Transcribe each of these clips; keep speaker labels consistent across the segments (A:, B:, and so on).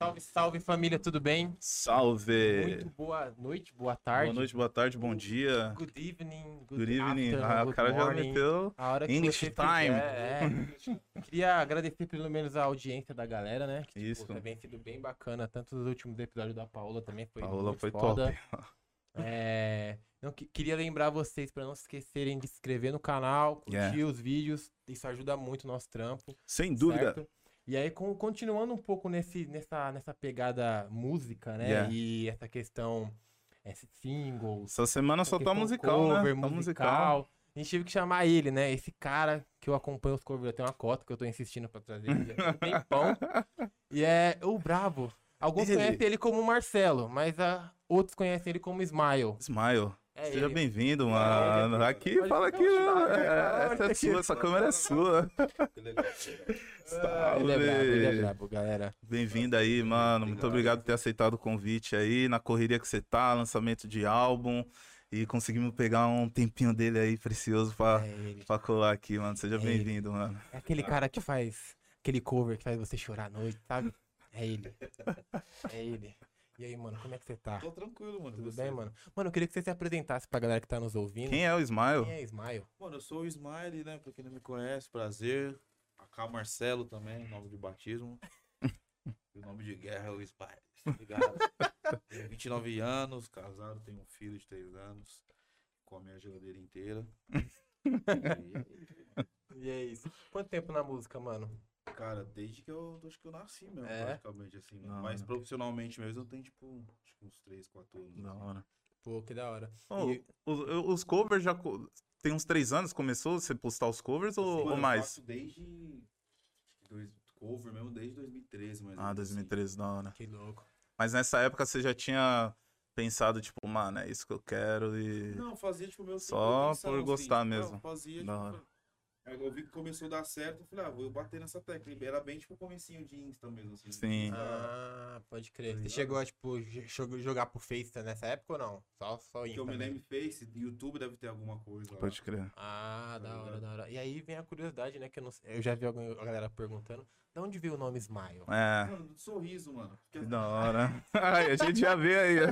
A: Salve, salve família, tudo bem?
B: Salve!
A: Muito boa noite, boa
B: É. Boa
A: tarde.
B: noite, boa tarde, bom dia.
A: Good evening, good,
B: Good evening.
A: afternoon,
B: Ah, o
A: good
B: cara já
A: morning.
B: meteu.
A: A hora que
B: English
A: você
B: time.
A: Quiser, é. Queria agradecer pelo menos a audiência da galera, né? Que
B: Isso.
A: Pô, tá bem, sido bem bacana. Tanto os últimos episódios da Paola também foi
B: Paola
A: muito
B: foi
A: foda.
B: top.
A: É, não, que- queria lembrar vocês para não se esquecerem de se inscrever no canal, curtir
B: Yeah.
A: os vídeos. Isso ajuda muito o nosso trampo.
B: Sem dúvida.
A: Certo? E aí, com- continuando um pouco nesse, nessa, nessa pegada música, né?
B: Yeah.
A: E essa questão, esse singles.
B: Essa semana só tá
A: questão
B: musical,
A: cover,
B: né? Tá musical.
A: musical. A gente tive que chamar ele, né? Esse cara que eu acompanho os covers, eu tenho uma cota que eu tô insistindo pra trazer ele já tem um tempão. E é o Brabo. Alguns
B: Ele.
A: conhecem ele como Marcelo, mas ah, outros conhecem ele como Smile.
B: Smile,
A: É
B: seja
A: ele.
B: bem-vindo,
A: É
B: mano.
A: ele.
B: Aqui,
A: Pode-
B: fala aqui,
A: Pode-
B: mano.
A: Pode-
B: É, Essa é
A: Pode-
B: sua, essa câmera é sua.
C: Que
A: é
C: legal, que legal.
A: Ele é brabo, ele é
B: Salve!
A: brabo, é galera.
B: Bem-vindo aí, mano. Muito obrigado por ter aceitado o convite aí, na correria que você tá, lançamento de álbum. E conseguimos pegar um tempinho dele aí precioso pra,
A: É ele.
B: pra colar aqui, mano. Seja
A: É ele.
B: bem-vindo, mano.
A: É aquele cara que faz aquele cover que faz você chorar à noite, sabe? É ele. É ele. E aí, mano, como é que você tá?
C: Tô tranquilo, mano.
A: Tudo
C: você?
A: bem, mano? Mano, eu queria que você se apresentasse pra galera que tá nos ouvindo.
B: Quem é o Smile?
A: Quem é Smile?
C: Mano, eu sou o Smiley, né? Pra quem não me conhece, prazer. AK Marcelo também, nome de batismo. e o nome de guerra é o Smiley. Obrigado. Tenho 29 anos, casado, tenho um filho de 3 anos. Com a minha geladeira inteira. E,
A: E é isso. Quanto tempo na música, mano?
C: cara, desde que eu acho que eu nasci mesmo,
A: É?
C: praticamente, assim.
B: Não,
C: mas
B: não.
C: profissionalmente mesmo eu tenho, tipo, acho que uns 3, 4 anos.
B: Da
C: assim.
B: hora.
A: Pô, que da hora.
B: Ô,
A: E-
B: os, eu- os covers já. co- Tem uns três anos que começou você postar os covers ou,
C: Mano,
B: ou
C: eu
B: mais?
C: faço desde. acho que dois- Cover mesmo desde 2013, mas.
B: Ah, 2013, da hora.
A: Que louco.
B: Mas nessa época você já tinha pensado, tipo, mano, é isso que eu quero e.
C: Não, eu fazia tipo meu.
B: Só
C: sem pretensão,
B: por gostar
C: tipo,
B: mesmo.
C: Não, fazia.
B: Da
C: tipo,
B: hora.
C: aí eu vi que começou a dar certo, eu falei, ah, vou bater nessa tecla. E Era bem tipo comecinho de Insta mesmo, assim.
B: Sim.
C: Ah,
A: Ah, pode crer.
C: Tá
A: Você
C: ligado?
A: chegou a, tipo, jo- jo- jogar pro Face nessa época ou não? Só, só
C: que eu
A: Insta
C: me
A: mesmo.
C: lembro Face, YouTube deve ter alguma coisa. lá.
B: Pode crer.
A: Ah,
C: Tá
A: da hora,
C: ligado?
A: da hora. E aí vem a curiosidade, né? Que eu, não sei- eu já vi alguém- a galera perguntando. De onde veio o nome Smile?
B: É.
C: Mano, do sorriso, mano. Porque,
B: que Da hora. Ai, a gente já vê aí. ó.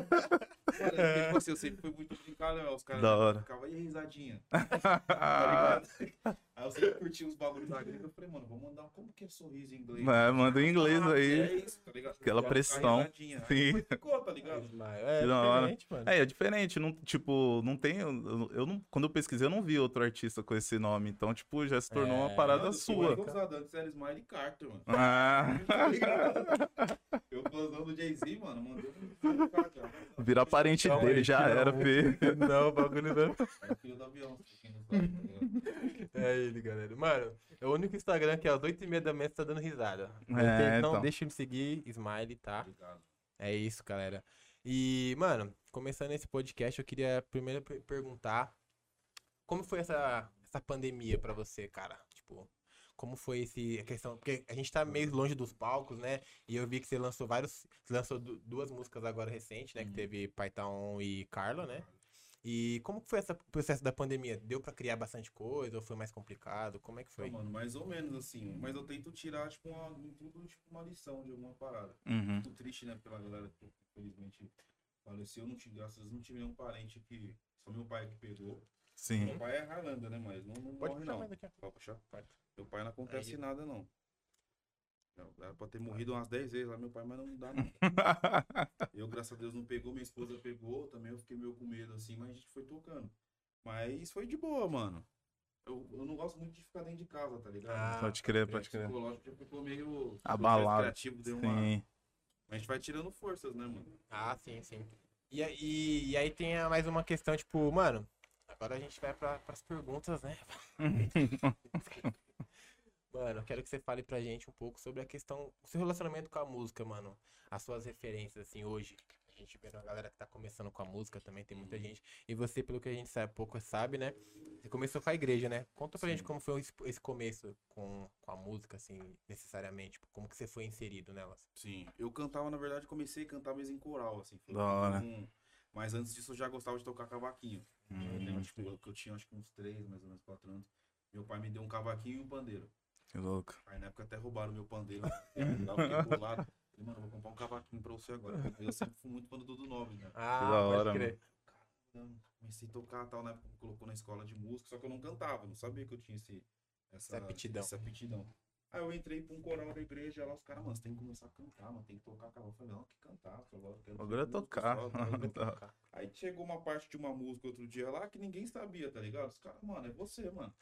C: cara, porque, assim, eu sempre fui muito brincalhão. Os caras
B: Da hora. Ah.
C: ficavam, e a risadinha? Tá ligado? Aí eu sempre curti os bagulhos da gringa. Eu falei, mano, vou mandar um. Como que é sorriso em inglês?
B: É, manda em inglês
A: Ah,
C: É
B: aí.
C: isso, tá ligado?
B: Aquela
C: Dá uma
B: pressão.
C: carregadinha.
B: Sim.
C: Ficou, tá ligado?
A: Smile. É,
B: Que da hora.
A: diferente, mano.
B: É, é diferente, não, tipo, não tem. Eu, eu não, quando eu pesquisei, eu não vi outro artista com esse nome. Então, tipo, já se tornou
A: É,
B: uma parada
C: Mano,
B: sua.
C: Eu usado antes era Smiley Carter, mano.
B: Ah.
C: Tá ligado? Eu fãzão do Jay-Z, mano, mandou um Smiley Carter. ó.
B: Virar parente
C: Então,
A: Calma
B: dele
A: aí,
B: já
A: que não.
B: era, fi.
A: Não, o bagulho não.
C: É o filho do avião, pra quem não sabe, tá ligado?
A: É ele, galera. Mano, é o único Instagram que às 8h30 da manhã você tá dando risada.
B: É,
A: então,
B: então.
A: deixa eu me seguir, Smile, tá?
C: Obrigado.
A: É isso, galera. E, mano, começando esse podcast, eu queria primeiro per- perguntar como foi essa, essa pandemia pra você, cara? Tipo, como foi esse, a questão? Porque a gente tá meio longe dos palcos, né? E eu vi que você lançou vários. Você lançou du- duas músicas agora recente, né? Que teve Python e Carla, né? E como que foi esse processo da pandemia? Deu pra criar bastante coisa ou foi mais complicado? Como é que
C: Então,
A: foi?
C: mano, mais ou menos assim. Mas eu tento tirar, tipo, uma, um tudo, tipo, uma lição de alguma parada.
B: Uhum.
C: Muito triste, né, pela galera que infelizmente faleceu. Não tive, graças a Deus, não tive nenhum parente que. Só meu pai que pegou.
B: Sim.
C: Meu pai é Harlanda, né? Mas não, não
A: Pode
C: morre,
A: puxar
C: não.
A: mais É aqui, ó.
C: Pode puxar?
A: Pode.
C: Meu pai não acontece
A: Aí.
C: nada, não. Era pra ter morrido umas 10 vezes lá, meu pai, mas não dá nada. Eu, graças a Deus, não pegou, minha esposa pegou, também eu fiquei meio com medo, assim, mas a gente foi tocando. Mas foi de boa, mano. Eu, eu não gosto muito de ficar dentro de casa, tá ligado? é
A: Ah,
B: pode crer, pode crer.
C: Psicológico já ficou meio
B: Abalado.
C: criativo, deu uma...
B: Sim.
C: A gente vai tirando forças, né, mano?
A: Ah, sim, sim. E, aí- e, e aí tem a- mais uma questão, tipo, mano, agora a gente vai para as perguntas, né? mano, eu quero que você fale pra gente um pouco sobre a questão, o seu relacionamento com a música, mano. As suas referências, assim, hoje. A gente vê a galera que tá começando com a música também, tem muita gente. E você, pelo que a gente sabe, pouco sabe, né? Você começou com a igreja, né? Conta pra gente como foi esse- esse começo com, com a música, assim, necessariamente. tipo, como que você foi inserido nelas.
C: Sim. Eu cantava, na verdade, comecei a cantar mais em coral, assim. foi
B: Da hora.
C: um- Mas antes disso, eu já gostava de tocar cavaquinho. Eu
B: Hum,
C: lembro, tipo, eu, que eu tinha acho que uns três, mais ou menos, quatro anos. Meu pai me deu um cavaquinho e um pandeiro.
B: que louco.
C: né? Aí na época até roubaram meu pandeiro. Eu fiquei bolado. Falei, mano, eu vou comprar um cavaquinho pra você agora. Eu sempre fui muito fã do Dudu Nobre, né?
A: Ah,
B: da
A: pode
B: hora,
A: crer.
C: Então, Comecei a tocar tal, na época me colocou na escola de música, só que eu não cantava, não sabia que eu tinha esse,
A: Essa
C: essa,
A: aptidão.
C: essa aptidão. Aí eu entrei pra um coral da igreja, lá os caras, mano, você tem que começar a cantar, mano, tem que tocar carro. Eu falei, não, que cantar, eu falei, eu quero
B: O bagulho é
C: fazer música
B: tocar.
C: só, tá ligado?
B: Tá.
C: Aí chegou uma parte de uma música outro dia lá que ninguém sabia, tá ligado? Os caras, mano, é você, mano.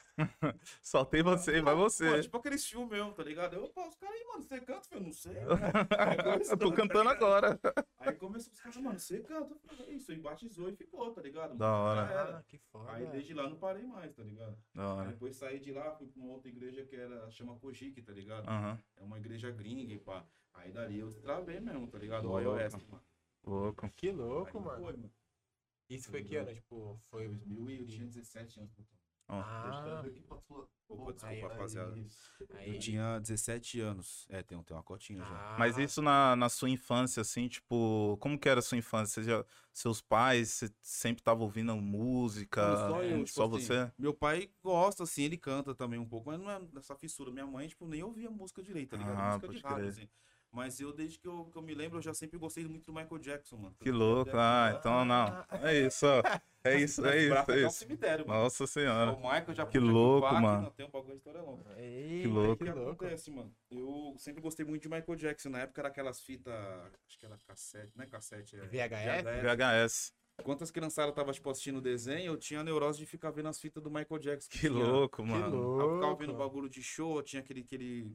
B: Soltei você, vai
C: Mano,
B: você. é.
C: tipo aqueles filmes mesmo, tá ligado? Eu, pá, os caras aí, mano, você canta? Eu falei, não sei. É
B: Eu
C: tá
B: tô cantando agora.
C: Aí começou os caras, mano, você canta? Eu falei, é isso, aí batizou e ficou, tá ligado?
B: Da hora.
C: Era.
A: Ah, que foda.
C: Aí desde lá não parei mais, tá ligado?
B: Da
C: Aí
B: hora.
C: depois saí de lá, fui pra uma outra igreja que era, chama Kojiki, tá ligado?
B: Aham.
C: É uma igreja gringa e pá. Aí dali eu travei mesmo, tá ligado? O
B: Louco.
C: iOS, mano.
B: Louco.
A: é um Que
C: Aí
A: louco, mano.
C: Foi, mano.
A: Isso foi que ano? Tipo, foi.
C: Foi 2000 e eu tinha 17 anos.
A: Ah,
C: Opa,
A: Aí,
C: desculpa, rapaziada.
A: aí.
C: Eu tinha 17 anos. É, tem, tem uma cotinha já.
A: Ah,
B: Mas isso na, na sua infância, assim, tipo, como que era a sua infância? Você já- seus pais, você sempre tava ouvindo música? eh,
C: Mano, só eu, tipo
B: só
C: assim,
B: você?
C: Meu pai gosta, assim, ele canta também um pouco, mas não é dessa fissura. Minha mãe, tipo, nem ouvia música direito, tá ligado?
B: Ah,
C: música
B: pode
C: de rádio,
B: crer.
C: assim. Mas eu, desde que eu, que eu me lembro, eu já sempre gostei muito do Michael Jackson, mano.
B: Que louco. Ah, então não. É isso, ó.
C: Tipo
B: É isso, é isso, é
C: É um
B: isso.
C: cemitério, mano.
B: Nossa
C: O
B: senhora.
C: Michael já
B: Que
C: puxa com
B: louco,
C: Pac,
B: mano.
C: Não, tem um bagulho de história longa.
A: Ei,
B: Que
A: mano,
B: louco.
A: Que
C: O que
A: louco.
C: acontece, mano? Eu sempre gostei muito de Michael Jackson. Na época era aquelas fitas. Acho que era cassete, não é cassete, é.
A: VHS?
B: VHS.
C: Quantas criançadas tava, tipo, assistindo o desenho, eu tinha a neurose de ficar vendo as fitas do Michael Jackson.
B: Que
C: tinha.
B: louco,
A: Que
B: mano.
C: Eu ficava
A: louco.
C: vendo bagulho de show, tinha aquele, aquele.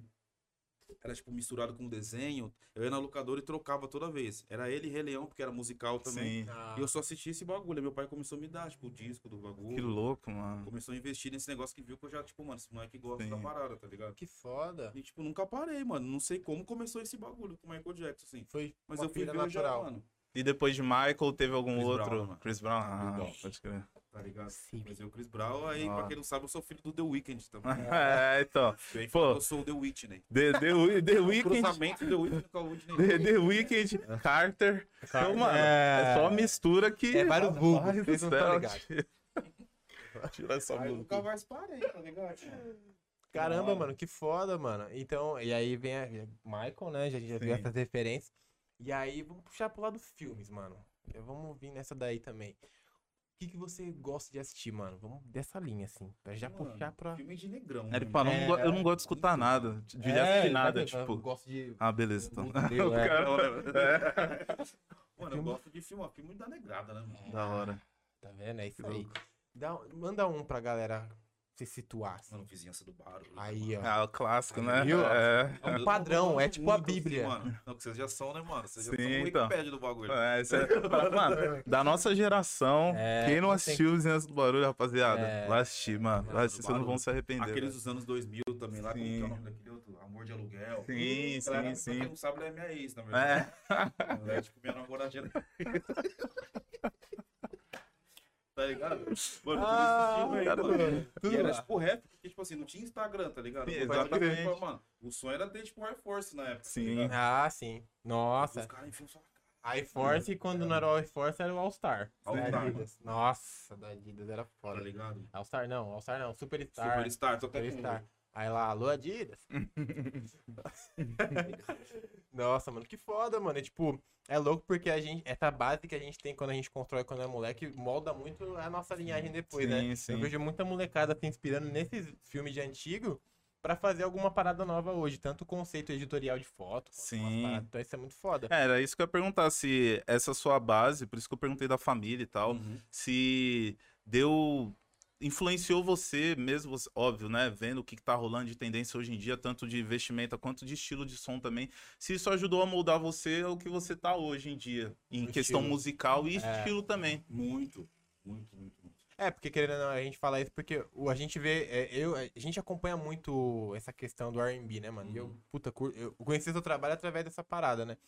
C: Era tipo misturado com desenho. Eu ia na locadora e trocava toda vez. Era ele e Rei Leão, porque era musical também.
B: Sim.
A: Ah,
C: E eu só assistia esse bagulho. Aí Meu pai começou a me dar, tipo, o disco do bagulho.
B: Que louco, mano.
C: Começou a investir nesse negócio que viu que eu já, tipo, mano, esse moleque gosta
B: Sim.
C: da parada, tá ligado?
A: Ah, Que foda.
C: E, tipo, nunca parei, mano. Não sei como começou esse bagulho com o Michael Jackson, assim.
A: Foi
C: Mas
A: uma
C: eu fui
A: pira
C: ver já,
A: natural.
C: mano.
B: E depois de Michael, teve algum
C: Chris
B: outro?
C: Brown, mano.
B: Chris Brown. Ah,
C: Chris Brown.
B: pode crer.
C: Tá ligado?
A: Sim.
C: Mas eu, Chris Brown, aí,
B: Nossa.
C: pra quem não sabe, eu sou filho do The Weeknd também.
B: É, então.
C: Bem,
B: Pô.
C: Eu sou o The Whitney.
B: The, the, Wee- the Weeknd.
C: Cruzamento É. The Whitney com a Whitney.
B: The, the Weeknd, Carter. Então, mano, é...
A: É.
B: só mistura que.
A: É vários vulgos,
B: Rapaz do
A: vocês não tão
B: céu,
A: ligados.
B: tira- Tira
A: Tá
B: essa
C: Aí eu nunca
B: música.
C: mais parei, tá ligado?
A: Caramba,
C: Nossa.
A: mano, que foda, mano. Então, e aí vem a Michael, né? Já, já viu
B: Sim.
A: essas referências. E aí, vamos puxar pro lado dos filmes, mano. Eu- Vamos vir nessa daí também. O que, que você gosta de assistir, mano? Vamos dessa linha, assim. Pra já
C: Mano,
A: puxar pra.
C: Filme de negrão.
B: Ele
C: né,
B: fala, eu não go-
A: É,
B: eu não gosto de escutar nada, de de assistir nada, tipo.
A: gosto de.
B: Ah, beleza, então.
A: Muito deu,
B: O
A: é.
B: cara-
C: Mano, eu gosto de filme, ó, filme da negrada, né, mano?
B: é. Da hora.
A: Tá vendo? É isso
B: Que
A: aí.
B: louco.
A: Dá, manda um pra galera se situar. assim.
C: Mano, vizinhança do barulho.
A: Aí, ó.
B: Ah, o clássico, né?
A: Viu?
B: É.
C: Não, eu não
A: padrão,
C: gosto
A: é tipo a
C: muito, assim,
A: Bíblia.
C: mano. Não, que vocês já são, né, mano? Vocês já
B: Sim,
C: são o
B: então.
C: Wikipedia do bagulho.
B: É, isso é- Mano, da nossa geração,
A: É,
B: quem não
A: não
B: assistiu Vizinhança do Barulho, rapaziada,
A: É.
B: vai assistir, mano. Vai assistir, vocês não vão se arrepender.
C: Aqueles
B: velho.
C: dos anos 2000 também, lá, como
B: né? Sim.
C: que é o nome daquele outro? Amor de Aluguel.
B: Sim,
C: Galera,
B: sim,
C: Pra quem
B: sim.
C: não sabe, ela é minha ex, na verdade.
B: É,
C: Ela é, tipo, minha namoradinha. tá ligado? Mano,
A: Ah,
C: tudo esse filme aí,
B: cara,
C: mano.
B: mano.
C: E
A: Tudo
C: era
A: lá.
C: tipo rap, porque tipo assim, não tinha Instagram, tá ligado?
B: Sim,
C: Meu pai era
B: exatamente.
C: tipo, mano, o sonho era ter tipo Air Force na época.
B: Sim.
C: Tá ligado?
A: Ah, sim.
C: Os
A: Nossa. é.
C: caras enfiam só a
A: iForce, quando não era o iForce, era o All-Star.
C: All
A: Da
C: Star,
A: Adidas. Nossa, da Adidas era
C: cara, tá
A: foda.
C: ligado?
A: All-Star não, All-Star não, Superstar. Tá. Superstar.
C: Superstar, tô até com
A: Aí lá, alô Adidas. Nossa, mano, que foda, mano. E, tipo, é louco porque a gente, essa base que a gente tem quando a gente constrói quando é moleque molda muito a nossa linhagem depois, né?
B: sim, sim.
A: Eu vejo muita molecada se inspirando nesses filmes de antigo pra fazer alguma parada nova hoje. Tanto o conceito editorial de foto, quanto umas
B: Sim.
A: paradas. Então isso é muito foda.
B: É, Era isso que eu ia perguntar, se essa sua base, por isso que eu perguntei da família e tal,
C: Uhum.
B: se deu. Influenciou você mesmo, você- óbvio, né? Vendo o que, que tá rolando de tendência hoje em dia, tanto de vestimenta quanto de estilo de som também. Se isso ajudou a moldar você ao que você tá hoje em dia, em
A: No
B: questão
A: estilo.
B: musical e estilo também.
C: Muito, muito, muito, muito.
A: É, porque querendo ou não, a gente fala isso porque o, a gente vê, é, eu, a gente acompanha muito essa questão do R&B, né, mano? E eu,
C: Uhum.
A: puta, cur... eu conheci seu trabalho através dessa parada, né?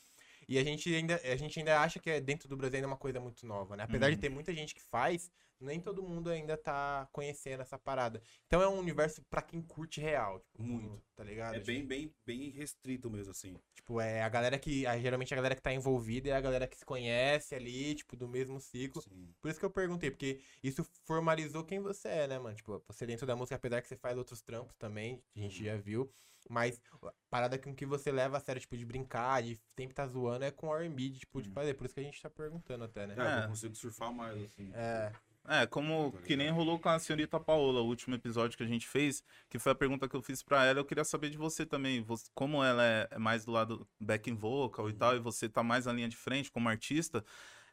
A: E a gente ainda, a gente ainda acha que é dentro do Brasil ainda é uma coisa muito nova, né? Apesar de
B: Uhum.
A: ter muita gente que faz, nem todo mundo ainda tá conhecendo essa parada. Então é um universo pra quem curte real, tipo,
C: Muito.
A: tá ligado?
C: É bem, bem, bem restrito mesmo, assim.
A: Tipo, é a galera que, a- geralmente a galera que tá envolvida é a galera que se conhece ali, tipo, do mesmo ciclo.
C: Sim.
A: Por isso que eu perguntei, porque isso
B: Uhum.
A: formalizou quem você é, né, mano? Tipo, você dentro da música, apesar que você faz outros trampos também, que a gente já viu. Mas a parada com que você leva a sério, tipo, de brincar, de sempre tá zoando, é com o R&B, de, tipo, de
B: Hum.
A: fazer. Por isso que a gente tá perguntando até, né?
C: Cara,
B: É.
C: ah, eu consigo surfar mais, assim.
A: É,
B: É, como que nem rolou com a senhorita Paola, o último episódio que a gente fez, que foi a pergunta que eu fiz pra ela, eu queria saber de você também, você- como ela é é mais do lado back in vocal e
A: Uhum.
B: tal, e você tá mais na linha de frente como artista,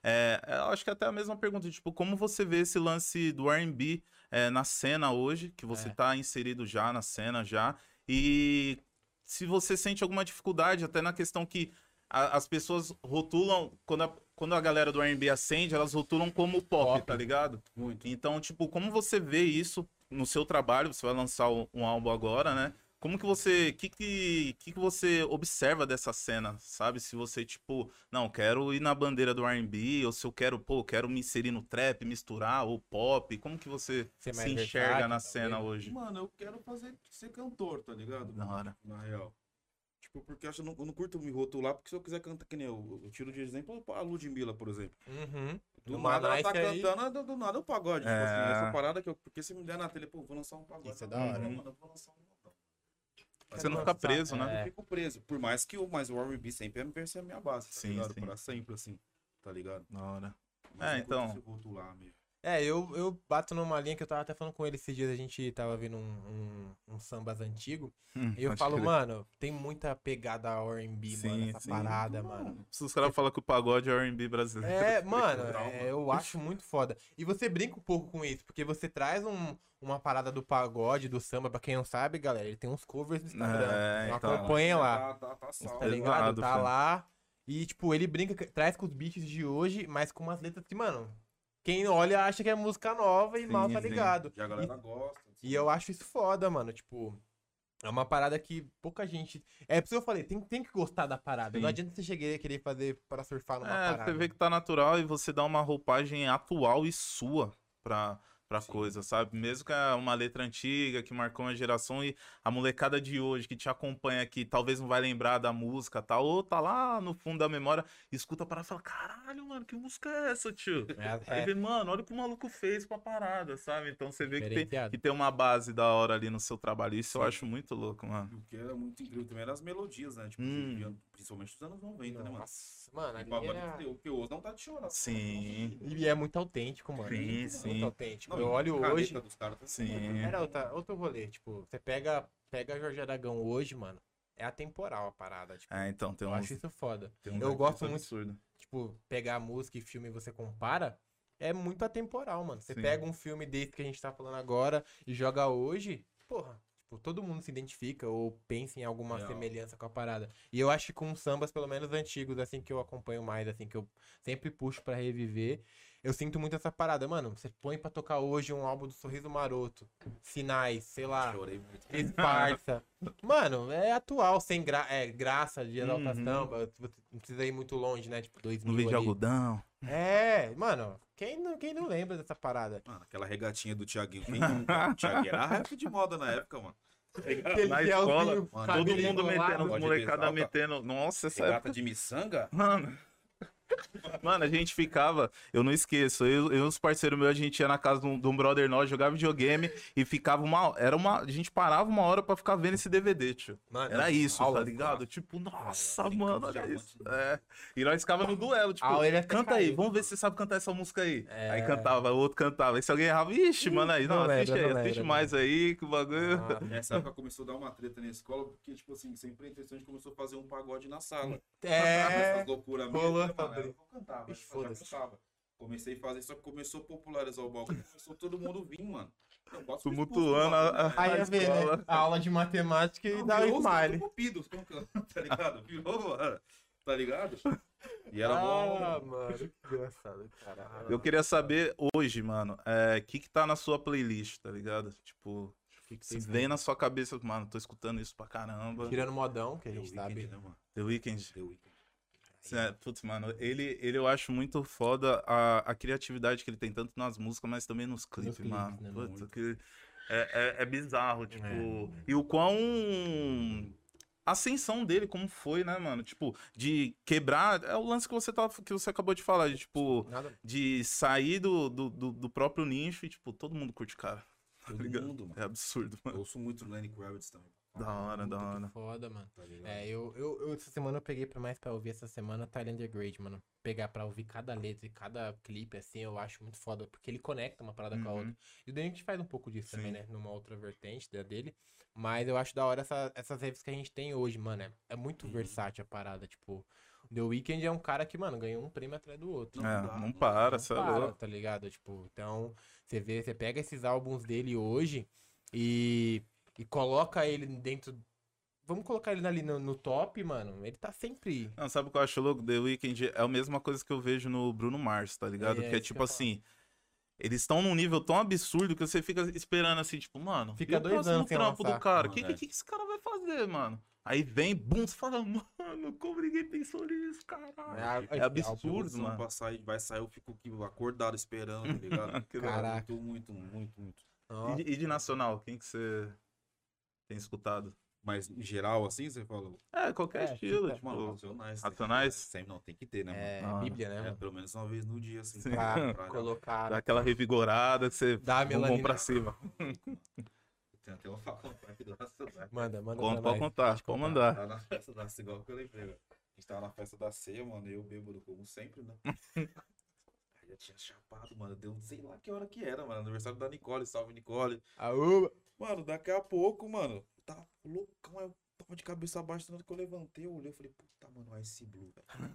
B: é, eu acho que até a mesma pergunta, tipo, como você vê esse lance do R&B é, na cena hoje, que você
A: É.
B: tá inserido já na cena já, e se você sente alguma dificuldade, até na questão que a- as pessoas rotulam, quando a, quando a galera do R&B acende, elas rotulam como pop,
A: Pop.
B: tá ligado?
C: Muito.
B: Então, tipo, como você vê isso no seu trabalho? Você vai lançar um, um álbum agora, né? Como que você, que que, que que você observa dessa cena, sabe? Se você, tipo, não, quero ir na bandeira do R&B, ou se eu quero, pô, quero me inserir no trap, misturar, ou pop, como que você
A: Ser mais
B: se
A: versátil,
B: enxerga na
A: talvez.
B: cena hoje?
C: Mano, eu quero fazer ser cantor, tá ligado?
B: Da hora.
C: Na real. Tipo, porque eu, acho, eu, não, eu não curto me rotular, porque se eu quiser cantar, que nem eu, eu tiro de exemplo a Ludmilla, por exemplo.
A: uhum.
C: Do
A: No
C: nada ela tá
A: Manais aí-
C: cantando, do, do nada é o pagode.
B: É.
C: Tipo assim, essa parada que eu. Porque se me der na telha, pô, vou lançar um pagode.
A: Isso é
C: tá
A: da
C: bom,
A: hora.
C: mano, eu vou lançar um modão.
B: Você não fica preso, né?
A: É.
C: Eu fico preso. Por mais que o mais o R&B sempre vai ser a minha base, tá
B: Sim,
C: ligado?
B: sim.
C: Pra sempre, assim, tá ligado?
B: Da hora.
C: Mas
B: É,
C: eu curto
B: então.
C: esse rotular mesmo.
A: É, eu, eu bato numa linha que eu tava até falando com ele esses dias, a gente tava vendo um, um, um sambas antigo.
B: Hum,
A: E eu
B: pode
A: falo,
B: crer.
A: mano, tem muita pegada R&B, mano,
B: Sim,
A: essa
B: sim.
A: parada, mano.
B: Os caras falam que o pagode é R&B brasileiro.
A: É, mano,
B: Trauma.
A: é, eu acho muito foda. E você brinca um pouco com isso, porque você traz um- uma parada do pagode, do samba, pra quem não sabe, galera, ele tem uns covers no Instagram.
B: É,
A: então
B: então.
A: acompanha lá,
C: Tá, tá, tá salvo.
A: tá
B: Exato,
A: ligado? Tá
B: filho.
A: lá. E, tipo, ele brinca, que- traz com os beats de hoje, mas com umas letras que, mano, quem olha acha que é música nova e
B: Sim,
A: mal tá
B: sim.
A: ligado.
C: E a galera gosta.
A: E eu acho isso foda, mano. Tipo, é uma parada que pouca gente. É por isso que eu falei, tem, tem que gostar da parada.
B: Sim.
A: Não adianta você chegar e querer fazer pra surfar numa
B: É,
A: parada. né?
B: você vê que tá natural e você dá uma roupagem atual e sua pra, pra
C: Sim.
B: coisa, sabe? Mesmo que é uma letra antiga, que marcou uma geração e a molecada de hoje que te acompanha aqui, talvez não vai lembrar da música, tal, ou tá lá no fundo da memória, escuta a parada e fala, caralho, mano, que música é essa, tio? Aí
A: É,
B: vê, mano, olha o que o maluco fez pra parada, sabe? Então você vê que tem,
A: Diferenciado.
B: que tem uma base da hora ali no seu trabalho. Isso eu acho muito louco, mano.
C: E assim, O que era muito incrível também eram as melodias, né? Tipo,
B: Hum.
C: de- principalmente dos anos 90, né, mano?
A: Nossa, mano,
C: E
A: ali
C: pagode
A: era-
C: que eu- que eu ouço não tá de chorar.
B: Sim.
A: E é muito autêntico, mano. É
B: Sim,
A: muito
B: sim.
A: autêntico.
C: Não,
A: eu
C: e
A: olho
C: a
A: hoje.
C: caneta dos caras tá
B: Sim.
C: assim,
A: Era outra, outro rolê. Tipo, você pega, pega Jorge Aragão hoje, mano. É atemporal a parada. Tipo,
B: É, então tem
A: eu
B: uns.
A: acho isso foda.
B: tem uns
A: eu gosto
B: artistas
A: muito-
B: absurdos.
A: Tipo, pegar música e filme e você compara. É muito atemporal, mano. Você
B: Sim.
A: pega um filme desse que a gente tá falando agora e joga hoje, porra. Tipo, todo mundo se identifica ou pensa em alguma
C: Real.
A: semelhança com a parada. E eu acho que com os sambas, pelo menos antigos, assim, que eu acompanho mais, assim, que eu sempre puxo pra reviver, eu sinto muito essa parada. Mano, você põe pra tocar hoje um álbum do Sorriso Maroto, Sinais, sei lá,
C: Chorei muito.
A: Esparta. Mano, é atual, sem gra é, graça de exalta
B: Uhum.
A: samba. Você não precisa ir muito longe, né? Tipo, 2000
B: No vídeo de
A: ali.
B: algodão.
A: É, mano, quem não, quem não lembra dessa parada?
C: Mano, aquela regatinha do Thiaguinho. Quem nunca? O Thiaguinho era rap de moda na época, mano.
B: Na
A: fielzinho,
B: escola,
C: mano,
A: cabelo
B: Todo mundo
A: enrolado.
B: metendo, os
C: Pode
A: tá.
B: molecada
C: pensar,
B: metendo. Nossa, essa
C: Regata
B: época.
C: de miçanga?
B: Mano. Mano, a gente ficava, eu não esqueço, eu eu e os parceiros meus, a gente ia na casa de um, de um brother nosso, jogava videogame e ficava uma, era uma, a gente parava uma hora pra ficar vendo esse DVD, tio.
A: Mano,
B: Era isso,
A: aula,
B: tá ligado? Tipo, nossa,
C: Brincando
B: mano,
C: de
B: olha
C: diamante.
B: isso. É. E nós ficava no duelo, tipo,
A: né? aula, ele até
B: canta aí,
A: caiu.
B: vamos ver se você sabe cantar essa música aí.
A: É.
B: Aí cantava, o outro cantava. Aí se alguém errava, ixi, mano, aí,
A: não
B: não, assiste
A: lembra,
B: aí,
A: não
B: assiste
A: lembra,
B: mais aí, que o bagulho.
A: Ah,
C: Nessa época começou a dar uma treta na escola, porque, tipo assim, sempre a intenção de começou a fazer um pagode na sala.
A: é.
C: Essas loucuras
A: rolou
C: mesmo, né,
A: essa
C: mano? Eu
A: briga.
C: cantava, eu
A: Ixi,
C: já
A: foda-se.
C: cantava. Comecei a fazer, só que começou a popularizar o bagulho, começou todo mundo vir, mano. Eu gosto de expulso,
B: Tumultuando a-
C: mano.
B: a-
A: Aí ia ver, né?
B: escola.
A: A aula de matemática e
C: Não,
A: dá o
C: virou os caras
A: smile.
C: do Cupido, como que eu- tá ligado? Virou, mano, tá ligado? E era
A: Ah,
C: bom.
A: mano, que engraçado, caralho.
B: Eu queria saber hoje, mano, o é, que que tá na sua playlist, tá ligado? Tipo, se vem na sua cabeça, mano, tô escutando isso pra caramba.
A: Tirando modão, que a
C: The
A: gente
C: Weeknd,
A: sabe.
C: né, mano?
B: The Weeknd.
C: The Weeknd.
B: É, putz, mano, ele, ele eu acho muito foda a, a criatividade que ele tem, tanto nas músicas, mas também nos clipes,
A: clipes,
B: mano.
A: né,
B: Puta,
C: muito.
B: que é, é, é bizarro, tipo.
A: É.
B: E o quão. A ascensão dele, como foi, né, mano? Tipo, de quebrar. É o lance que você, tava, que você acabou de falar, de tipo.
A: Nada.
B: de sair do, do, do, do próprio nicho e, tipo, todo mundo curte o cara.
C: Todo
B: ligado?
C: mundo, mano.
B: É absurdo,
C: Eu
B: mano.
C: ouço muito Lenny Kravitz também.
B: Da hora,
A: Puta,
B: da
A: que
B: hora.
A: Foda, mano.
C: tá ligado?
A: É, eu, eu, eu essa semana eu peguei pra mais pra ouvir essa semana tá Tylander Grade, mano. Pegar pra ouvir cada letra e cada clipe, assim, eu acho muito foda, porque ele conecta uma parada com a
B: Uhum.
A: outra. E o Daniel faz um pouco disso também,
B: Sim.
A: né? Numa outra vertente da dele. Mas eu acho da hora essa- essas raves que a gente tem hoje, mano. É, é muito
C: Uhum.
A: versátil a parada, tipo. o The Weeknd é um cara que, mano, ganhou um prêmio atrás do outro.
B: É,
C: dá,
B: não
C: não
B: para,
A: Não
B: cê é
A: para,
B: louco.
A: tá ligado? Tipo, então, você vê, você pega esses álbuns dele hoje e, e coloca ele dentro. Vamos colocar ele ali no, no top, mano. Ele tá sempre.
B: Não, sabe o que eu acho louco? The Weeknd é a mesma coisa que eu vejo no Bruno Mars, tá
A: É,
B: ligado? que é
A: isso que eu
B: tipo
A: ia
B: assim. Eles estão num nível tão absurdo que você fica esperando assim, tipo, mano,
A: Fica
B: e o
A: dois
B: próximo
A: anos sem
B: trampo do
A: lançar.
B: cara? O
C: Mano,
B: que,
C: é.
B: que, que esse cara vai fazer, mano? Aí vem, bum, você fala, mano, como ninguém pensou nisso, caralho?
A: Ah,
C: tipo,
A: é
B: É absurdo,
C: Produção
B: mano.
C: pra sair, vai sair, eu fico aqui acordado esperando, tá ligado?
B: Que da hora.
A: Caraca.
C: Muito, muito, muito, muito.
B: E
A: Nossa,
B: de- e de nacional, quem que você tem escutado?
C: Mas em geral, assim, você falou.
B: É, qualquer
A: É,
B: estilo,
A: tipo,
B: tipo.
C: Mano, racionais. tem que ter,
B: Racionais?
C: né? Sempre não, tem que ter, né, mano?
A: é
B: mano, mano.
A: Bíblia, né,
C: É,
A: mano?
C: pelo menos uma vez no dia, assim.
B: Sim.
A: Pra
C: pra-
A: colocar.
B: Dá aquela revigorada que você
A: Dá a
B: dá um
A: melanina.
B: pra cima.
C: Tem até uma faculdade aqui do Racionais.
A: Manda, manda.
B: Conta,
A: pra
B: pode
A: nós.
B: contar, pode mandar.
C: Tava na festa da ceia, igual que eu lembrei, velho. A gente tava na festa da ceia, mano, e eu bêbado, como sempre, né? Aí já tinha chapado, mano. Deu sei lá que hora que era, mano. Aniversário da Nicole, salve Nicole.
A: Aú!
C: Mano, daqui a pouco, mano, eu tava loucão, aí eu tava de cabeça abaixo, tanto que eu levantei, eu olhei, eu falei, puta, mano, o Ice Blue, velho.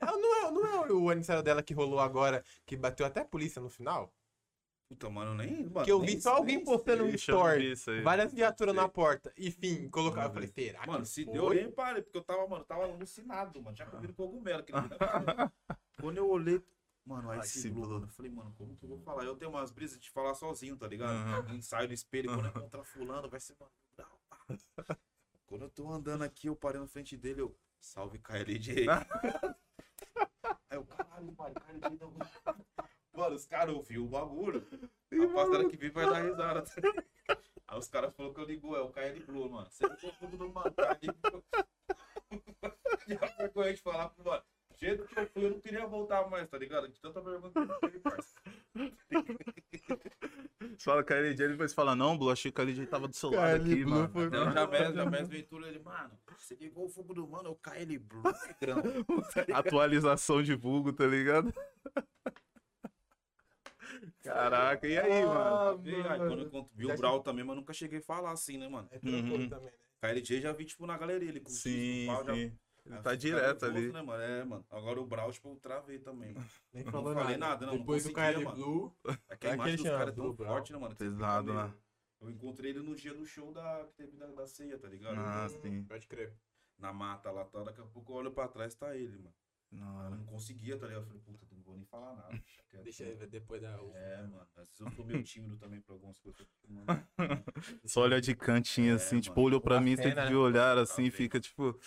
A: É, não, é, não é o aniversário dela que rolou agora, que bateu até a polícia no final?
C: Puta, mano, nem. Mano,
A: Que eu
C: nem-
A: vi só alguém
C: nem
A: postando
C: sei.
A: um
B: Deixa eu ver
A: story.
B: isso aí.
A: Várias viaturas
C: Sei.
A: na porta. Enfim, colocar. Eu falei, será que
C: Mano, se
A: foi?
C: deu, eu nem parei, porque eu tava, mano, eu tava alucinado, mano. Tinha comido cogumelo, que nem Quando eu olhei, mano, aí
B: Ice
C: se
B: Blue.
C: blue. Eu falei, mano, como que eu vou falar? Eu tenho umas brisas de falar sozinho, tá ligado?
B: Aham.
C: Eu Ensaio no espelho, quando eu encontrar fulano, vai ser, mano, brau, pá. Quando eu tô andando aqui, eu parei na frente dele, eu, salve Kylie J. aí eu, caralho, mano, Kylie J não... Mano, os caras ouviram o bagulho. A pastora que vi vai dar risada. tá ligado? Aí os caras falaram que eu ligo, é o KL Blue, mano. Você não confunde no mano, KL Blue. Já vergonha de falar pro mano. Do jeito que eu fui, eu não queria voltar mais, tá ligado? De tanta vergonha que eu tive, parça.
B: Você fala com a LJ, ele depois fala, não, Blue, achei que a LJ tava do seu lado
A: Kylie
B: aqui,
A: Blue
B: mano.
A: foi-
C: Até o Jamés, Jamés Ventura, ele, mano, você ligou o fogo do mano, é o KL Blue, negrão.
B: Atualização de vulgo, tá ligado? Caraca, e aí, mano?
C: E aí, quando eu conto- vi
A: Já
C: o Brau também, mas nunca cheguei a falar assim, né, mano?
A: É tranquilo
B: Uhum.
A: também, né?
C: KLJ já vi, tipo, na galeria, ele com o
B: Sim,
C: X no pau, já-
B: sim.
C: Aí
B: Ele
C: eu
B: tá
C: fico
B: direto
C: nervoso,
B: ali.
C: Né, mano? É, mano. Agora o Brau, tipo, eu travei também, mano.
A: Nem
C: Não
A: falou
C: falei
A: nada.
C: nada, não, não
A: Depois do
C: conseguia,
A: KL
C: mano.
A: Blue.
C: É que a
A: É
C: imagem
A: aquele
C: dos
A: chama
C: caras é tão
A: Blue Brown.
C: forte, né, mano? que você fica
B: Pesado,
C: meio-
B: né?
C: Eu encontrei ele no dia do show da, que teve da, da ceia, tá ligado?
B: Ah,
A: Hum,
B: sim.
A: Pode crer.
C: Na mata lá, tá? daqui a pouco eu olho pra trás, tá ele, mano.
B: Na
C: Eu
B: hora.
C: não conseguia, tá ligado? Eu falei, puta, não vou nem falar nada. deixa quieto,
A: Deixa
C: né?
A: eu ver depois da.
C: É, mano. Às vezes eu tô meio tímido também pra algumas coisas. eu fico, mano,
B: Só olha de cantinho,
C: É,
B: assim, tipo,
C: mano.
B: olhou pra
A: Uma
B: mim, você
A: cena,
B: desviou o olhar, assim, e
C: Tá bem.
B: fica, tipo...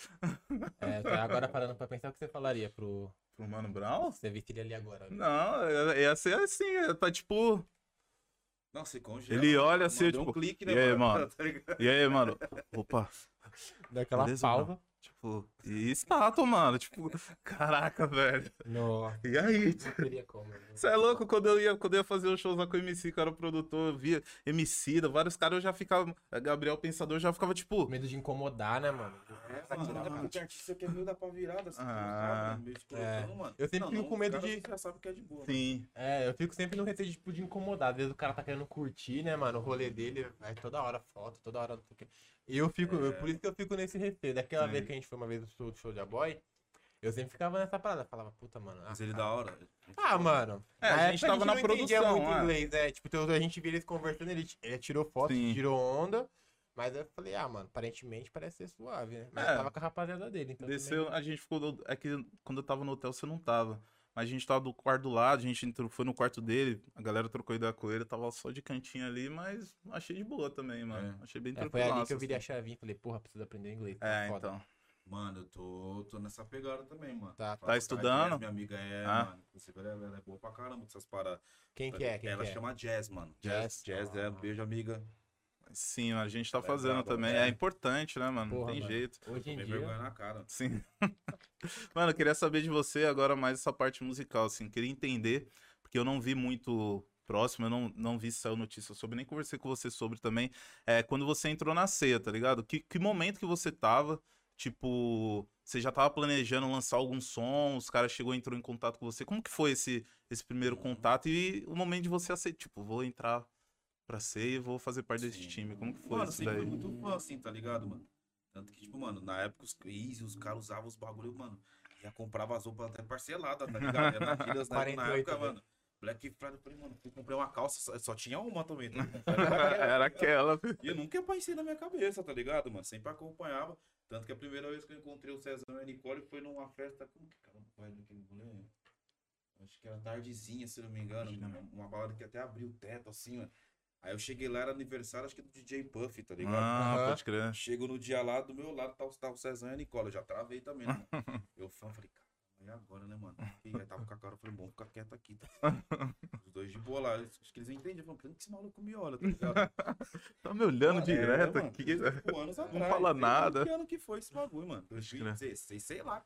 A: É, tá, agora parando pra pensar o que você falaria pro.
B: Pro Mano Brown?
A: Você visse ele ali agora. olha.
B: Não, é- ia ser assim, é, tá tipo...
C: Não, se congela.
B: Ele olha assim,
C: Mandou
B: tipo...
C: um clique,
B: e aí,
C: né,
B: mano?
C: Tá ligado?
B: E aí, mano? Opa,
A: Dá aquela
B: Beleza,
A: pausa.
B: tipo... E estátua, mano, tipo... Caraca, velho.
A: Nossa,
B: E aí,
A: não teria como. né?
B: Você é louco, quando eu ia, quando eu ia fazer os shows lá com o MC, que eu era produtor, eu via MC, vários caras, eu já ficava. Gabriel Pensador eu já ficava tipo.
A: Medo de incomodar, né, mano?
C: É,
A: Essa aqui
C: mano,
A: dá pra-
C: porque artista quer meio dar pra virada, assim,
B: Ah.
C: ah, meio escrotão, mano.
A: Eu sempre
C: Não,
A: fico
C: não,
A: com
C: os
A: medo
C: caras
A: de-
C: Já sabe que é de boa. né?
B: Sim.
A: É, eu fico sempre no receio tipo, de incomodar. Às vezes o cara tá querendo curtir, né, mano? O rolê dele, vai toda hora foto, toda hora. não sei o quê. E eu fico, eu- por isso que eu fico nesse receio. Daquela
B: Sim.
A: vez que a gente foi uma vez no show, show de Aboy, eu sempre ficava nessa parada. Falava, puta, mano. ah,
C: Mas ele é
A: cara,
C: da hora. Tipo,
A: Ah, mano.
B: É, a
A: na
B: gente
A: época
B: tava na
A: não entendia
B: produção,
A: muito
B: é.
A: inglês, é. Tipo, então a gente via eles conversando, ele, ele tirou foto,
B: Sim.
A: tirou onda. Mas eu falei, ah, mano, aparentemente parece ser suave, né? Mas
B: É.
A: tava com a rapaziada dele, então.
B: Desceu, a gente ficou. do- É que quando eu tava no hotel, você não tava. Mas a gente tava do quarto do lado, a gente entrou, foi no quarto dele, a galera trocou ideia com ele, tava só de cantinho ali, mas achei de boa também, mano. Achei bem
A: também- É,
B: tranquilo.
A: foi ali que eu virei a chavinha e falei, porra, preciso aprender inglês. tá
B: assim. É,
A: foda.
B: então.
C: Mano, eu tô, tô nessa pegada também, mano.
A: Tá, tá
C: Faculdade,
B: estudando?
C: né? Minha amiga é,
B: Ah.
C: mano. Inclusive, ela, ela é boa pra caramba com essas paradas.
A: Quem que é? Quem
C: ela
A: que é?
C: chama Jazz, mano.
A: Jazz?
C: Jazz é,
A: Ah.
C: beijo, amiga.
B: Sim, a gente tá
C: Tá
B: fazendo
C: brabo,
B: também.
C: né?
B: É importante, né, mano? Não
A: Porra,
B: tem
A: mano.
B: jeito.
A: Hoje em
C: Tomei
A: dia.
C: vergonha na cara.
B: Sim. Mano, eu queria saber de você agora mais essa parte musical, assim. Queria entender, porque eu não vi muito próximo, eu não, não vi se saiu notícia sobre, nem conversei com você sobre também. É, quando você entrou na ceia, tá ligado? Que, que momento que você tava? Tipo, você já tava planejando lançar algum som, os caras chegou e entrou em contato com você. Como que foi esse, esse primeiro contato e o momento de você aceitar? Tipo, vou entrar pra ceia e vou fazer parte desse
C: Sim.
B: time. Como que foi
C: Mano,
B: isso
C: sempre foi
B: daí?
C: muito fã, assim, tá ligado, mano? Tanto que, tipo, mano, na época os Cris, os caras usavam os bagulho, mano. Já comprava as roupas até parcelada, tá ligado? Era na Adidas, né? na
A: 48,
C: época,
A: né?
C: mano. Black Friday, eu falei, mano, eu comprei uma calça, só, só tinha uma também. Tá? ligado?
B: Era aquela,
C: E eu nunca pensei na minha cabeça, tá ligado, mano? Sempre acompanhava. Tanto que a primeira vez que eu encontrei o Cezão e a Nicole foi numa festa. Como que caramba vai daquele rolê? Acho que era tardezinha, se não me engano.
B: Imagina,
C: Uma, uma balada que até abriu o teto, assim, mano. Aí eu cheguei lá, era aniversário, acho que do DJ Puff, tá ligado?
B: Ah,
A: Aham.
B: pode crer.
C: Chego no dia lá, do meu lado tá, o- tá o Cezão e a Nicola. Eu já travei também, né? mano? Eu fã, falei, cara, e agora, né, mano? E aí tava com a cara, eu falei, bom, fica quieto aqui. Tá? Os dois de boa lá. Acho que eles não entendem. Eu falei, por que esse maluco me olha, tá ligado?
B: Tá me olhando
C: É,
B: direto
C: mano,
B: aqui. né?
C: Tipo, anos
B: Não
C: atrás,
B: fala
C: sei
B: nada.
C: lá Que ano que foi esse bagulho, mano?
B: Pode crer.
C: 2016, sei lá.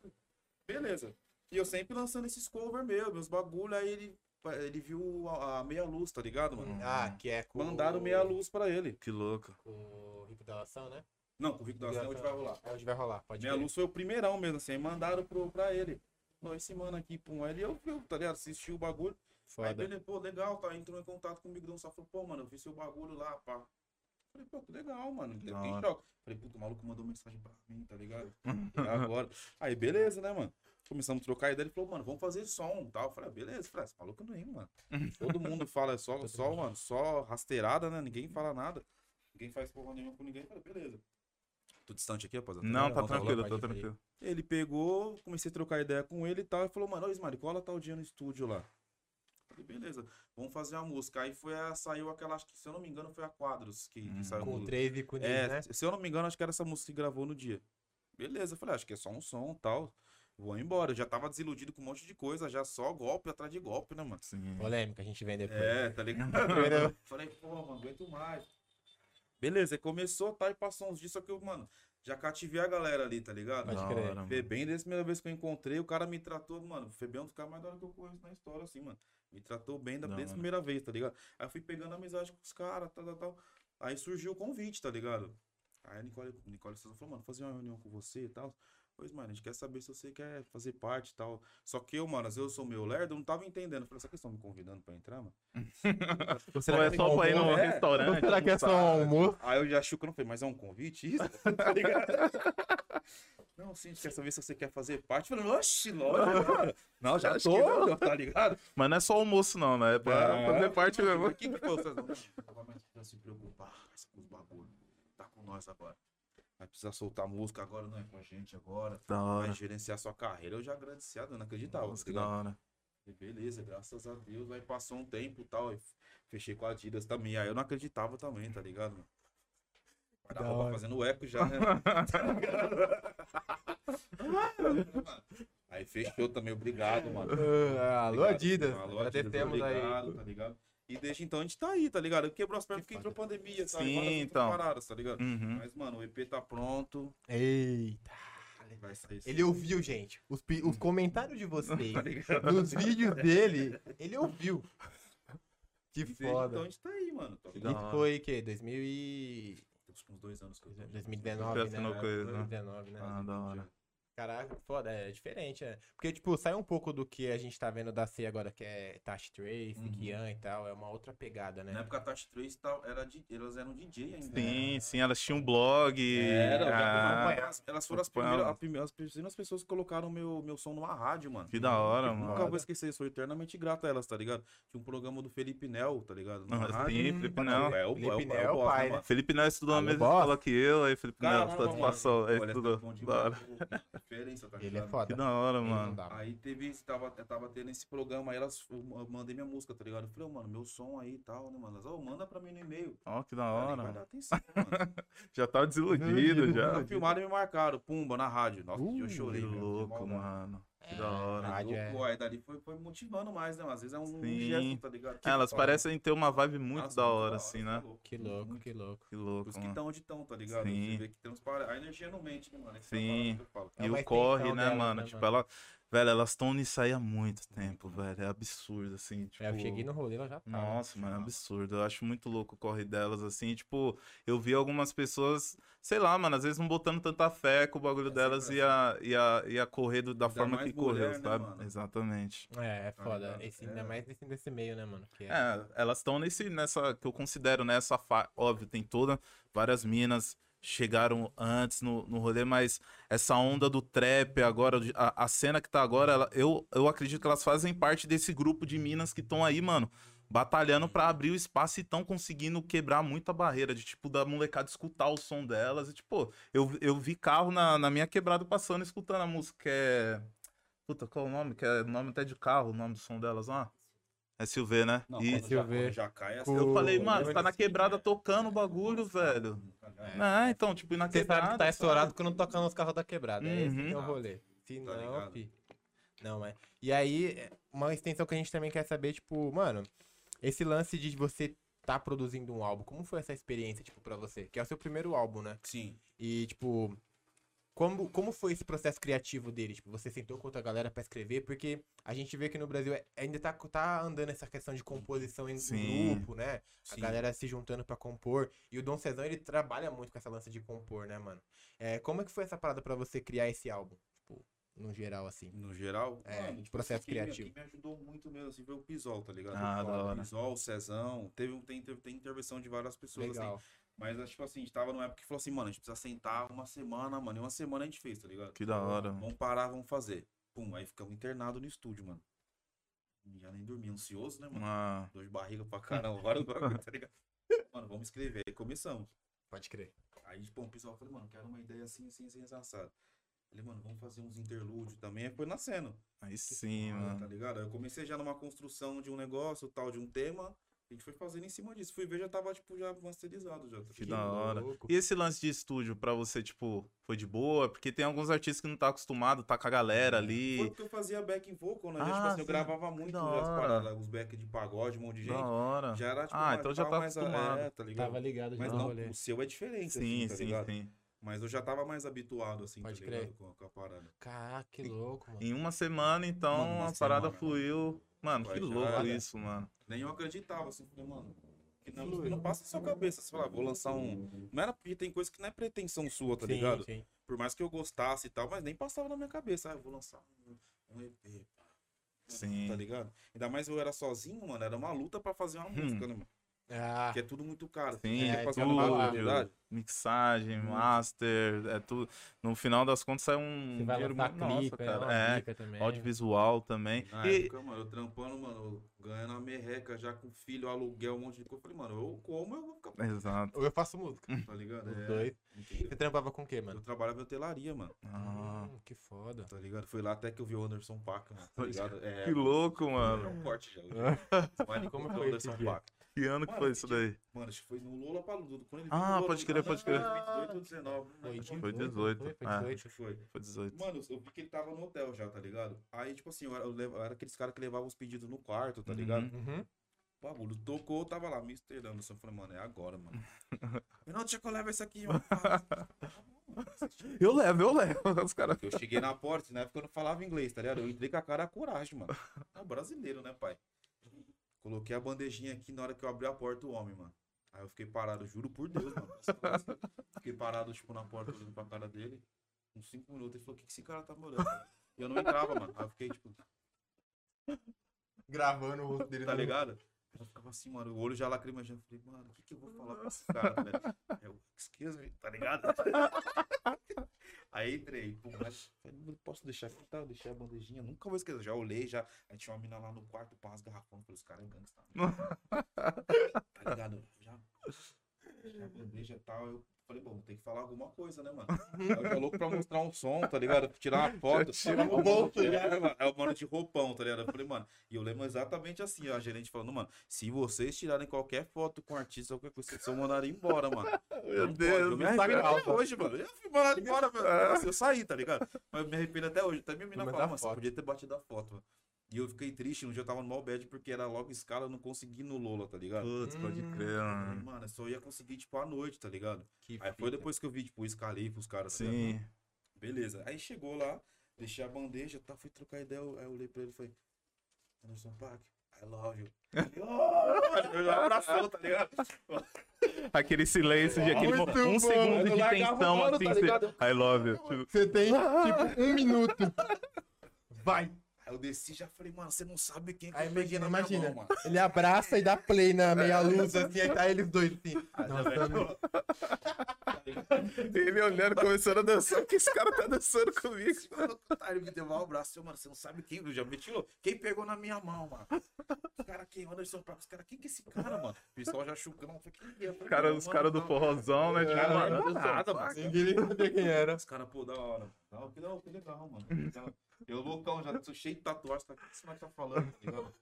C: Beleza. E eu sempre lançando esses cover meu, meus bagulho. Aí ele, ele viu a, a meia luz, tá ligado,
B: Hum.
C: mano?
A: Ah, que é com.
C: Mandaram meia luz pra ele.
B: Que louco.
A: com O Rico da Ação, né?
C: Não, com o Rico da Ação hoje vai rolar.
A: É onde vai rolar, pode
C: Minha
A: crer.
C: luz foi o primeirão mesmo, assim. Aí mandaram pro, pra ele. Falou, esse mano aqui, pum. Aí ele, eu, eu, tá ligado? Assisti o bagulho. Aí
A: Foda.
C: ele, pô, legal, tá? Entrou em contato comigo, não só falou, pô, mano, eu vi seu bagulho lá, pá. Falei, pô, que legal, mano.
B: Da
C: Eu fiquei em
B: hora.
C: choque. Falei, puta, o maluco mandou mensagem pra mim, tá ligado? E agora. Aí, beleza, né, mano? Começamos a trocar ideia. Ele falou, mano, vamos fazer som e tal. Eu falei, ah, beleza. Eu Falei, ah, esse maluco não é, mano. Todo mundo fala, é só,
A: Todo
C: só,
A: mundo.
C: mano, só rasteirada, né? Ninguém fala nada. Ninguém faz porra nenhuma com ninguém. Eu Falei, beleza. Tô distante aqui, rapaziada.
B: Não,
C: vendo?
B: tá
C: Vamos lá.
B: tranquilo,
A: pode
B: tá
A: ir pra aí.
B: tranquilo.
C: Ele pegou, comecei a trocar ideia com ele e tal, e falou, mano, ô Ismael, cola tal dia no estúdio lá. Falei, beleza, vamos fazer uma música. Aí foi a, saiu aquela, acho que se eu não me engano, foi a Quadros que, que
B: Hum.
C: saiu.
A: Com
C: do-
A: o 3 e com o Nils,
C: é,
A: né?
C: se eu não me engano, acho que era essa música que gravou no dia. Beleza, eu falei, acho que é só um som e tal. Vou embora. Eu já tava desiludido com um monte de coisa, já só golpe atrás de golpe, né, mano?
B: Sim.
A: Polêmica, a gente vem depois.
C: É, tá ligado?
A: Primeiro-
C: Falei, pô, mano, aguento mais. Beleza, aí começou, tá, e passou uns dias, só que eu, mano, já cativei a galera ali, tá ligado?
A: Pode
B: Da
A: crer.
B: hora, mano.
C: Febem, desde a primeira vez que eu encontrei, o cara me tratou, mano. O Febem é um dos caras mais da hora que eu conheço na história, assim, mano. Me tratou bem da,
B: Da
C: desde a
B: hora.
C: primeira vez, tá ligado? Aí eu fui pegando amizade com os caras, tal, tal, tal. Aí surgiu o convite, tá ligado? Aí a Nicole, Nicole Souza falou, mano, vou fazer uma reunião com você e tal. Pois, mano, a gente quer saber se você quer fazer parte e tal. Só que eu, mano, às vezes eu sou meio lerdo, eu não tava entendendo. Eu falei, será que eles estão me convidando pra entrar, mano?
B: Ou é só pra ir no
C: É.
B: restaurante?
A: um Será que é só um
B: almoçar?
A: almoço?
C: Aí eu já chuco, não falei, mas é um convite isso? tá ligado? Não, sim, a gente quer saber se você quer fazer parte. Eu Falei, oxe, lógico, cara. Não, já
B: Acho
C: tô,
B: que não.
C: já tá ligado?
B: Mas não é só almoço, não, né? É pra
C: Não.
B: fazer parte
C: Mas
B: mesmo.
C: o que que foi? Vocês não agora nós precisamos se preocupar parça, com os bagulho. Tá com nós agora. Vai precisar soltar música agora, não é com a gente agora.
B: Da
C: Vai
B: hora.
C: gerenciar sua carreira. Eu já agradeci a Deus, não acreditava.
B: Nossa,
C: tá
B: que
C: ligado?
B: da hora.
C: Falei, Beleza, graças a Deus. Aí passou um tempo e tal. Aí fechei com a Adidas também. Aí eu não acreditava também, tá ligado? Mano?
A: Da
C: Tava
A: hora.
C: fazendo eco já, né? mano? Tá ligado? aí fechou também, obrigado, mano.
A: Ah, Alô,
C: Obrigado,
A: Adidas.
C: mano. Alô,
A: Agradecemos aí.
C: obrigado, tá ligado? E desde então a gente tá aí, tá ligado? Quebrou as pernas porque entrou pandemia, sabe?
B: Sim,
C: Várias outras
B: então.
C: Paradas, tá ligado?
B: Uhum.
C: Mas, mano, o EP tá pronto.
A: Eita.
C: Vai sair esse-
A: Ele ouviu, gente. Os, pi- os comentários de vocês.
C: Tá ligado?
A: nos vídeos dele, ele ouviu. Que
C: E desde então a
A: foda.
C: gente tá aí, mano. Tá ligado?
B: Da
A: Isso
B: hora.
A: foi o quê? 2000 e...
C: Tem uns dois anos que eu tô-
A: 2019,
C: assim
B: Você assinou
A: né?
B: com eles, né?
A: 2019, né?
B: Ah, da hora.
A: Caraca, foda, é diferente, né? Porque, tipo, sai um pouco do que a gente tá vendo da C agora, que é Tash Trace,
C: Uhum.
A: Kian e tal, é uma outra pegada, né?
C: Na época a Tati 3 tal, era de, elas eram DJ ainda. né?
B: Sim, sim, elas tinham um blog.
C: Era, eu já
B: ah,
C: acompanhava. elas foram as
B: acompanhava.
C: primeiras, a prime- as primeiras pessoas que colocaram meu, meu som numa rádio, mano.
B: que da hora, mano.
C: Nunca vou esquecer, sou eternamente grato a elas, tá ligado? Tinha um programa do Felipe Nel, tá ligado? Numa
B: Ah,
C: rádio.
B: Sim, Felipe Nel.
C: É o, é o,
A: Felipe Nel
C: é
A: é
C: o
A: o
C: boss,
A: pai,
C: né,
A: né?
C: mano?
B: Felipe Nel estudou na
A: Alô,
B: mesma
A: boss.
B: escola que eu, aí Felipe Nel,
C: Caramba,
B: satisfação. Aí
C: Olha, esse
B: estudou.
C: tá bom
B: Da
C: demais,
B: hora.
C: Diferença, tá
A: Ele é
C: ligado?
B: Que
A: foda.
B: da hora,
A: Ele não
B: mano.
A: dá,
C: Aí teve, esse- tava, tava tendo esse programa, aí elas, eu mandei minha música, tá ligado? Eu falei, ô, mano, meu som aí e tal, né, mano? Elas, ô, manda pra mim no e-mail.
B: Ó, que da
C: Ela nem
B: hora,
C: vai dar
B: mano.
C: atenção, mano.
B: Já tava desiludido,
A: Desiludido,
B: já.
C: Quando filmaram e me marcaram, pumba, na rádio. Nossa,
A: Uh,
C: eu chorei.
B: Que
C: meu, de
B: louco,
C: maldade. É.
B: mano. Que da hora.
A: Ah,
C: Aí,
A: Rádio
C: louco, aí dali foi, foi motivando mais, né? Às vezes é um
B: Sim.
C: gesto, tá ligado?
B: Ah, elas
C: Tipo,
B: parecem ter uma vibe
C: nossa,
B: muito da hora, assim,
C: tá
B: né?
C: louco,
A: Que
C: muito,
A: louco,
C: muito.
A: que louco.
B: Que
C: Por
B: louco,
C: isso que
B: mano.
C: estão onde estão, tá ligado?
B: Sim.
C: Você vê que transpara... A energia não mente, né, mano? Essa é a
B: Sim.
C: parada que eu falo.
A: É
B: E
A: uma
B: o corre,
A: extensão
B: né,
A: delas,
B: mano?
A: né,
B: tipo,
A: mano?
B: ela. Velho, elas estão nisso aí há muito tempo, velho. É absurdo, assim. Tipo...
A: É, eu cheguei no rolê, ela já tava.
B: Nossa, mano, é absurdo. Eu acho muito louco o corre delas, assim. Tipo, eu vi algumas pessoas, sei lá, mano, às vezes não botando tanta fé que o bagulho
C: sempre
B: delas
C: assim.
B: ia, ia, ia correr do- da
C: Ainda
B: forma
C: mais
B: que correu,
C: mulher, né,
B: sabe?
C: mano?
B: Exatamente.
A: É, é foda.
C: ligado?
A: Esse, ainda
C: É.
A: mais nesse, nesse meio, né, mano? Que é-
B: É, elas estão nesse, nessa, que eu considero, né? Essa fa... Óbvio, tem toda, várias minas chegaram antes no, no rolê, mas essa onda do trap agora, de- a, a cena que tá agora, ela- eu, eu acredito que elas fazem parte desse grupo de minas que estão aí, mano, batalhando pra abrir o espaço e estão conseguindo quebrar muita barreira, de tipo, da molecada escutar o som delas. E, tipo, eu, eu vi carro na, na minha quebrada passando, escutando a música, que é... Puta, qual é o nome? Que é o nome até de carro, o nome do som delas lá. SUV, né?
C: Não,
B: e
C: quando
A: se eu
C: já,
A: ver-
C: quando já cai assim.
B: eu
A: é o-
B: falei, mano,
A: lembra
B: você tá na
A: desse-
B: quebrada tocando o bagulho, velho.
C: É,
B: Ah, então, tipo, e na
A: É. Você
B: quebrada.
A: sabe que tá
B: sabe?
A: estourado quando toca nos carros da quebrada. É esse que é o
C: assim. Uhum.
A: rolê. Se
C: Tá
A: não,
C: ligado.
A: fi. Não, mas. E aí, é, uma extensão que a gente também quer saber, tipo, mano, esse lance de você tá produzindo um álbum, como foi essa experiência, tipo, pra você? Que é o seu primeiro álbum, né?
C: Sim.
A: E, tipo, como, como foi esse processo criativo dele? Tipo, você sentou com outra galera pra escrever? Porque a gente vê que no Brasil é- ainda tá, tá andando essa questão de composição em
B: Sim.
A: grupo, né?
C: sim.
A: A galera se juntando pra compor. E o Dom Cezão, ele trabalha muito com essa lança de compor, né, mano? É, como é que foi essa parada pra você criar esse álbum? Tipo, no geral, assim.
C: No geral,
A: É,
C: mano,
A: de processo
C: assim, quem me-
A: criativo.
C: Quem me ajudou muito mesmo, assim, foi o Pisol, tá ligado?
B: Ah,
C: O
B: da hora.
C: Pisol, o Cezão, teve, um- tem, teve, tem intervenção de várias pessoas, assim.
A: Legal.
C: Mas, acho que assim, a gente tava numa época que falou assim, mano, a gente precisa sentar uma semana, mano. E uma semana a gente fez, tá ligado?
B: Que da hora, mano.
C: Vamos parar, vamos fazer. Pum, aí ficamos internados no estúdio, mano. Já nem dormi, ansioso, né, mano?
B: Ah,
C: Dor de barriga pra caramba, vários bagulho, tá ligado? Mano, vamos escrever. Aí começamos.
A: Pode crer.
C: Aí, tipo, o pessoal falou, mano, quero uma ideia assim, assim, assim, assado. Falei, mano, vamos fazer uns interlúdios também. Aí foi nascendo.
B: aí sim,
C: Ah, Tá
B: mano.
C: ligado? Eu comecei já numa construção de um negócio, tal, de um tema. A gente foi fazendo em cima disso. Fui ver, já tava, tipo, já masterizado. Já. tá
B: Que da hora.
A: louco.
B: E esse lance de estúdio pra você, tipo, foi de boa? Porque tem alguns artistas que não tá acostumado, tá com a galera
A: Uhum.
C: Foi
B: ali.
C: porque eu fazia back in vocal, né?
B: Ah,
C: tipo assim,
B: sim.
C: eu gravava muito
B: da
C: as
B: hora.
C: paradas, os back de pagode, um monte de
B: Da
C: gente.
B: hora.
C: Já era, tipo,
B: Ah,
C: uma-
B: então já
C: tal,
B: tá
C: mais a-
B: acostumado.
C: É, tá ligado?
A: Tava ligado já
C: Mas
A: no
C: não,
A: rolê.
C: o seu é diferente, assim,
B: Sim,
C: tá
B: sim,
C: ligado?
B: sim.
C: Mas eu já tava mais habituado, assim,
A: Pode
C: tá
A: crer.
C: ligado? Com, com a parada.
A: Caraca, que louco, mano.
B: Em uma semana, então,
C: Mano, uma
B: a parada
C: semana.
B: fluiu. Mano,
C: Vai
B: que
C: já
B: louco
C: era.
B: isso, mano.
C: Nem eu acreditava, assim, falei, mano. Que não,
A: Flui.
C: não passa na sua cabeça, sei lá, vou lançar um. Não era porque tem coisa que não é pretensão sua, tá
A: Sim,
C: ligado?
A: sim.
C: Por mais que eu gostasse e tal, mas nem passava na minha cabeça. Ah, eu vou lançar um, um EP,
B: Sim.
C: tá ligado? Ainda mais eu era sozinho, mano. Era uma luta pra fazer uma música, né, mano?
A: Ah,
C: Porque é tudo muito caro.
B: Sim,
A: Hum. É,
B: é,
C: é
A: fazer uma
B: tudo. Mixagem,
C: Muito.
B: master, é tudo. No final das contas sai um
A: você vai lançar
B: muito- nossa,
A: clipe, né?
B: cara.
A: Uma
B: É,
A: clipe também.
B: audiovisual também.
A: Ah,
C: Na
A: é.
B: E,
C: época, mano, eu trampando, mano, eu ganhando a merreca já com filho, aluguel, um monte de coisa. Eu falei, mano, eu como, eu vou ficar, puto,
B: Exato.
A: Ou eu faço música.
C: tá ligado?
A: Os
C: É,
A: dois.
C: entendeu?
A: Você trampava com o quê, mano?
C: Eu trabalhava em hotelaria, mano,
B: Ah,
A: Hum, que foda.
C: tá ligado? Foi lá até que eu vi o Anderson Paca, mano, tá
B: Pois
C: ligado? É,
B: que louco,
C: É
B: mano.
C: um corte já. Mas
A: Como
C: como
A: foi
C: foi o Anderson
A: esse dia?
C: Paca?
B: Que ano que
C: Mano,
B: foi isso daí?
C: Mano, acho que foi no Lola Paludo.
B: Ah, pode crer, pode crer.
C: 28 ou 19, né?
A: Foi
C: Acho que
B: 18,
A: não
B: é.
A: Foi
C: Acho
A: 18.
C: que foi.
B: Foi 18.
C: Mano, eu vi que ele tava no hotel já, tá ligado? Aí, tipo assim, eu era, eu leva- eu era aqueles caras que levavam os pedidos no quarto, tá ligado?
B: Uhum.
A: Uhum.
C: O bagulho tocou, eu tava lá, Mr. Anderson. Eu falei, mano, é agora, mano. Renato, deixa que eu levo isso aqui, mano.
B: Eu levo, eu levo. Os caras.
C: Eu cheguei na porta, na época eu não falava inglês, tá ligado? Eu entrei com a cara a coragem, mano. É brasileiro, né, pai? Coloquei a bandejinha aqui na hora que eu abri a porta, o homem, mano. Aí eu fiquei parado, juro por Deus, mano. assim, Fiquei parado, tipo, na porta, olhando pra cara dele. Uns cinco minutos, ele falou, o que, que esse cara tá me olhando? E eu não entrava, mano. Aí eu fiquei, tipo,
A: Gravando o rosto dele
C: tá
B: Uhum.
A: na-
C: ligado? Eu ficava assim, mano, o olho já lacrimejando. Eu falei, mano, o que, que eu vou falar com esse cara, velho? Eu, excuse me, tá ligado? Aí entrei, pô, mas falei, não posso deixar aqui, tá? Eu deixei a bandejinha, nunca vou esquecer. Já olhei, já. Aí tinha uma mina lá no quarto, pá, as garrafões, eu falei, os caras é gangsta. tá ligado? Já. Já bandeja e tal. Eu falei, bom, tem que falar alguma coisa, né, mano? Aí Eu já louco pra mostrar um som, tá ligado? Tirar uma foto.
B: tira
C: Aí o
B: um
C: mano-
B: monte, né?
C: é, mano, Aí o mano de roupão, tá ligado? Eu falei, mano, e eu lembro exatamente assim, ó, a gerente falando, mano, se vocês tirarem qualquer foto com artista, qualquer coisa, vocês são mandados embora, mano.
B: Meu
C: Não pode.
B: Deus,
C: eu me
B: me
C: arrependo
B: arrependo.
C: até hoje, mano. Eu fui mandado embora, mano. Eu saí, tá ligado? Mas eu me arrependo até hoje. Até minha menina
A: Mas
C: falou,
A: a
C: mano, você
A: foto.
C: podia ter batido a foto, mano. E eu fiquei triste, no dia eu tava no mal bad porque era logo escala, eu não consegui ir no Lola, tá ligado?
B: Putz, pode
A: Hum.
B: crer,
C: Falei,
B: mano.
C: Mano, eu só ia conseguir, tipo, à noite, tá ligado?
A: Que
C: Aí foi
A: fita.
C: depois que eu vi, tipo, escalei pros caras. tá ligado?
B: Sim.
C: Beleza. Aí chegou lá, Deixei a bandeja, tá, fui trocar ideia. eu- Aí eu olhei pra ele e falei, Anderson Paak, I love you. Oh, eu já abraçou, tá ligado?
B: Aquele silêncio de aquele
C: Muito
B: mo- um
A: bom.
B: segundo
C: Eu
B: de
C: largava
B: tensão,
C: o ano,
B: assim,
C: tá
B: você-
C: ligado?
B: I love you. Tipo,
A: Você tem, tipo, um minuto. Vai.
C: Aí eu desci e já falei, mano, você não sabe quem que
A: Aí
C: eu peguei
A: imagina,
C: na
A: imagina.
C: minha mão, mano.
A: Ele abraça e dá play na meia luz, assim, aí tá eles dois, assim. Nossa, mano.
B: Ele olhando, começando a dançar, que esse cara tá dançando comigo.
C: Esse mano, tá, ele me deu mal o braço, eu, mano, você não sabe quem, eu já me tirou. Quem pegou na minha mão, mano? Os caras, quem? Anderson Paak, os caras, quem que é esse cara, mano? O pessoal já chugando, quem é? Eu falei,
B: Os caras
C: "Não,
B: os
C: mano,
B: cara do
C: não."
B: forrozão, né? Tipo,
A: É,
B: mano,
C: não é
B: do nada,
C: nada,
B: mano.
A: Ninguém nem sabia quem era.
C: Os caras, pô, da hora. Não, que, não, que legal, mano. Legal. Eu loucão, já tô cheio de tatuagem, tá? O que esse moleque tá falando, tá ligado?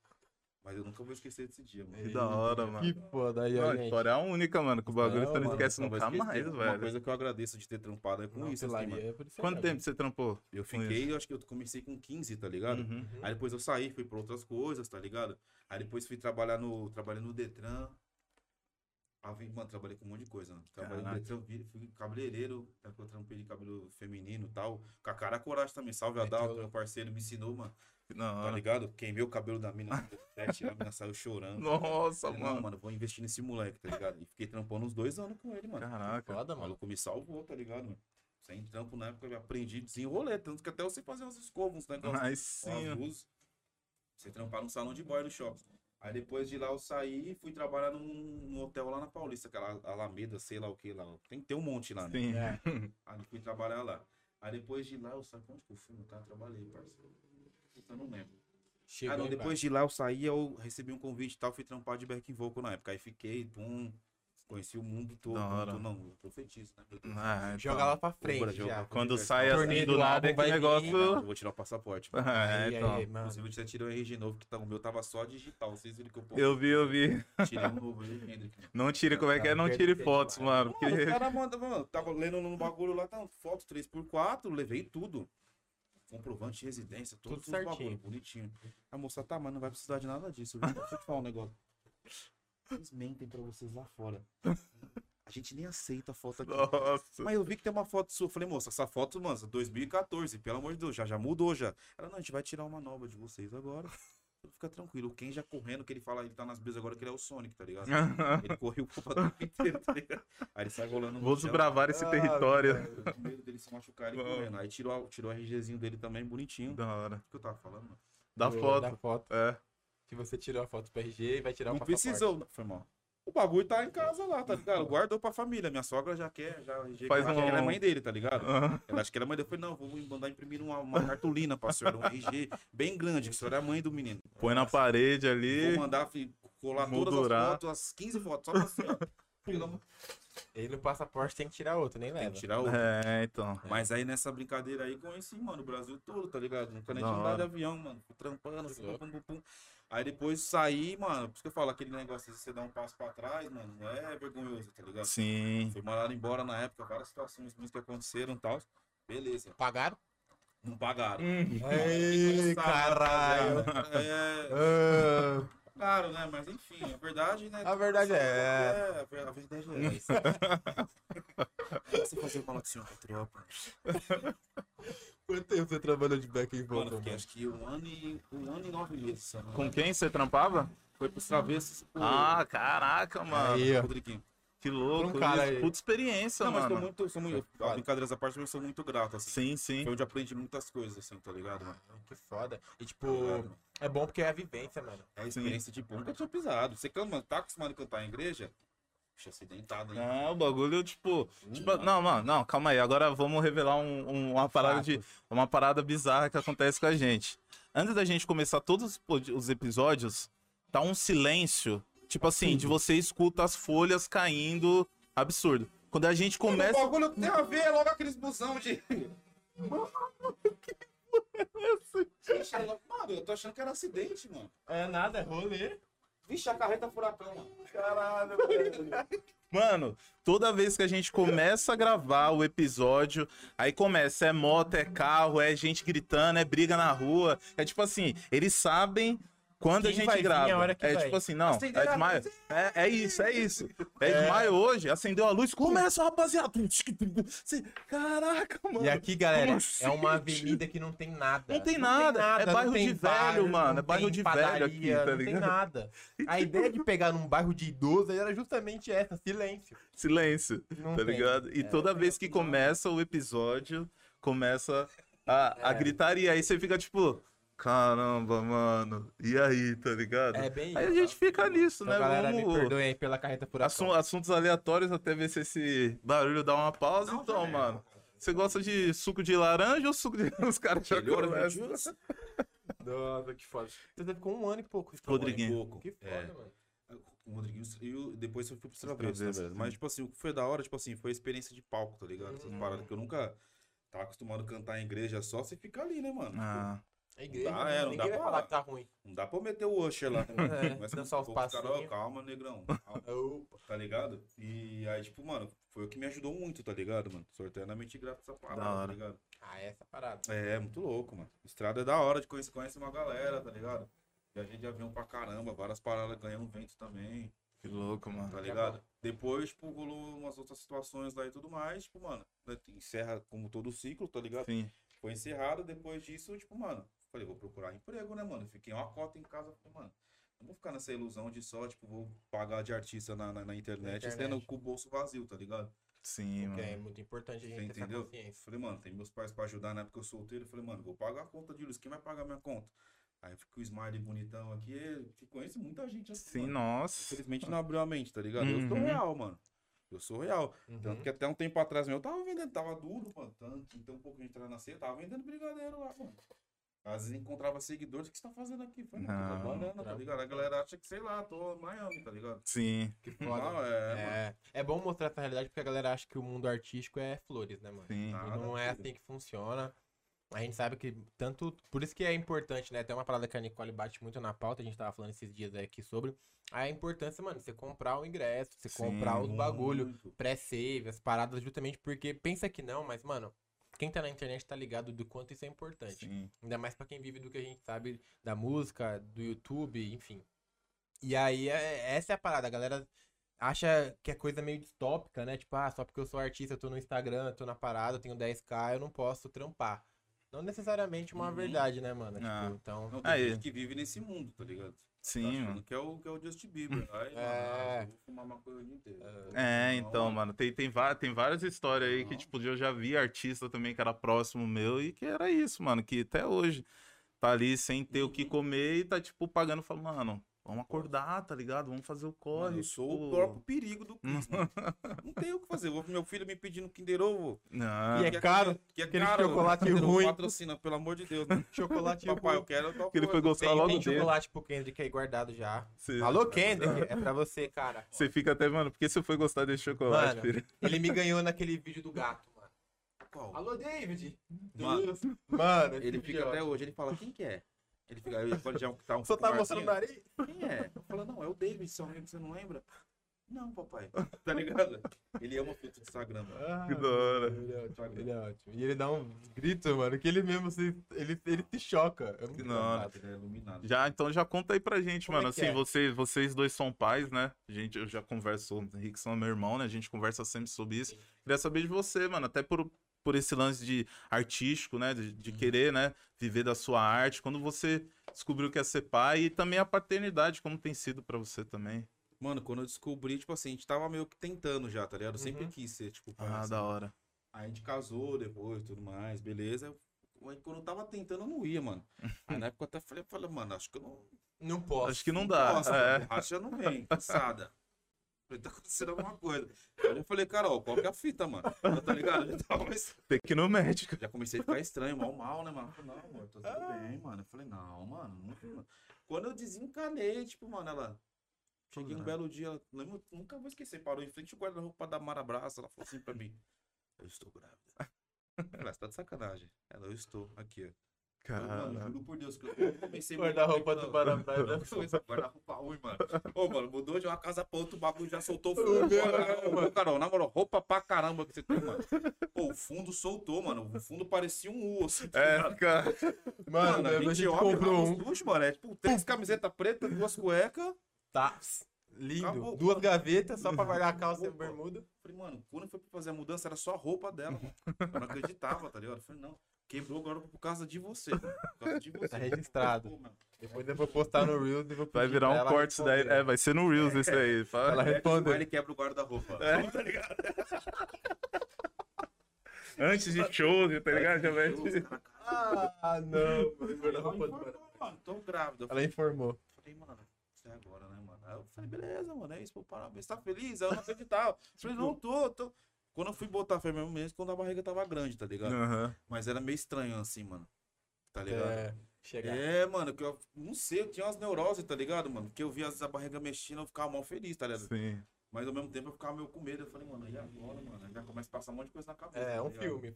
C: Mas eu nunca vou esquecer desse dia, mano.
B: Que da hora, mano.
A: Que foda aí, ó,
B: Não,
A: gente.
B: história é única, mano. Que o bagulho
A: Não,
B: você não
A: mano,
B: esquece
C: Não vou
B: nunca
C: esquecer.
B: mais,
C: Uma
B: velho.
C: coisa que eu agradeço de ter trampado é com
A: Não,
C: isso, assim,
A: pelaria,
C: mano.
A: é por isso aí,
B: Quanto
A: né,
B: tempo
A: gente?
B: você trampou?
C: Eu
B: com
C: fiquei,
B: isso?
C: eu acho que eu comecei com 15, tá ligado?
B: Uhum.
C: Aí depois eu saí, fui pra outras coisas, tá ligado? Aí depois fui trabalhar no, trabalhei no Detran. Ah, vem- mano, trabalhei com um monte de coisa, né? Trabalhei no
B: Caraca.
C: Detran, vi- fui cabeleireiro, tá? que eu trampei de cabelo feminino e tal. Com a cara coragem também, salve
A: Meteu
C: Adalto,
A: louco.
C: meu parceiro, me ensinou, mano.
B: Da
C: Tá
B: hora.
C: ligado? Queimei o cabelo da mina, sete, a mina saiu chorando.
B: Nossa,
C: Falei, não,
B: mano.
C: mano, vou investir nesse moleque, tá ligado? E fiquei trampando uns dois anos com ele, mano.
B: Caraca.
A: Foda,
C: O
A: mano.
C: maluco me salvou, tá ligado, mano? Sem trampo na época eu aprendi a desenrolar, tanto que até eu sei fazer umas escovas, uns negócios.
B: Mas
C: Sim.
B: sim.
C: Uma luz. Você trampar num salão de boy no shopping. Aí depois de lá eu saí e fui trabalhar num, num hotel lá na Paulista, aquela Alameda, sei lá o que lá. Tem que ter um monte lá, né?
B: Sim.
A: É.
C: Aí eu fui trabalhar lá. Aí depois de lá eu saí. Onde que eu fui? Não tá? Trabalhei, parceiro. Puta, eu não lembro.
A: Chegou
C: Ah, não,
A: aí,
C: depois de lá eu saí, eu recebi um convite e tal, fui trampar de back vocal na época. Aí fiquei, pum, conheci o mundo todo.
B: Da
C: pum,
B: hora.
C: pum, não, eu profetizo, né? Meu Deus.
B: Ah,
A: vai.
B: então,
A: Joga lá pra frente
C: Brasil,
A: já.
C: pra
B: Quando sai assim
A: Torneio do
B: do nada é
A: álbum
B: que
A: vai né?
C: Eu
B: negócio.
C: vou tirar o passaporte. mano.
B: É,
A: Aí, aí,
B: então.
A: mano.
C: Inclusive, eu já tirei o RG novo, que tá, o meu tava só digital. Vocês viram que eu pô,
B: Eu vi, eu vi.
C: tirei um novo aí, Hendrick.
B: Não tire, como é que é? Não tire fotos, mano. Porque.
C: Mano, o cara manda, mano, tava lendo no bagulho lá, tá, foto 3x4, levei tudo. Comprovante de residência,
A: Tudo
C: todos os
A: certinho.
C: bagulho, bonitinho. A moça, tá, mas não vai precisar de nada disso, viu? Deixa eu te falar um negócio. Vocês mentem pra vocês lá fora. A gente nem aceita a foto aqui.
B: Nossa.
C: Mas eu vi que tem uma foto sua. Eu Falei, moça, essa foto, mano, essa 2014, pelo amor de Deus, já, já mudou já. Ela, não, a gente vai tirar uma nova de vocês agora. Fica tranquilo. O Ken já correndo, que ele fala, ele tá nas brisas agora, que ele é o Sonic, tá ligado? Ele correu pro patrão inteiro, tá ligado? Aí ele sai rolando no
B: Vou
C: chão,
B: desbravar
A: Ah,
B: esse território.
C: eu tô com medo dele se machucar e
B: Mano.
C: correndo. Aí tirou, a- tirou o RGzinho dele também, bonitinho.
B: Da hora.
C: O que eu tava falando, mano?
B: Da
A: Dá
B: foto.
A: foto.
B: É.
A: Que você tirou a foto pro RG e vai tirar o
C: Não
A: passaporte.
C: precisou, não, foi mal. O bagulho tá em casa lá, tá ligado? Guardou pra família. Minha sogra já quer, já RG,
B: Faz
C: ela acha que ela é
B: um-
C: mãe dele, tá ligado?
B: Ah,
C: Ela acha que ela é mãe dele. Eu falei, não, vou mandar imprimir uma, uma cartolina pra senhora, um RG bem grande, que a senhora é a mãe do menino.
B: Põe na parede ali.
C: Vou mandar fi, colar todas as
B: Moldurar.
C: fotos, as 15 fotos, só pra senhora. Pelo amor-
A: E no passaporte tem que tirar outro, nem
C: Tem
A: leva.
C: que tirar outra.
B: É, então.
C: Mas aí nessa brincadeira aí conheci, mano, o Brasil todo, tá ligado? Nunca nem
B: Da
C: tinha andado de
B: hora.
C: avião, mano. Fui trampando, assim,
A: louco.
C: pum, pum, pum. Aí depois saí, mano, por isso que eu falo, aquele negócio de você dar um passo pra trás, mano, não é vergonhoso, tá ligado?
B: Sim.
C: Fui mandado embora na época, várias situações minhas que aconteceram e tal. Beleza,
A: Pagaram?
C: não pagaram.
B: Uhum.
A: Ei, caralho.
C: Rapaziada, É,
A: Ah,
C: claro, né? Mas enfim, a verdade, né?
A: A verdade é
C: é. A verdade é essa. O que você fazia com a senhora tropa?
A: Quanto tempo você trabalhou de back and
C: Mano,
A: forth?
C: eu fiquei acho que um ano e, um ano e nove meses. se eu não me
B: Com quem você trampava?
C: Foi pros travessos. o-
B: Ah, caraca, mano.
A: Aí,
C: o
A: ó.
C: Rodriguinho.
B: Que louco.
A: Pra um cara
B: isso.
A: aí.
B: Puta experiência,
C: Não, mas tô
B: mano.
C: muito, sou muito,
A: Foda.
C: brincadeiras à parte, mas eu sou muito grato, assim.
B: Sim, sim.
C: Foi onde eu aprendi muitas coisas, assim, tá ligado, mano? Tá
A: Que foda. E tipo,
C: Caralho.
A: é bom porque é a vivência, mano.
C: É a experiência de pão nunca tinha pisado. Você canta, tá acostumado a cantar em igreja? Deixa eu ser dentado, hein?
B: Não, o bagulho, tipo. tipo, não, mano, não, calma aí. Agora vamos revelar um- um- uma parada de. Uma parada bizarra que acontece com a gente. Antes da gente começar todos os pod- os episódios, tá um silêncio. Tipo assim, de você escuta as folhas caindo. Absurdo. Quando a gente
C: O
B: começa.
C: bagulho tem a ver é logo aqueles busão de. Vixe, ela- Mano, eu tô achando que era acidente, mano.
A: É nada, é rolê.
C: Vixe, a carreta furacão, mano.
A: Caralho,
B: Mano, toda vez que a gente começa a gravar o episódio, aí começa, é moto, é carro, é gente gritando, é briga na rua. É tipo assim, eles sabem quando a
A: Quem vai
B: gente
A: vir é a
B: grava.
A: hora que
B: É
A: vai.
B: tipo assim, não, é
C: Acenderam a
B: Edmaio. É, é isso, é isso. É Edmaio hoje, acendeu a luz, começa, rapaziada. Caraca, mano.
A: E aqui, galera,
B: como
A: é uma
B: assim, tio?
A: avenida que não tem nada.
B: Não tem nada, é
A: não
B: bairro
A: tem
B: de velho, mano, é
A: não
B: bairro
A: tem
B: de velho aqui, tá
A: Não tem
B: ligado?
A: nada. A ideia de pegar num bairro de idoso era justamente essa, silêncio.
B: Silêncio,
A: Não
B: tá
A: tem. É,
B: ligado? E toda vez que começa o episódio, começa a, a
A: É.
B: gritaria. Aí você fica tipo, caramba, mano, e aí, tá ligado?
A: É bem
B: aí a
A: isso,
B: gente
A: tá?
B: fica nisso, né?
A: Então, galera, me
B: Vamos-
A: perdoem aí pela carreta por
B: Assu- assuntos aleatórios até ver se esse barulho dá uma pausa.
C: Não,
B: então,
C: já é.
B: mano, você gosta de suco de laranja ou suco de. Os caras já
C: Melhor, meu
B: começam.
A: né?
C: Deus.
A: Nossa, que foda. Você ficou um ano e pouco. né?
B: Rodriguinho.
C: Um pouco.
A: Que foda,
C: É.
A: mano.
C: O Rodriguinho e o- depois eu fui pro
B: Extraversas,
C: Extraversas.
B: né?
C: Mas, tipo assim, o que foi da hora, tipo assim, foi a experiência de palco, tá ligado? Essas
A: Uhum.
C: paradas que eu nunca tava acostumado a cantar em igreja só, você fica ali, né, mano?
B: Ah,
A: A igreja,
C: Não dá, é, não
A: ninguém
C: dá
A: vai
C: pra
A: falar
C: falar.
A: que tá ruim.
C: Não dá pra eu meter o Usher lá. né,
A: É,
C: Mas
A: dançar
C: com
A: os
C: um pouco, os caras,
A: passinhos.
C: "Ó, calma, negrão. calma",
A: Opa.
C: tá ligado? E aí, tipo, mano, foi o que me ajudou muito, tá ligado, mano? Sou eternamente grato a essa parada,
B: Da
C: tá
B: hora.
C: ligado?
A: Ah, essa parada.
C: É, muito louco, mano. Estrada é da hora de conhecer, conhece uma galera, tá ligado? Viajei de avião pra caramba, várias paradas, ganhamos vento também.
B: que louco, mano.
C: Tá
A: Tá
C: ligado?
A: bom.
C: Depois, tipo, rolou umas outras situações lá e tudo mais, tipo, mano, né, encerra como todo o ciclo, tá ligado?
B: Sim.
C: Foi encerrado, depois disso, tipo, mano, falei, vou procurar emprego, né, mano? Fiquei uma cota em casa, falei, mano, não vou ficar nessa ilusão de só, tipo, vou pagar de artista na, na, na internet,
A: internet.
C: sendo com o bolso vazio, tá ligado?
B: Sim,
A: Que é
B: mano.
A: muito importante a gente
C: Você
A: ter essa
C: entendeu?
A: consciência.
C: Falei, mano, tem meus pais pra ajudar na época eu solteiro, eu falei, mano, vou pagar a conta de luz, quem vai pagar minha conta? Aí fica o Smiley bonitão aqui, que conhece muita gente assim,
B: Sim,
C: mano.
B: nossa.
C: Infelizmente não abriu a mente, tá ligado? Eu sou
B: Ah. Uhum.
C: real, mano. Eu sou real. Tanto
A: Uhum.
C: que até um tempo atrás meu, eu tava vendendo, tava duro, mano. Tanto, então um pouco a gente tava na ceia, tava vendendo brigadeiro lá, mano. Às vezes encontrava seguidores, o que você tá fazendo aqui? Foi, mano, tô
B: Não.
C: trabalhando, tá ligado? A galera acha que, sei lá, tô em Miami, tá ligado?
B: Sim,
A: Que foda.
C: Não, é, mano.
A: É, é bom mostrar essa realidade porque a galera acha que o mundo artístico é flores, né, mano?
B: sim.
C: Tá.
A: E não é
C: Maravilha.
A: assim que funciona. A gente sabe que tanto. Por isso que é importante, né? Até uma parada que a Nicole bate muito na pauta, a gente tava falando esses dias aí aqui sobre. A importância, mano, de você comprar o ingresso, você
B: Sim,
A: comprar os bagulho,
C: Muito.
A: pré-save, as paradas, justamente porque pensa que não, mas, mano, quem tá na internet tá ligado do quanto isso é importante.
B: Sim.
A: Ainda mais pra quem vive do que a gente sabe da música, do YouTube, enfim. E aí, é- essa é a parada. A galera acha que é coisa meio distópica, né? Tipo, ah, só porque eu sou artista, eu tô no Instagram, eu tô na parada, eu tenho 10k, eu não posso trampar. Não necessariamente uma
C: Uhum.
A: verdade, né, mano?
B: Ah.
A: Tipo, então.
C: Não, tem
B: Aí.
C: gente que vive nesse mundo, tá ligado? Tá
B: Sim,
C: achando
B: mano.
C: que é o que é o Justin Bieber. Aí,
A: É.
C: mano, eu vou fumar maconha o dia inteiro.
B: É,
C: Não,
B: então, mano, tem, tem, va- tem várias histórias aí que,
C: Não.
B: tipo, eu já vi artista também que era próximo meu e que era isso, mano, que até hoje tá ali sem ter
C: Uhum.
B: o que comer e tá, tipo, pagando, falando, mano, vamos acordar, tá ligado? Vamos fazer o corre.
C: Mano, eu sou o
B: tipo."
C: próprio perigo do Cris, mano. Não tem o que fazer. Eu vou pro meu filho me pedindo Kinder Ovo.
B: Não,
A: E é caro,
C: Que é
A: aquele
C: caro.
A: chocolate
C: Kinder Ovo
A: ruim. Tipo,
C: Patrocina, pelo amor de Deus. Né?
A: Chocolate
C: Papai,
A: ruim.
C: eu quero tal
B: que ele
C: coisa.
B: foi gostar
A: Tem,
B: logo
A: tem
B: dele.
A: chocolate pro Kendrick aí guardado já.
B: Você-
A: Alô, Kendrick, é pra você, cara.
B: Você fica até, mano, por que você foi gostar desse chocolate,
A: Mano.
B: filho?
A: Ele me ganhou naquele vídeo do gato, mano.
C: Qual?
A: Alô, David!
C: Mano,
A: Mano, é
C: ele fica até hoje, ele fala, quem que é? Ele fica, aí ele já tá um
A: Só
C: pouco
A: tá
C: maiorzinho.
A: mostrando o nariz?
C: Quem é? Eu falo, não, é o David, seu amigo, você não lembra? Não, papai. Tá ligado? Ele ama filtro do Instagram, mano.
A: Ah,
B: Que da hora.
A: Ele é ótimo, ele é ótimo. E ele dá um grito, mano, que ele mesmo se, ele, ele se choca. É muito
B: Que da hora.
A: engraçado.
C: Ele é iluminado.
B: Já, então já conta aí pra gente,
A: Como é
B: mano.
A: que
B: assim,
A: é?
B: você- vocês dois são pais, né? A Gente, eu já converso, o Rickson é meu irmão, né? A gente conversa sempre sobre isso. Queria saber de você, mano, até por, por esse lance de artístico, né? De,
A: Uhum.
B: de querer, né? Viver da sua arte. Quando você descobriu que ia ser pai e também a paternidade, como tem sido pra você também.
C: Mano, quando eu descobri, tipo assim, a gente tava meio que tentando já, tá ligado? Eu sempre
A: Uhum.
C: quis ser, tipo, pai,
B: Ah,
C: assim.
B: da hora.
C: Aí a gente casou depois, tudo mais, beleza. Eu- Aí quando eu tava tentando, eu não ia, mano. Aí na época eu até falei, falei, mano, acho que eu não.
A: Não posso.
B: Acho que não dá.
C: Nossa,
B: é.
C: borracha não vem, cansada. Falei, tá acontecendo alguma coisa. Aí eu falei, Carol, qual que é a fita, mano? Eu, tá ligado? Já, tava mais-
B: Tem que ir no médico.
C: já comecei a ficar estranho, mal, mal, né, mano? Eu falei, não, amor, tá tudo
A: Ah.
C: bem, mano. Eu falei, não, mano, não- não. Quando eu desencanei, tipo, mano, ela. Cheguei um belo dia, ela- lembro, nunca vou esquecer, parou em frente ao guarda-roupa da Mara Braça, ela falou assim pra mim, eu estou grávida. Eu Falei, "Ah, você tá de sacanagem. Ela, eu estou, aqui, ó. Eu, mano,
B: Cara,
C: juro por Deus que eu comecei
A: Guarda-roupa
C: muito
A: do
C: bem,
A: Guarapé.
C: mano. Foi isso, Guarda-roupa ruim, mano. Ô, mano, mudou de uma casa pra outra, o bagulho já soltou fogo. Ô, Carol, na moral, roupa pra caramba que você tem, mano. Pô, o fundo soltou, mano. O fundo parecia um U, assim. tá ligado?
B: é, cara.
A: Mano, a gente
C: olha
A: comprou
C: lá
A: um.
C: nos luxos, mano. É tipo três camisetas pretas, duas cuecas.
A: Tá. Lindo.
C: Acabou.
A: Duas gavetas só pra guardar a calça e a
C: Opa.
A: bermuda.
C: Falei, mano, quando foi pra fazer a mudança, era só a roupa dela, mano. Eu não acreditava, tá ligado? Eu Falei, não, quebrou agora por causa de você, mano. Por causa de você.
A: Tá registrado.
C: Pô, mano.
A: Depois eu vou postar no Reels e vou
B: Vai
A: pedir
B: virar
A: pra
B: um
A: ela
B: corte isso daí.
A: responder.
B: É, vai ser no Reels isso aí.
A: Ela
B: Fala.
A: respondeu.
C: Ele quebra o guarda-roupa.
A: É,
C: Tá ligado?
B: Antes de shows, tá ligado? Já vai.
C: Os cara,
A: Ah, não. mano, guarda-roupa do Guarapé.
C: Mano, mano, tô grávida. Eu
A: Ela informou.
C: falei, mano, isso é agora, né, mano? Aí eu falei, beleza, mano, é isso, pô, parabéns, tá feliz? Aí eu não acreditava. Eu falei, não, tô, tô. Quando eu fui botar, foi mesmo mês, quando a barriga tava grande, tá ligado?
B: Aham.
C: Mas era meio estranho assim, mano. Tá ligado?
A: É, chegar.
C: É, mano, que eu não sei, eu tinha umas neuroses, tá ligado, mano? Porque eu via às vezes, a barriga mexendo, eu ficava mal feliz, tá ligado?
B: Sim.
C: Mas ao mesmo tempo eu ficava meio com medo. Eu falei, mano, e agora, mano? Aí Já começa a passar um monte de coisa na cabeça.
A: É,
C: tá
A: um
C: ligado?
A: filme.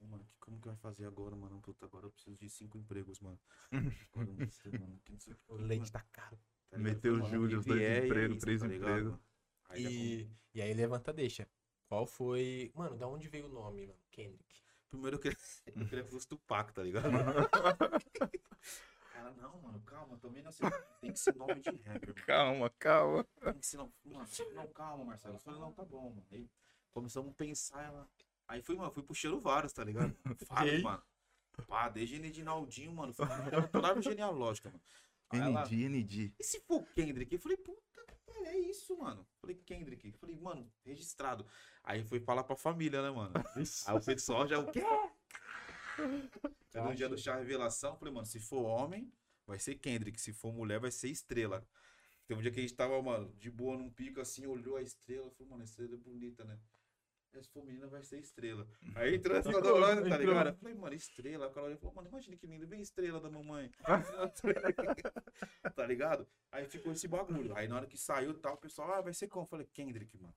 C: Mano, que- como que vai fazer agora, mano? Puta, agora eu preciso de cinco empregos, mano. Agora eu não sei, mano. Que não sei o que.
A: O leite tá caro.
C: Tá ligado?
B: Meteu
C: Falei, mano,
B: Júlio,
C: quem
B: dois
C: vier, é
B: empregos,
C: isso,
B: três
C: tá ligado,
B: empregos.
C: mano? Aí já
A: E, e aí levanta, deixa. Qual foi. Mano, da onde veio o nome, mano? Kendrick.
C: Primeiro eu queria, eu queria que fosse Tupac, tá ligado? Cara, não, mano, calma, também não sei. Tem que ser nome de rapper,
B: Calma, calma.
C: mano. Tem que ser nome. Mano, não, calma, Marcelo. Eu falei, não, tá bom, mano. Aí começamos a pensar ela. Aí fui, mano, fui puxando vários, tá ligado? Vários,
A: Ei.
C: mano. Pá, desde Edinaldinho, mano. Fui puxando toda a árvore genealógica, mano. Aí ela,
B: ND, ND.
C: e se for o Kendrick? Eu falei, puta, é isso, mano. Falei, Kendrick. Eu falei, mano, registrado. Aí foi falar pra família, né, mano?
B: Ah,
C: Aí o pessoal já, o quê? Aí no dia do chá revelação, eu falei, mano, se for homem, vai ser Kendrick. Se for mulher, vai ser estrela. Tem um dia que a gente tava, mano, de boa num pico, assim, olhou a estrela, falou, mano, a estrela é bonita, né? Se for menina, vai ser estrela. Aí entrou essa
A: Entrou,
C: adorando, tá
A: entrou.
C: ligado? Eu falei, mano, estrela. A Carol olhou e falou, mano, imagina que lindo, bem estrela da mamãe. tá ligado? Aí ficou esse bagulho. Aí na hora que saiu tal, o pessoal, ah, vai ser como? Eu falei, Kendrick, mano.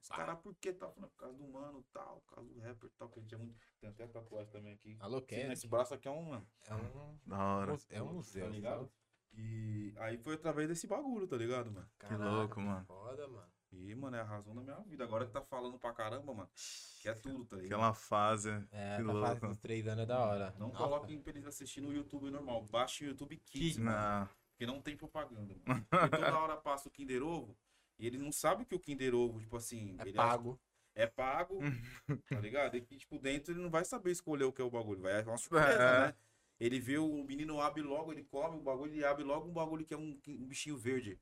C: Os caras, por que tal? Eu Falei, por causa do mano, tal, por causa do rapper, tal, que a gente é muito. Tem até a tatuagem também aqui.
A: Alô, Ah,
C: Sim, né,
A: Kendrick.
C: Esse braço aqui é um.
A: É um,
B: Da hora.
A: é um museu.
C: Tá
A: sabe?
C: ligado? E aí foi através desse bagulho, tá ligado, mano?
A: Caraca,
B: louco, mano.
A: tá Foda, mano.
C: E, mano, é a razão da minha vida. Agora que tá falando pra caramba, mano, que é tudo, tá ligado?
B: Aquela fase.
A: É,
B: Que
A: tá fase
B: louco.
A: dos três anos é da hora.
C: Não
A: Nossa.
C: coloquem pra eles assistirem no YouTube normal. Baixe o YouTube Kids, mano.
B: Na...
C: Porque não tem propaganda, mano. Porque toda hora passa o Kinder Ovo e ele não sabe que o Kinder Ovo, tipo assim,
A: É
C: ele acha-
A: pago.
C: é pago,
A: Uhum.
C: tá ligado? E que, tipo, dentro ele não vai saber escolher o que é o bagulho. Vai é uma
B: É.
C: surpresa, né? Ele vê o menino abre logo, ele come o bagulho, ele abre logo um bagulho que é um, um bichinho verde.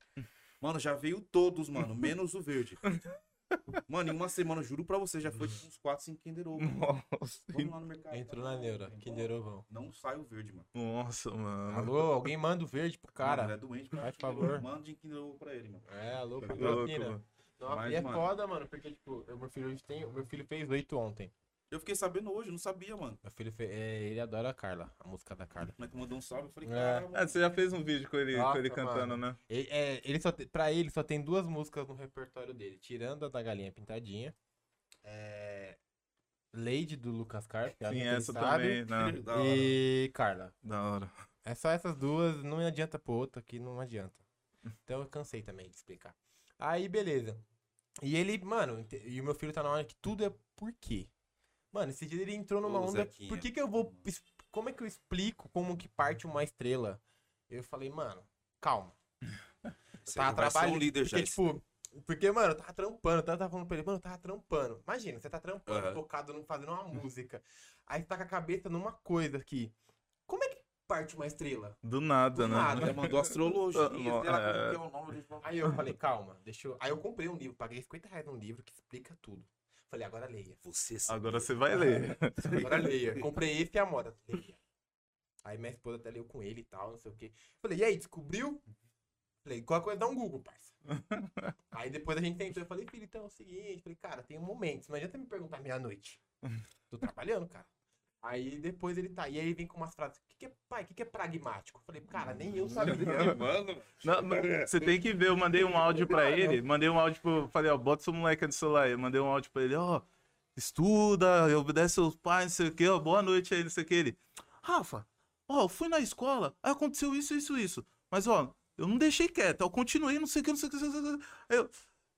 C: Mano, já veio todos, mano, menos o verde. Mano, em uma semana, juro pra você, já foi tipo, uns 4, 5 Kinder Ovo.
B: Nossa,
C: Vamos lá no mercado. tá
A: Entrou na neura. Kinder Ovão.
C: Não sai o verde, mano.
B: nossa, mano.
A: Alô, alguém manda o verde pro
C: Mano, ele
A: cara.
C: é doente pra
A: faz
C: Kinder Ovo.
A: favor.
C: Manda um Kinder Ovo pra ele, mano.
A: É, alô,
B: Que tá louco,
A: patrocina.
B: mano.
A: Nossa,
C: Mas,
A: e é
C: mano-
A: foda, mano, porque, tipo, o meu filho hoje tem. O meu filho fez oito ontem.
C: Eu fiquei sabendo hoje, não sabia, mano.
A: Meu filho fez. é, ele adora a Carla, a música da Carla.
C: O moleque mandou um salve, eu falei,
A: É.
C: caralho,
B: É,
C: mano.
B: você já fez um vídeo com ele, com ele
A: Nossa,
B: cantando, né?
A: Ele, é, ele só te- pra ele só tem duas músicas no repertório dele, tirando a da Galinha Pintadinha. É. Lady do Lucas Carpe, que
B: Sim,
A: ele
B: essa
A: sabe,
B: também. né?
C: Da hora.
A: E Carla.
B: Da hora.
A: É só essas duas, não adianta pro outro aqui, não adianta. Então eu cansei também de explicar. Aí, beleza. E ele, mano, ente- e o meu filho tá na hora que tudo é por quê? Mano, esse dia ele entrou tá numa
C: Ô,
A: onda.
C: Zequinha.
A: Por que que eu vou. es- Como é que eu explico como que parte uma estrela? Eu falei, mano, calma.
C: Você
A: Tá
C: já vai ser um
A: trabalhando.
C: líder já,
A: Porque, tipo. Porque, mano, eu tava trampando, eu tava falando pra ele, mano, eu tava trampando. Imagina, você tá trampando,
C: Aham.
A: focado no- fazendo uma música. Aí você tá com a cabeça numa coisa aqui. Como é que parte uma estrela?
B: Do
A: Do
B: nada, né?
A: nada.
C: Ela mandou astrologia,
B: Ah,
C: sei
B: não,
C: lá como
B: é.
C: que é o nome desse bagulho.
A: Aí eu falei, calma, deixa eu... Aí eu comprei um livro, paguei 50 reais num livro que explica tudo. Falei, agora leia.
C: Você
B: Agora você vai ler.
A: Agora leia. Comprei esse e a moda. Leia. Aí minha esposa até leu com ele e tal, não sei o quê. Falei, e aí, descobriu? Falei, qual coisa dá um Google, parça. aí depois a gente tentou. Eu falei, filho, então é o seguinte. Falei, cara, tem um momento. Não adianta me perguntar meia-noite. Tô trabalhando, cara. Aí depois ele tá. E aí ele vem com umas frases. O que, que é, pai? O que, que é pragmático? Eu Falei, cara, nem eu sabia.
C: é,
B: é.
C: Mano,
B: Não, não, você tem que ver, eu mandei um áudio pra ele, mandei um áudio pro. Falei, ó, bota seu moleque no celular. aí. Eu mandei um áudio pra ele, ó, estuda, obedece seus pais, não sei o quê, ó, boa noite aí, não sei o que. Ele, Rafa, Ó, eu fui na escola, aí aconteceu isso, isso, isso. Mas, ó, eu não deixei quieto, eu continuei, não sei o que, não sei o que, não sei o que. Aí eu,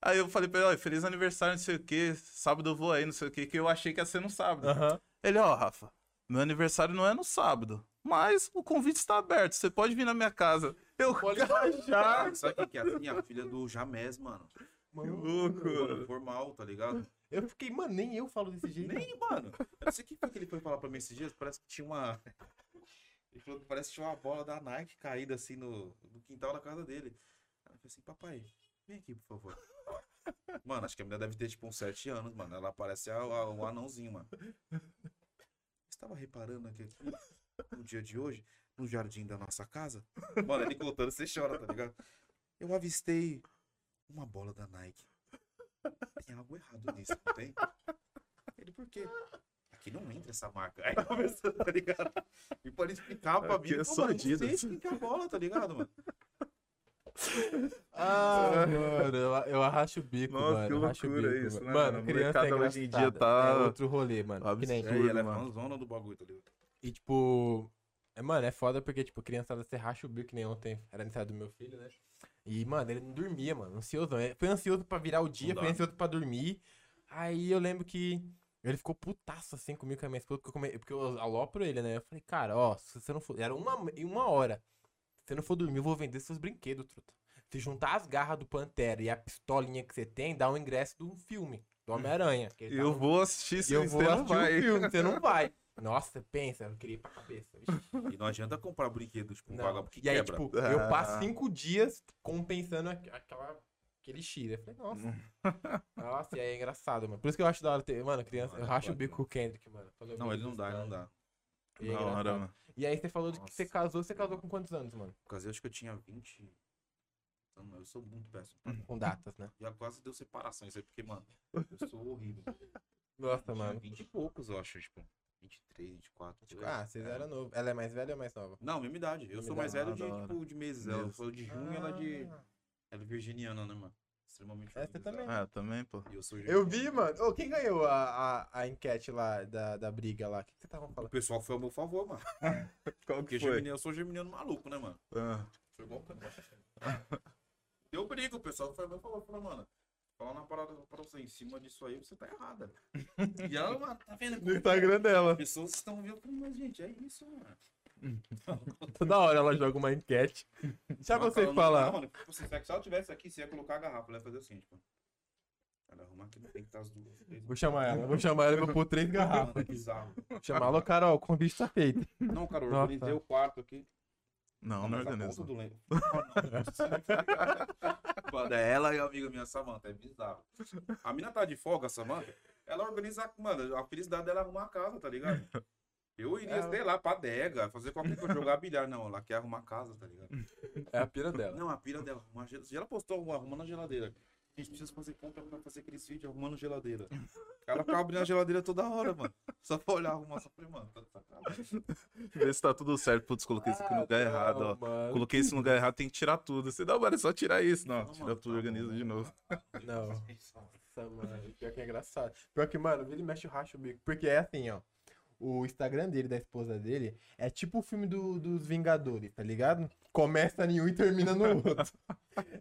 B: aí eu falei pra ele, ó, feliz aniversário, não sei o que, sábado eu vou aí, não sei o que, que eu achei que ia ser no sábado.
A: Aham.
B: Ele, ó, Rafa, meu aniversário não é no sábado, mas o convite está aberto, você pode vir na minha casa. Eu,
A: Pode
C: Ah,
A: baixar.
C: sabe o que que é assim? A filha do Jamés, mano. Mano,
B: louco.
C: formal, tá ligado?
A: Eu fiquei, mano, nem eu falo desse jeito.
C: Nem, mano. Eu não sei o que foi que ele foi falar pra mim esses dias. Parece que tinha uma. Ele falou que parece que tinha uma bola da Nike caída assim no, no quintal da casa dele. Aí eu falei assim, papai, vem aqui, por favor. Mano, acho que a menina deve ter tipo uns 7 anos, mano. Ela parece a, a- um anãozinho, mano. Você estava reparando aqui, aqui no dia de hoje, no jardim da nossa casa? Mano, ele contando, você chora, tá ligado? Eu avistei uma bola da Nike. Tem algo errado nisso, não tem? Ele, por quê? Aqui não entra essa marca. Aí começou, tá ligado? E pode explicar pra
B: Aqui
C: mim.
B: é
C: pô,
B: só
C: mano, não sei
B: Adidas.
C: explicar a bola, tá ligado, mano?
A: Ah, mano, eu, eu arracho o bico,
B: Nossa,
A: mano.
B: que
A: eu arracho o
B: loucura
A: bico,
B: isso,
A: mano.
B: né,
A: Mano,
B: mano?
A: criança é
B: Molecada hoje em dia
A: engraçada,
B: tá
A: É outro rolê, mano. Que nem,
B: absurdo.
C: É, e ela é
B: mano.
C: fãzona do bagulho, tá ligado?
A: e tipo... é, Mano, é foda porque, tipo, criançada, você racha o bico, que nem ontem era aniversário do meu filho, né? E, mano, ele não dormia, mano. Ansioso. né? Foi ansioso pra virar o dia,
C: dá,
A: foi
C: né?
A: ansioso pra dormir. Aí eu lembro que ele ficou putaço, assim, comigo, com a minha esposa, porque eu, come... porque eu alopro ele, né? Eu falei, cara, ó, se você não for... Era uma, em uma hora. Se você não for dormir, eu vou vender seus brinquedos, truta. Se juntar as garras do Pantera e a pistolinha que você tem, dá um ingresso do filme, do Homem-Aranha. que ele tá
B: Eu
A: no-
B: vou assistir
A: e
B: se
A: eu vou
B: você
A: assistir
B: não vai.
A: o filme, você não vai. Nossa, pensa, eu queria ir pra cabeça. vixe.
C: E não adianta comprar brinquedos com
A: Não.
C: vagabundo que
A: E aí,
C: um quebra.
A: tipo,
B: Ah.
A: eu passo cinco dias compensando aqu- aquela, aquele X. Eu falei, nossa. nossa, e aí é engraçado, mano. Por isso que eu acho da hora ter. Mano, criança,
C: Uhum. Mano,
A: eu racho o
C: pode,
A: bico com o Kendrick, mano. Quando eu
C: não,
A: vejo
C: ele não
A: isso,
C: dá, ele não
A: mano.
C: dá.
A: E, é
B: Da hora,
A: engraçado.
B: mano.
A: E aí você falou de que você
C: Nossa.
A: casou, você casou com quantos anos, mano?
C: Casei, acho que eu tinha 20. Então, eu sou muito péssimo. pra mim.
A: Com datas, né?
C: Já quase deu separação isso aí, porque, mano, eu sou horrível.
A: Nossa,
C: Tinha
A: mano.
C: 20 e poucos, eu acho, tipo, 23, 24. por aí.
A: Ah, vocês
C: É.
A: eram novos. Ela é mais velha ou mais nova?
C: Não, mesma idade. Eu
A: Mesma
C: sou mais
B: idade.
C: velho
B: Ah,
C: de,
B: da hora.
C: tipo, de meses. Ela
B: Meses.
C: foi de junho, ela é de...
A: Ah.
C: Ela é virginiana, né, mano? Extremamente
A: É, você também.
B: Ah, também, pô.
C: E eu sou
A: Eu
C: geminiano.
A: vi, mano. Ô, quem ganhou a, a, a enquete lá da, da briga lá? O que que vocês estavam
C: O
A: falando?
C: pessoal foi ao meu favor, mano.
B: Qual
C: Porque geminiano, eu sou geminiano maluco, né, mano?
B: Ah,
C: Foi igual o Pedro. Deu briga, o pessoal foi bem falou, falou, mano. Falando uma parada pra você, em cima disso aí, você tá errada. e ela, mano, tá vendo?
B: no Instagram dela.
C: As pessoas estão vendo como, mas, gente, é isso, mano.
A: Toda hora ela joga uma enquete. Deixa
C: Ela
A: você
C: falando,
A: falar.
C: Não, mano, tipo assim, se ela tivesse aqui, você ia colocar a garrafa, ela ia fazer assim, tipo. Ela ia arrumar que tem que estar as duas. três.
A: Vou chamar ela, vou chamar ela e vou pôr três
C: Mano,
A: garrafas
C: é
A: aqui.
C: bizarro.
A: Chamar ela, Carol, o convite tá feito.
C: Não, cara, eu
A: Nossa.
C: organizei o quarto aqui.
B: Não, é não
C: mas a
B: organiza.
C: ponta do lenço. Ah, não. Quando é ela e a amiga minha, Samanta, é bizarro. A mina tá de folga, a Samanta. Ela organiza, mano, a felicidade dela é arrumar a casa, tá ligado? Eu iria,
A: Ela-
C: sei lá, pra adega, fazer qualquer coisa, jogar bilhar. Não, ela quer arrumar a casa, tá ligado?
A: É a pira dela.
C: Não, a pira dela, arrumar geladeira. Ela postou arrumar- arrumando a geladeira. A gente precisa fazer compra pra fazer aqueles vídeos arrumando geladeira. Ela fica abrindo a geladeira toda hora, mano. Só pra olhar, arrumar, só pra mano, tá de sacanagem.
B: Vê se tá tudo certo. Putz, coloquei isso aqui no
C: Ah,
B: lugar errado, ó. Coloquei isso no lugar errado, tem que tirar tudo. Você dá mano, é só tirar isso. Não,
C: Não,
B: tira
C: mano,
B: tudo,
C: tá
B: organiza
C: bom.
B: de novo.
A: Não.
C: tá.
A: Nossa, mano, pior que é engraçado. Pior que, mano, ele mexe o racho o bico. Porque é assim, ó. O Instagram dele, da esposa dele, é tipo o filme do- dos Vingadores, tá ligado? Começa em um e termina no outro.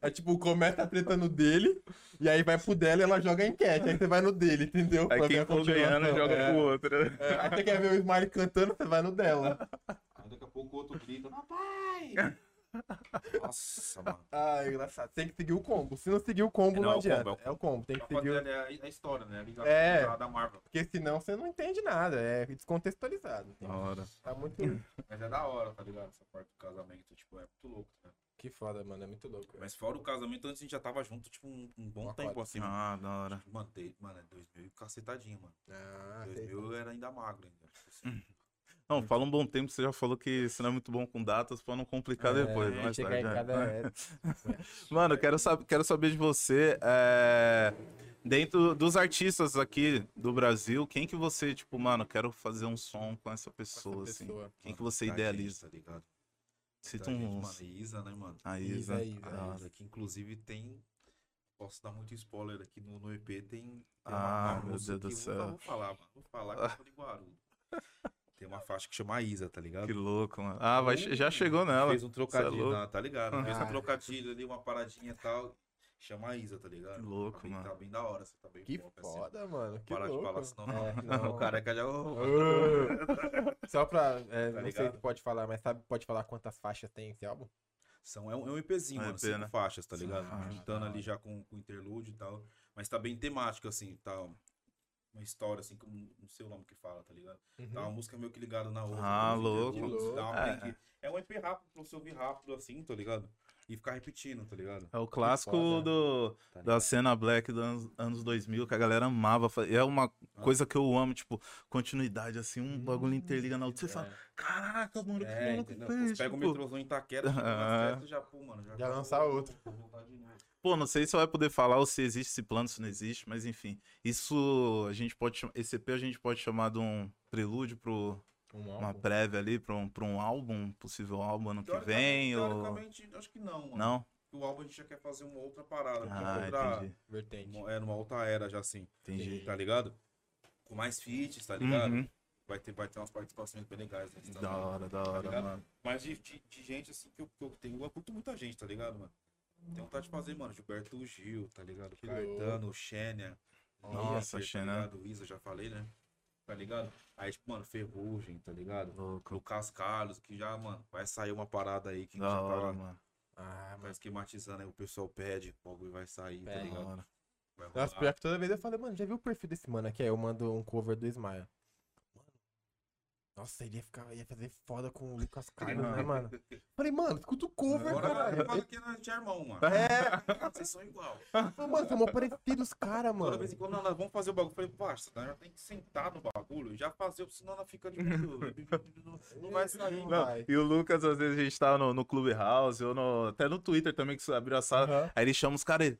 A: É tipo, começa a treta no dele, e aí vai pro dela e ela joga a enquete. Aí você vai no dele, entendeu? Pra
B: Aí
A: ver
B: quem
A: a
B: for ganhando
A: continuação.
B: joga
A: É,
B: pro outro. né?
A: é. Aí você quer ver o Smiley cantando, você vai no dela.
C: Aí daqui a pouco o outro grita, papai! Nossa, mano.
A: Ah, é engraçado. Tem que seguir o combo. Se não seguir o combo,
C: É,
A: não,
C: não, é o combo,
A: adianta.
C: é o
A: É o combo, tem que
C: Pra
A: seguir o...
C: fazer a, a história, né? A ligação
A: É.
C: da- da Marvel.
A: Porque senão você não entende nada, é descontextualizado.
B: Da hora.
A: Tá muito.
C: Mas é da hora, tá ligado? Essa parte do casamento, tipo, é muito louco, né?
A: Que foda, mano, é muito louco.
C: Mas fora o casamento, antes a gente já tava junto, tipo, um, um bom
A: Uma
C: tempo
A: cota.
C: assim, mano.
B: Ah, da hora.
C: Mantei, mano, é 2000 e cacetadinho, mano.
A: Ah, sei.
C: 2000 eu era ainda magro ainda. tipo assim.
B: Não, fala um bom tempo, você já falou que você não é muito bom com datas pra não complicar depois.
A: É,
B: mais
A: chegar
B: tarde,
A: em
B: é.
A: casa é-
B: Mano, eu quero, sab quero saber de você. é, Dentro dos artistas aqui do Brasil, quem que você, tipo, mano, quero fazer um som com essa pessoa, assim.
A: pessoa.
B: Quem que
C: Mano,
B: você
C: muita
B: idealiza?
C: gente, tá ligado?
B: Cita
C: Muita gente,
B: um.
C: mano, Isa, né, mano?
B: A
A: Isa,
B: Isa.
A: Isa.
C: A
B: Ah,
C: Isa, que inclusive tem. Posso dar muito spoiler aqui no, no EP, tem. tem
B: Ah, meu
C: música
B: Deus do
C: que eu vou-
B: céu.
C: Vou falar, mano. Vou falar que eu tô de Guarulhos. Tem uma faixa que chama Isa, tá ligado?
B: Que louco, mano. Ah, vai, che- já chegou nela. é
C: Fez um trocadilho,
B: louco.
C: não, tá ligado? Fez um
A: Ah.
C: trocadilho ali, uma paradinha e tal. Chama a Isa, tá ligado?
B: Que louco,
C: Tá bem-
B: mano.
C: Tá bem da hora, você tá bem
A: Que
C: pouco, assim.
A: foda, mano. Que
C: Para de
A: louco.
C: falar, senão não.
A: É,
C: não.
A: não.
C: O careca já. ô,
A: Ah. Só pra. é, não sei se
C: ligado?
A: pode falar, mas sabe, pode falar quantas faixas tem esse álbum?
C: São, é, um, é um EPzinho,
B: É um
C: mano.
B: EP,
C: cinco
B: né?
C: faixas, tá
B: Cinco
C: ligado?
B: faixas,
A: da
C: Juntando
A: hora.
C: ali já com, com interlúdio e tal. Mas tá bem temático, assim, tá uma história, assim, que eu não não sei o nome que fala, tá ligado? Tá
A: um,
B: Hum.
C: uma música meio que ligada na outra.
B: Ah,
C: com os
B: louco.
C: interlúdios,
A: Que
C: dá uma
B: louco.
C: brinque- é. um EP rápido pra você ouvir rápido, assim, tá ligado? E ficar repetindo, tá ligado?
B: É o clássico
A: foda.
B: do,
C: Tá ligado?
B: da cena black dos anos, anos 2000, que a galera amava. fa- É uma
C: Ah.
B: coisa que eu amo, tipo, continuidade, assim, um bagulho interliga na outra. Você fala, caraca, mano, que
C: Hum, É,
B: maluco
C: entendeu?
B: fez,
C: Pega o
B: tipo.
C: metrôzão tá em Itaquera, chega
B: Ah.
C: na festa, já, pô, mano. Já,
A: Já lançar outro.
C: Vou voltar de novo.
B: Pô, não sei se vai poder falar ou se existe esse plano, se não existe, mas enfim. Isso a gente pode chamar. Esse EP a gente pode chamar de um prelúdio pro
A: Um
B: uma
A: álbum.
B: prévia ali, pra um, pra um álbum, um possível álbum ano que
C: Teoricamente-
B: vem. Ou...
C: Teoricamente, acho que não, mano.
B: Não?
C: Porque O álbum a gente já quer fazer uma outra parada. porque
B: Ah,
C: outra...
B: entendi.
A: Vertente.
C: Mo- É, numa outra era já assim,
B: Entendi.
C: tá ligado? Com mais feats, tá ligado?
B: Uhum.
C: Vai, ter, vai ter umas participações bem legais. Né?
B: Da hora, da hora,
C: ligado?
B: mano.
C: Mas de, de- de gente assim que eu, que eu tenho, eu curto muita gente, tá ligado, mano? Tem vontade de fazer, mano, Gilberto Gil, tá ligado?
A: Que
C: Cartano, Xênia.
B: Nossa, Xenia.
C: Tá ligado? Isa, já falei, né? Tá ligado? Aí, tipo, mano, Ferrugem, tá ligado?
B: Louco.
C: Lucas Carlos, que já, mano, vai sair uma parada aí que
B: Da
C: já
B: hora,
C: tá,
B: mano.
A: Ah,
C: tá
A: mas.
C: esquematizando aí, o pessoal pede, o bagulho vai sair, tá
A: Pede.
B: Da
C: ligado?
B: hora.
C: Vai
A: Nossa,
C: rolar.
A: pior que toda vez eu falo, mano, já viu o perfil desse mano aqui? Aí eu mando um cover do Smile. Mano. Nossa, ele ia, ficar, ia fazer foda com o Lucas Carlos, né, mano? Falei, mano, escuta o cover,
C: Agora
A: caralho.
C: ele fala que nós é irmão, mano.
A: É,
C: Vocês são igual.
A: falei, mano, são mó parecidos os caras,
C: Toda
A: mano.
C: vez em quando nós vamos fazer o bagulho, eu falei, parça, nós já tem que sentar no bagulho e já fazer, porque senão ela fica de Não vai sair.
A: Não,
B: Não,
A: vai.
B: e o Lucas, às vezes, a gente tava no, no Clubhouse, ou no- até no Twitter também, que abriu a sala.
A: Aham.
B: Aí ele chama os caras ele.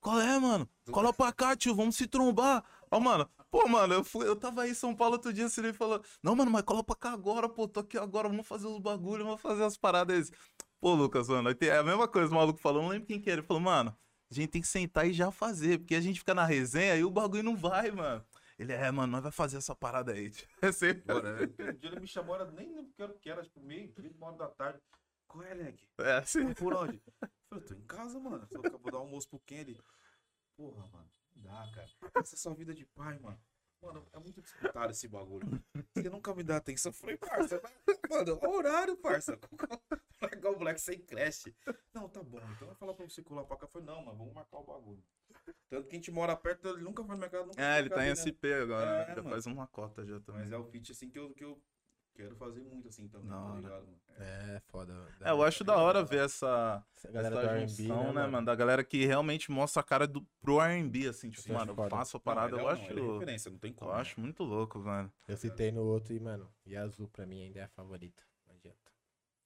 B: Qual é, mano? Cola pra cá, tio, vamos se trombar. Ó, mano, pô, mano, eu, fui, eu tava aí em São Paulo outro dia, assim, ele falou, não, mano, mas cola pra cá agora, pô, tô aqui agora, vamos fazer os bagulhos, vamos fazer as paradas. Aí eles, Pô, Lucas, mano, aí tem- é a mesma coisa, o maluco falou, não lembro quem que era, ele falou, mano, a gente tem que sentar e já fazer, porque a gente fica na resenha e o bagulho não vai, mano. Ele, é, mano, nós vai fazer essa parada aí, tio. É sempre
C: Bora, né? Um dia ele me chamou, era nem lembro que era, o que era tipo meio, dia, uma hora da tarde. Qual é, Lenk?
B: é assim.
C: Tá Por onde? Eu falei, tô em casa, mano. Só que eu vou dar almoço pro Kenny. Porra, mano, não dá, cara. Essa é sua vida de pai, mano. Mano, é muito disputado esse bagulho. Você nunca me dá atenção. Eu falei, parça, mas, mano, olha o horário, parça. Largar o moleque sem creche. Não, tá bom. Então eu vou falar pra você colar pra cá. Eu falei, não, mano, vamos marcar o bagulho. Tanto que a gente mora perto, ele nunca vai na minha casa. nunca
B: É,
C: foi
B: ele
C: na
B: tá em
C: casa dele,
B: SP agora,
C: É,
B: né? já
C: mano.
B: faz uma cota já
C: né?
B: também.
C: Mas é o feat, assim, que eu, que eu quero fazer muito, assim, também,
B: Da
C: tá
B: hora.
C: ligado, mano?
A: É, foda.
B: É,
C: um
B: eu acho da hora ver essa...
A: Essa galera
B: essa
A: do R&B,
B: junção, né, mano? Da galera que realmente mostra a cara do, pro R&B, assim, tipo,
A: Sim,
B: mano,
A: foda.
B: faço a
C: Não,
B: parada,
C: ele é
B: eu
C: um-
B: acho...
C: ele é referência, não tem como.
B: Eu acho muito louco, mano.
A: Eu citei no outro e, mano, e azul pra mim ainda é a favorita. Não adianta.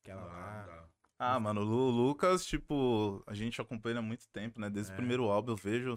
A: Aquela
C: Ah,
A: lá.
C: dá.
B: Ah, mano, o Lu- Lucas, tipo, a gente acompanha há muito tempo, né? Desde
A: É.
B: o primeiro álbum eu vejo.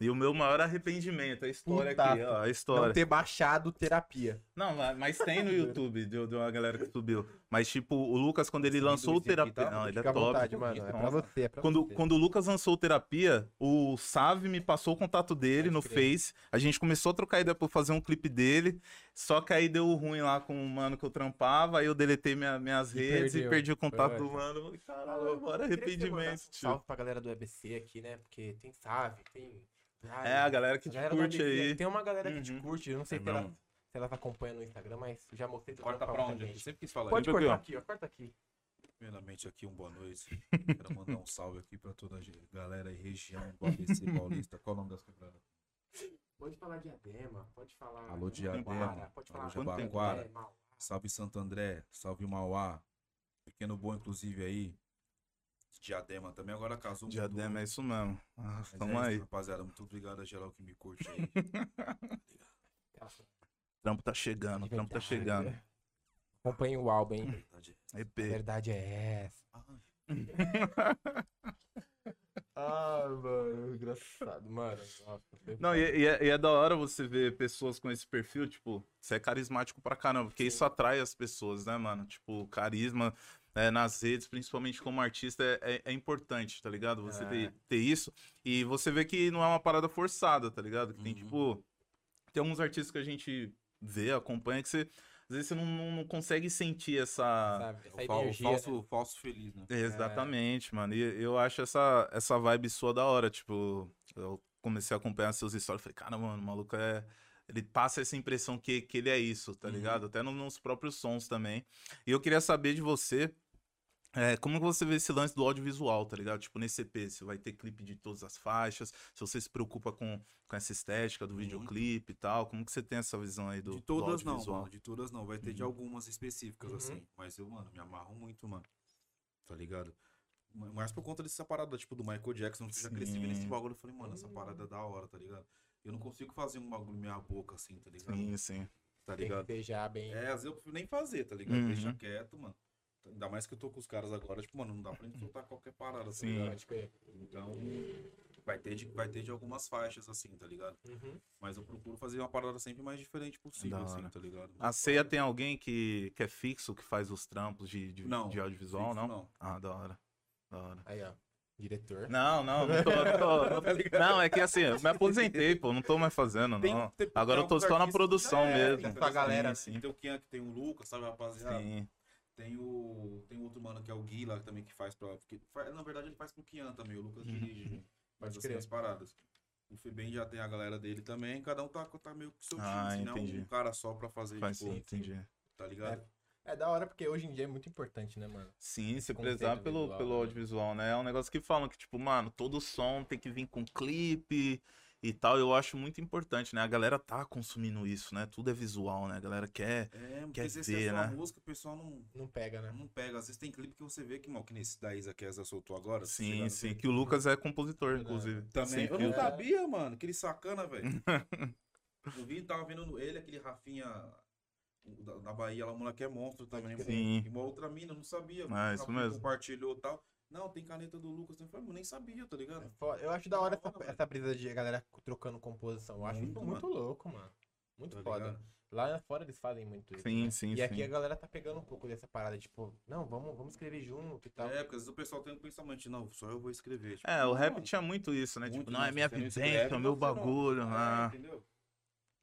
B: E o meu maior arrependimento, a história
A: Puta.
B: aqui, ó, a
A: Não
B: história.
A: ter baixado terapia.
B: Não, mas- mas tem no YouTube, de, de uma galera que subiu. Mas, tipo, o Lucas, quando ele lançou o
C: Esse aqui
B: Terapia...
C: tá?
B: Não, ele é
A: Fica à vontade,
B: top.
A: mano. É pra
B: Nossa.
A: você, é pra
B: Quando,
A: você.
B: quando o Lucas lançou o Terapia, o Save me passou o contato dele
A: Pode
B: no
A: crer.
B: Face. A gente começou a trocar ideia pra eu fazer um clipe dele. Só que aí deu ruim lá com o mano que eu trampava. Aí eu deletei minha- minhas
A: E
B: redes
A: perdeu.
B: e perdi o contato
A: Foi
B: do mano. Eu Falei, Caralho, bora arrependimento, tio.
A: um Salve pra galera do EBC aqui, né? Porque tem Save, tem. Ah,
B: É, a galera que
A: a galera do
B: curte
A: ABC,
B: aí.
A: Tem uma galera que te
B: Uhum.
A: curte, eu não sei
B: É
A: se, ela,
B: mesmo.
A: se ela tá acompanhando no Instagram, mas eu já mostrei teu
C: Então, Corta
A: trampo
C: pra onde? Eu
A: obviamente.
C: sempre quis falar
A: Pode
B: Sempre
A: cortar
B: aqui,
A: aqui,
B: ó.
A: ó. Corta aqui.
C: Primeiramente aqui um boa noite. Quero mandar um salve aqui pra toda a ge- galera e região do ABC Paulista. Qual é o nome das quebradas?
A: Pode falar diadema, pode falar.
C: Alô, Diadema.
A: Jabaquara, Pode falar
C: Alô,
A: Jabaquara,
C: Jabaquara.
A: Mauá.
C: Salve Santo André, salve Mauá. Pequeno Bom, inclusive, aí. Diadema também agora
A: um
C: casou. mudou.
B: Diadema, é isso mesmo. Ah,
C: Mas é
B: tamo
C: isso,
B: aí.
C: Rapaziada, muito obrigado a geral que me curte aí.
A: Nossa,
B: Trampo tá chegando,
A: de
B: trampo tá
A: verdade.
B: chegando.
A: Acompanhe o álbum, hein?
C: Verdade.
A: A
B: EP.
A: verdade é essa.
C: Ah,
A: Ah, mano, engraçado. Mano, nossa. foi
B: Não,
A: foda.
B: e, e é, e é da hora você ver pessoas com esse perfil, tipo, você é carismático pra caramba, porque isso atrai as pessoas, né, mano? Tipo, carisma é, nas redes, principalmente como artista, é, é- é importante, tá ligado? Você
A: É.
B: ter, ter isso. E você vê que não é uma parada forçada, tá ligado? Que tem,
C: Uhum.
B: tipo. Tem alguns artistas que a gente vê, acompanha, que você. às vezes você não, não- não consegue sentir essa.
A: sabe? Essa
D: O, fal- o
A: energia. né?
D: falso, o falso feliz,
C: É.
D: né?
B: Exatamente, mano. E eu acho essa, essa vibe sua da hora. Tipo, eu comecei a acompanhar seus stories. Falei, cara, mano, o maluco é. Ele passa essa impressão que, que ele é isso, tá
D: Uhum.
B: ligado? Até no- nos próprios sons também. E eu queria saber de você. é, como que você vê esse lance do audiovisual, tá ligado? Tipo, nesse EP, você vai ter clipe de todas as faixas, se você se preocupa com, com essa estética do
C: Muito.
B: videoclipe e tal, como que você tem essa visão aí do,
C: de todas
B: do
C: não,
B: audiovisual?
C: mano. De todas não. Vai ter de
B: Uhum.
C: algumas específicas,
A: Uhum.
C: assim. Mas eu, mano, me amarro muito, mano. Tá ligado? Ma- Mas por conta dessa parada, tipo, do Michael Jackson, que eu já cresci vendo esse
B: Sim.
C: bagulho. Eu falei, mano, essa parada é da hora, tá ligado? Eu não consigo fazer um bagulho meia boca, assim, tá ligado?
B: Sim, sim.
A: Tem
C: Tá
A: que
C: ligado?
A: ter já bem.
C: É, às vezes eu prefiro nem fazer, tá ligado?
B: Uhum.
C: Deixar quieto, mano. Ainda mais que eu tô com os caras agora, tipo, mano, não dá pra gente soltar qualquer parada, tá
B: Sim.
C: ligado?
A: Pode crer.
C: Então, vai ter, de, vai ter de algumas faixas, assim, tá ligado?
A: Uhum.
C: Mas eu procuro fazer uma parada sempre mais diferente possível,
B: Da
C: assim,
B: hora. Ah,
C: tá ligado?
B: A ceia tem alguém que, que é fixo, que faz os trampos de, de,
C: Não,
B: de audiovisual,
C: Fixo,
B: não? Ah, da hora. Da hora.
A: Aí, ó. Diretor.
B: Não, não, não tô. não tô- não tô-
C: Tá ligado?
B: não, é que assim, eu me aposentei, pô, não tô mais fazendo,
C: Tem- um
B: não.
C: tem-
B: Agora
C: tem
B: eu tô
C: alguns
B: só na
C: artistas-
B: produção
C: É,
B: mesmo.
C: tem toda a
A: galera,
B: sim,
C: Tem
B: sim,
C: o Kian, que tem o Lucas, sabe, rapaziada?
B: sim.
C: Tem o. Tem outro mano que é o Gui lá também que faz pra. que fa- na verdade, ele faz pro Kian também, o Lucas
B: Uhum.
C: dirige. junto, Faz
A: Pode
C: assim,
A: crer.
C: as paradas. O Febem já tem a galera dele também, cada um tá, tá meio com o seu time,
B: Ah,
C: assim, não é um
B: entendi.
C: cara só pra fazer,
B: Faz
C: tipo,
B: sim, entendi.
C: tá ligado?
A: É da hora porque hoje em dia é muito importante, né, mano?
B: Sim, se
A: conceito
B: prezar pelo,
A: visual,
B: pelo
A: né?
B: audiovisual, né? É um negócio que falam que, tipo, mano, todo som tem que vir com clipe e tal. Eu acho muito importante, né? A galera tá consumindo isso, né? Tudo é visual, né? A galera quer.
C: É, porque
B: Quer
C: às vezes tem
B: ver,
C: a sua
B: né?
C: música, o pessoal não,
A: Não pega, né?
C: não pega. Às vezes tem clipe que você vê que, mal, que nesse da Isa que a Isa soltou agora. vocês chegaram
B: Sim,
C: a
B: sim.
C: ver?
B: Que o Lucas é compositor,
A: Verdade.
B: inclusive.
C: Também.
B: Sem
C: eu não
B: filtro.
C: sabia, mano. Aquele sacana, velho. eu vi, tava vendo no- ele, aquele Rafinha o da, da Bahia, lá, o moleque é monstro também. mano.
B: Sim.
C: E uma outra mina, eu não sabia.
B: Ah, isso
C: Rafinha
B: mesmo.
C: Compartilhou e tal. Não, tem caneta do Lucas. Eu falei, "Mano, nem sabia, tá ligado?
A: É foda. Eu acho da hora
C: Da hora,
A: essa,
C: velho.
A: essa brisa de a galera trocando composição. Eu acho
C: Muito,
A: muito, muito louco, mano. Muito
C: Tá
A: foda.
C: ligado?
A: Lá fora eles fazem muito isso.
B: Sim, sim,
A: e
B: sim.
A: aqui a galera tá pegando um pouco dessa parada, tipo, não, vamos, vamos escrever junto e tal.
C: É, porque às vezes o pessoal tem um pensamento, não, só eu vou escrever. Tipo,
B: É, o
C: não,
B: rap
C: mano.
B: tinha muito isso, né?
C: Muito,
B: tipo, não, é
C: mano,
B: minha
C: você não
B: vivência,
C: escreve,
B: é meu
C: então você não-
B: bagulho.
C: É,
B: né?
C: entendeu?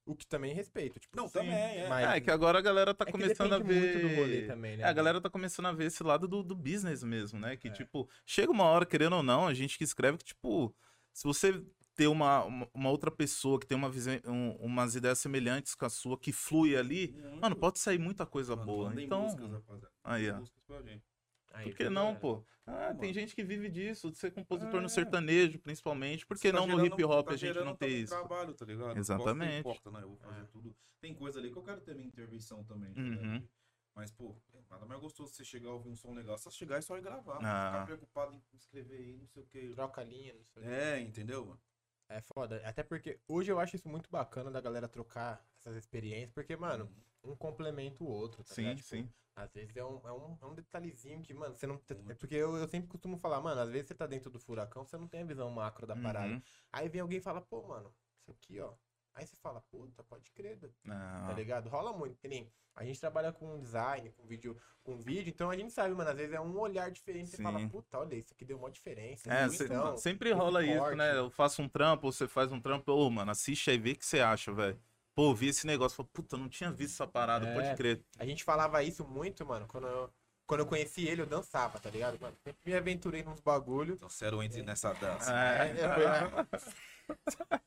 A: O que também respeito, tipo,
C: Não,
A: sim,
C: também, é.
A: mas-
B: É, que agora a galera tá
A: é que
B: começando a
A: depende
B: ver.
A: muito do rolê também, né?
B: É, a galera tá começando a ver esse lado do, do business mesmo, né? Que,
A: É.
B: tipo, chega uma hora, querendo ou não, a gente que escreve que, tipo, se você ter uma, uma, uma outra pessoa que tem uma visão, um- umas ideias semelhantes com a sua, que flui ali, mano, pode sair muita coisa
C: Mano,
B: boa.
C: mandem
B: Então,
C: músicas, né? É. rapaziada.
B: aí, ó.
C: Músicas pra gente.
A: Aí, é,
B: Por que
A: viu,
B: não,
A: galera?
B: pô? Ah,
C: mano.
B: tem gente que vive disso, de ser compositor
C: É.
B: no sertanejo, principalmente. Por que
C: Tá
B: não no
C: gerando-
B: hip hop
C: tá
B: a gente
C: gerando
B: não ter
C: também
B: isso?
C: trabalho, tá ligado?
B: Exatamente.
C: Não importa, né? Eu vou fazer
A: É.
C: tudo. Tem coisa ali que eu quero ter minha intervenção também. tá
B: Uhum.
C: ligado? Mas, pô, é nada mais gostoso você chegar a ouvir um som legal, só chegar e só ir gravar. Não
B: Ah.
C: ficar preocupado em escrever aí, não sei o que.
A: Troca a linha, não sei o quê.
C: É, entendeu, mano?
A: É foda. Até porque hoje eu acho isso muito bacana da galera trocar essas experiências, porque, mano, um complementa o outro, tá
B: Sim,
A: ligado? Tipo,
B: sim.
A: Às vezes é um, é um, é um detalhezinho que, mano, você não. É
C: Muito.
A: porque eu, eu sempre costumo falar, mano, às vezes você tá dentro do furacão, você não tem a visão macro da parada.
B: Uhum.
A: Aí vem alguém e fala, pô, mano, isso aqui, ó. Aí você fala, puta, pode crer, doido, tá
B: Ah,
A: ligado? Rola muito, que nem. A gente trabalha com design, com vídeo, com vídeo, então a gente sabe, mano, às vezes é um olhar diferente. Você fala,
B: Sim.
A: puta, olha, isso aqui deu uma diferença.
B: É,
A: isso
B: cê-
A: não.
B: sempre
A: esse
B: rola isso,
A: corte.
B: né? Eu faço um trampo, você faz um trampo, ô, mano, assiste aí, vê o que você acha, velho. Pô, vi esse negócio, fala, puta, eu não tinha visto essa parada,
A: É.
B: pode crer.
A: A gente falava isso muito, mano, quando eu, quando eu conheci ele, eu dançava, tá ligado? Mano, sempre me aventurei nos bagulho.
C: Então, sério, entre nessa dança.
A: É,
B: É,
A: é, foi, é.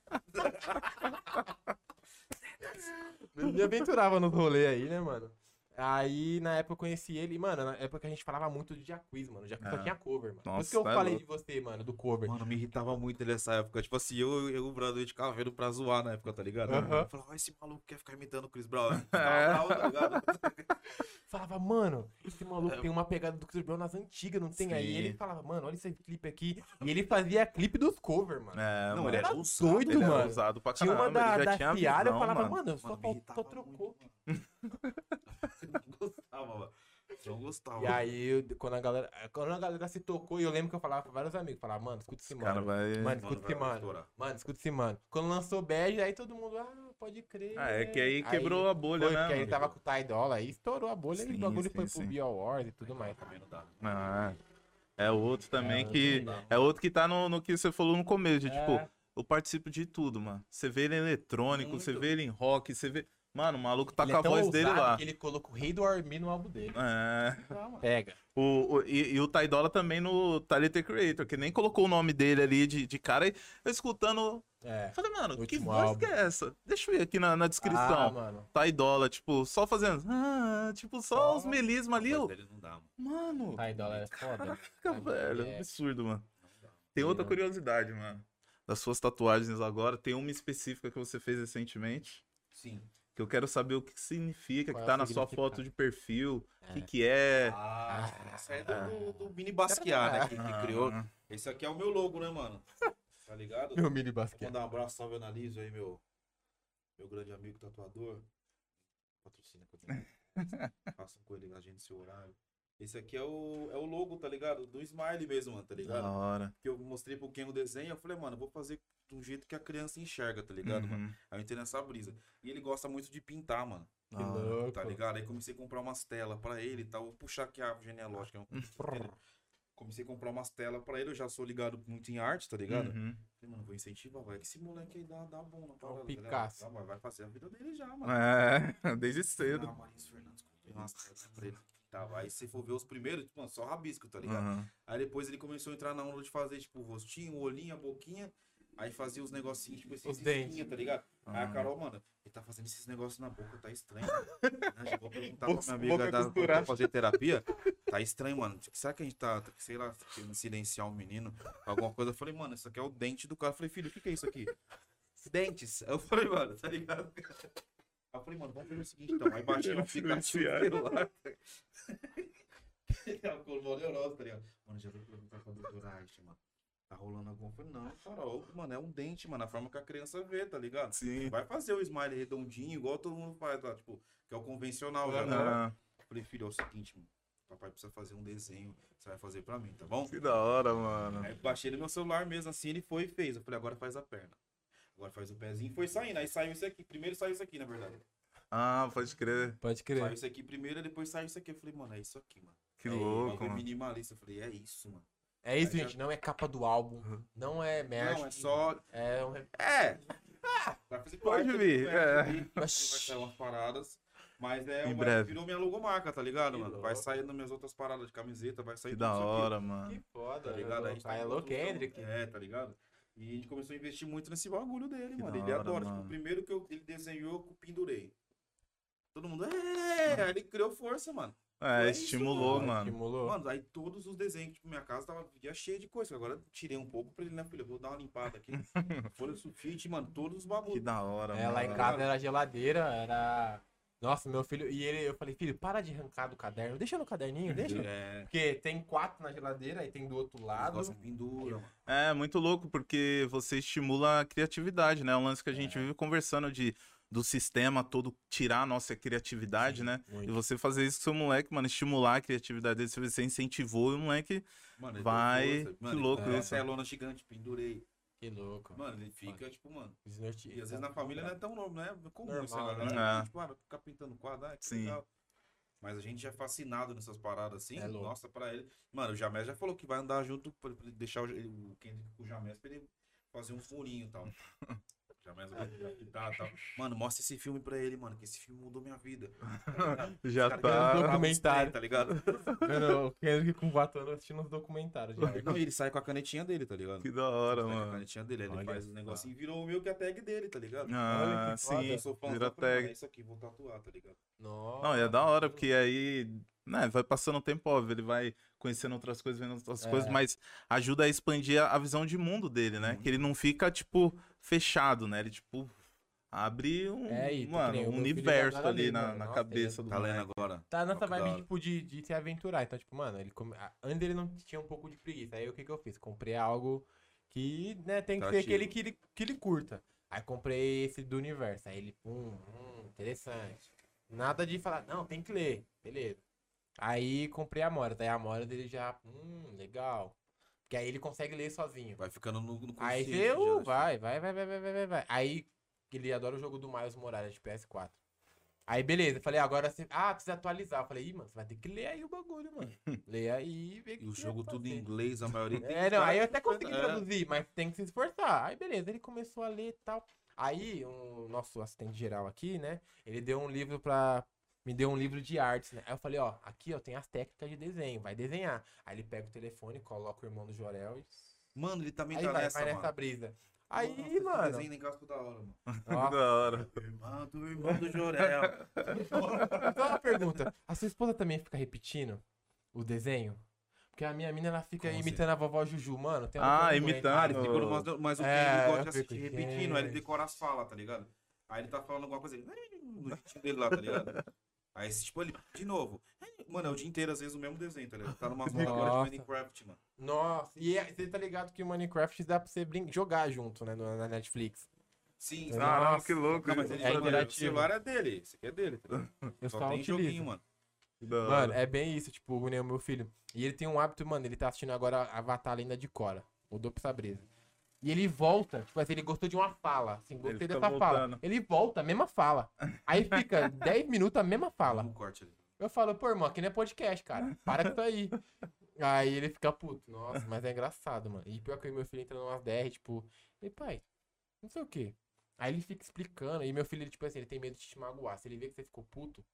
A: Eu é. me aventurava nos rolês aí, né, mano? Aí, na época, eu conheci ele. e, Mano, na época a gente falava muito de Jaquiz, mano. Jaquiz só
B: Ah.
A: tinha cover, mano. Por
B: Nossa,
A: isso que eu
B: tá
A: falei
B: louco.
A: de você, mano, do cover.
C: Mano, me irritava muito nessa época. Tipo assim, eu eu e o Bradu, a gente ficava vendo pra zoar na época, tá ligado?
A: Aham.
C: Eu falava, "Ó, esse maluco quer ficar imitando o Chris Brown. Eu
B: É.
C: ficava bravo, tá ligado?
A: Falava, mano, esse maluco tem uma pegada do Chris Brown nas antigas, não tem aí.
B: É. Sim.
A: Ele falava, mano, olha esse clipe aqui. E ele fazia clipe dos cover, mano.
B: É,
C: Não,
B: mano,
C: ele era
A: Era
C: ousado,
A: doido,
C: ele era
A: mano.
B: usado pra
A: Tinha
B: caramba,
A: uma da,
B: ele já
A: da
B: tinha a
A: Fiara, eu
B: visão,
A: falava,
B: mano.
A: mano, eu só,
C: Mano, me
A: fal-
C: irritava
A: só
C: muito,
A: trocou.
C: mano. não gostava, mano. Não gostava.
A: E aí, eu- quando a galera, quando a galera se tocou, e eu lembro que eu falava pra vários amigos, falava, mano, escuta esse
B: O cara
A: mano.
B: vai...
A: Mano,
C: Mano,
A: escuta esse
C: vai
A: mano.
C: estourar.
A: Mano, escuta esse mano. Quando lançou Bege, aí todo mundo, ah, pode crer.
B: Ah, é que aí quebrou a bolha,
A: Foi,
B: né?
A: porque aí
B: mano?
A: tava com o Ty Dolla, aí estourou a bolha e
B: Sim,
A: o bagulho
B: sim,
A: foi
B: sim.
A: pro Bio Awards e tudo mais.
C: Também não dá.
B: Ah, é outro também
A: É,
B: que...
A: não dá.
B: É outro que tá no, no que você falou no começo, de,
A: É.
B: tipo, eu participo de tudo, mano. Você vê ele em eletrônico, você
C: Muito.
B: vê ele em rock, você vê... Mano, o maluco tá
A: Ele
B: com
A: é
B: a
A: tão
B: voz dele
A: ousado
B: lá.
A: que ele colocou o rei do Armin no álbum dele.
B: É.
A: Pega.
B: O, o- e, e o Ty Dolla também no Tyler The Creator, que nem colocou o nome dele ali de, de cara. E eu escutando,
A: É.
B: eu falei, mano, que
A: Último
B: voz
A: álbum.
B: que é essa? Deixa eu ir aqui na, na
A: Ah,
B: descrição.
A: mano.
B: Ty Dolla, tipo, só fazendo. ah, tipo, só
A: Só-
B: os melismos ali.
C: Mas
B: eu,
C: Ele não dá, mano.
B: Mano,
A: Tá, dólar é foda.
B: caraca, velho.
A: é.
B: Absurdo, mano. Tem
A: Sim,
B: outra
A: mano.
B: curiosidade, mano. Das suas tatuagens agora, tem uma específica que você fez recentemente.
C: Sim.
B: Que eu quero saber o que que significa,
A: Qual
B: que
A: é
B: tá
A: o
B: na sua
A: significado?
B: foto de perfil, o
A: É.
B: que que é.
C: Ah, essa é do, do Mini Basquiat, né? Que, que criou. Esse aqui é o meu logo, né, mano? Tá ligado?
A: Meu mini
C: Quer
A: basquete.
C: mandar um abraço, salve analiso aí, meu, meu grande amigo tatuador. Patrocina com Façam com ele, a gente seu horário. Esse aqui é o, é o logo, tá ligado? Do Smile mesmo, mano, tá
B: Da
C: ligado?
B: hora.
C: Que eu mostrei pro Ken o desenho, eu falei, mano, eu vou fazer de um jeito que a criança enxerga, tá ligado, mano?
B: Uhum.
C: Aí eu entrei nessa brisa. E ele gosta muito de pintar, mano,
B: Da
A: Que
B: hora.
A: louco.
C: tá ligado? Aí comecei a comprar umas telas pra ele e tal. Vou puxar aqui a árvore genealógica. né? Comecei a comprar umas telas pra ele, eu já sou ligado muito em arte, tá ligado?
B: Uhum.
C: Falei, mano, vou incentivar, vai que esse moleque aí dá, dá bom na parada. tá ligado?
A: Picasso.
C: Dá, vai- vai fazer a vida dele já, mano.
B: É, desde
C: Cedo.
B: cedo.
C: Ah, Marins Fernandes, comprei umas telas pra ele. Tava. Aí você for ver os primeiros, tipo, mano, só rabisco, tá ligado?
B: Uhum.
C: Aí depois ele começou a entrar na onda de fazer, tipo, o rostinho, o olhinho, a boquinha. Aí fazia os negocinhos, tipo, esses
A: Os dentes.
C: risquinhos, tá ligado? Aí a
B: Ah.
C: Carol, mano, ele tá fazendo esses negócios na boca, tá estranho. mano. Né? Já vou perguntar pra
B: Boca-
C: minha amiga
B: boca
C: da, pra
B: costurada.
C: fazer terapia. Tá estranho, mano. Será que a gente tá, sei lá, querendo silenciar o menino? Alguma coisa. Eu falei, mano, isso aqui é o dente do cara. Eu falei, filho, o que que é isso aqui? Dentes. Aí Eu falei, mano, tá ligado? Aí eu falei, mano, vamos fazer o seguinte, então. Aí baixei um
B: querendo
C: aplicativo
B: silenciar.
C: celular. Ele é uma coluna neurosa, tá ligado? Mano, já vou perguntar pra doutora Arte, mano. Tá rolando alguma coisa? Não, farol, mano, é um dente, mano, a forma que a criança vê, tá ligado?
B: Sim.
C: Vai fazer o smile redondinho, igual todo mundo faz lá, tipo, que é o convencional, já, né?
B: Ah,
C: Falei, filho, é o seguinte, mano, papai precisa fazer um desenho, você vai fazer pra mim, tá bom?
B: que da hora, mano.
C: Aí eu baixei no meu celular mesmo, assim, ele foi e fez. Eu falei, agora faz a perna. Agora faz o pezinho, foi saindo, aí saiu isso aqui, primeiro saiu isso aqui, na verdade.
B: Ah, pode crer.
A: Pode
C: Saiu
A: crer.
C: isso aqui primeiro, depois saiu isso aqui. Eu falei, mano, é isso aqui, mano.
B: Que
C: Aí,
B: louco,
C: bagulho
B: mano.
C: minimalista. Eu falei, é isso, mano.
A: É isso,
C: Aí já-
A: gente. Não é capa do
B: Uhum.
A: álbum. Não é merda.
C: Não, é só.
A: É um.
C: É! Vai fazer
B: Pode
C: parte,
B: vir,
C: vai
B: é.
C: vir, Vai sair umas paradas. Mas é
B: Em
C: uma-
B: breve.
C: virou minha logomarca, tá ligado,
A: Que
C: mano? Vai
A: louco.
C: sair nas minhas outras paradas um de camiseta, vai sair
B: Que
C: tudo
B: da
C: isso aqui,
B: hora, mano.
A: Que foda, né,
C: Tá ligado? A gente tá em
A: Hello
C: construção.
A: Ah, é Kendrick.
C: É, tá ligado? E a gente começou a investir muito nesse bagulho dele,
B: Que
C: mano.
B: da
C: Ele
B: hora,
C: adora. Tipo,
B: mano.
C: o primeiro que eu- ele desenhou, eu pendurei. Todo mundo, é! Aí ele criou força, mano.
B: É,
C: É isso,
B: estimulou,
C: mano.
B: mano.
A: Estimulou.
C: Mano, aí todos os desenhos, tipo, minha casa tava já cheia de coisa. Agora eu tirei um pouco pra ele, né, filho? Eu vou dar uma limpada aqui. Folha sulfite, mano, todos os
B: Que
C: bagulhos.
B: da hora,
A: É,
B: mano.
A: lá em casa era geladeira, era. Nossa, meu filho. E ele, eu falei, filho, para de arrancar do caderno. Deixa no caderninho, deixa.
C: É,
A: Porque tem quatro na geladeira e tem do outro
C: eles
A: lado.
C: gostam de pendura, mano.
B: É, muito louco, porque você estimula a criatividade, né? É um lance que a gente vive conversando de do sistema todo tirar a nossa criatividade, né? E
A: Muito.
B: você fazer isso com seu moleque, mano, estimular a criatividade dele, se você incentivou e o moleque.
C: Mano, ele
B: Vai,
C: deu força.
B: que louco
C: ele,
B: isso.
C: Essa é a lona gigante, pendurei.
A: Que louco.
C: Mano, ele fica, tipo, mano.
A: Desnorteado.
C: E às vezes na família não é tão normal, não é comum isso
A: Normal,
C: agora,
B: né?
C: né?
B: É.
C: Tipo, ah, ficar pintando quadro, ah, que
B: Sim.
C: legal. Mas a gente é fascinado nessas paradas assim.
A: É louco.
C: Nossa, pra ele. Mano, o Jamés já falou que vai andar junto, pra pra deixar o, o Kendrick com o Jamés pra ele fazer um furinho e tal. O Jamés vai pintar e tal. Mano, mostra esse filme pra ele, mano, que esse filme mudou minha vida.
B: Já
C: Cara,
A: tá-
B: tá.
C: Tava uns três,
A: Documentário.
C: Tá ligado?
A: Mano, o Kendrick com 4 anos assistindo os documentários. Já.
C: Não, e ele sai com a canetinha dele, tá ligado?
B: Que da hora,
C: Sai com a
B: mano.
C: canetinha dele, aí ele
A: Olha
C: faz
A: só.
C: o negocinho e virou o meu que é a tag dele, tá ligado?
B: Ah,
A: que foda.
B: sim.
C: Eu sou fã,
B: Vira
C: sou fã, mano,
B: tag.
C: é isso aqui, vou tatuar, tá ligado?
A: Nossa.
B: Não, e é da hora, porque aí, né, vai passando o tempo, óbvio, ele vai conhecendo outras coisas, vendo outras
A: É.
B: coisas, mas ajuda a expandir a a visão de mundo dele, né?
A: Uhum.
B: Que ele não fica, tipo, fechado, né? Ele, tipo, abre um,
A: É, e tu
B: mano,
A: que nem o
B: um
A: meu filho
B: universo
A: agora
B: ali
A: ali,
B: na,
A: mano.
B: na
A: Nossa, é
B: cabeça do
C: Tá
B: moleque.
C: lendo agora?
A: Tá nessa
C: Ó, que da
A: vibe,
C: hora.
A: tipo, de, de se aventurar. Então, tipo, mano, ele come... a- antes ele não tinha um pouco de preguiça. Aí o que que eu fiz? Comprei algo que, né, tem que ser
C: Atrativo.
A: aquele que ele, que ele curta. Aí comprei esse do universo. Aí ele, hum, hum, interessante. Nada de falar, não, tem que ler. Beleza. Aí comprei a Amora. Daí a Amora dele já, hum, legal. Porque aí ele consegue ler sozinho.
C: Vai ficando no, no
A: Aí
C: consciente
A: você,
C: já,
A: uh,
C: né?
A: vai, vai, vai, vai, vai, vai, vai, vai. Aí ele adora o jogo do Miles Morales de PS4. Aí beleza, eu falei, agora você. Ah, precisa atualizar. Eu falei, ih, mano, você vai ter que ler aí o bagulho, mano. Lê aí e vê o que
C: E o
A: você
C: jogo
A: vai
C: tudo em
A: fazer.
C: inglês, a maioria.
A: É, não, aí eu até consegui
C: É.
A: traduzir, mas tem que se esforçar. Aí beleza, ele começou a ler e tal. Aí, o nosso assistente geral aqui, né? Ele deu um livro pra. Me deu um livro de artes, né? Aí eu falei, ó, aqui, ó, tem as técnicas de desenho, vai desenhar. Aí ele pega o telefone, coloca o irmão do Jorel e.
C: Mano, ele também
A: Aí
C: tá
A: vai,
C: nessa,
A: vai
C: mano.
A: nessa brisa.
C: Nossa,
A: Aí,
C: esse
A: mano.
C: Desenho é em casa toda hora, mano.
A: ó,
B: Da hora.
C: Irmão do irmão do Jorel.
A: Só uma pergunta. Então, A sua esposa também fica repetindo o desenho? Porque a minha mina, ela fica
C: Como assim?
A: imitando a vovó Juju, mano. Tem
B: Ah,
A: uma coisa doente.
B: imitando.
C: Ah, ele fica numa- Mas o que
A: É,
C: ele gosta
A: eu
C: de assistir
A: fico,
C: repetindo, aí ele
A: gente.
C: decora as falas, tá ligado? Aí ele tá falando alguma coisa, ele- no jeitinho dele lá, tá ligado? Aí, esse tipo, ele, de novo. Mano, é o dia inteiro, às vezes, o mesmo desenho, tá ligado? Tá numa zona agora
A: Nossa.
C: de Minecraft, mano.
A: Nossa, e é- você tá ligado que o Minecraft dá pra você brin- jogar junto, né, no- na Netflix.
C: Sim,
A: Nossa.
C: sabe?
B: Caralho, que louco.
C: Não, mas
B: isso.
C: ele
A: É
C: joga- o
A: interativo.
C: celular é dele, esse aqui é dele, tá ligado?
A: Eu
C: Só,
A: só,
C: tem
A: utilizo.
C: joguinho, mano.
B: Da hora.
A: Mano, é bem isso, tipo, o Neo, meu filho. E ele tem um hábito, mano, ele tá assistindo agora Avatar Lenda de Cora, o Dope Sabreza. E ele volta, tipo assim, ele gostou de uma fala, assim, gostei
B: fica
A: dessa fala.
B: voltando.
A: Ele volta, a mesma fala. Aí fica 10 minutos a mesma fala.
C: Um corte ali.
A: Eu falo, pô, irmão, aqui não é podcast, cara. Para com isso aí. aí ele fica puto. Nossa, mas é engraçado, mano. E pior que eu e meu filho entrando umas 10, tipo, e pai, não sei o quê. Aí ele fica explicando. E meu filho, ele, tipo assim, ele tem medo de te magoar. Se ele vê que você ficou puto,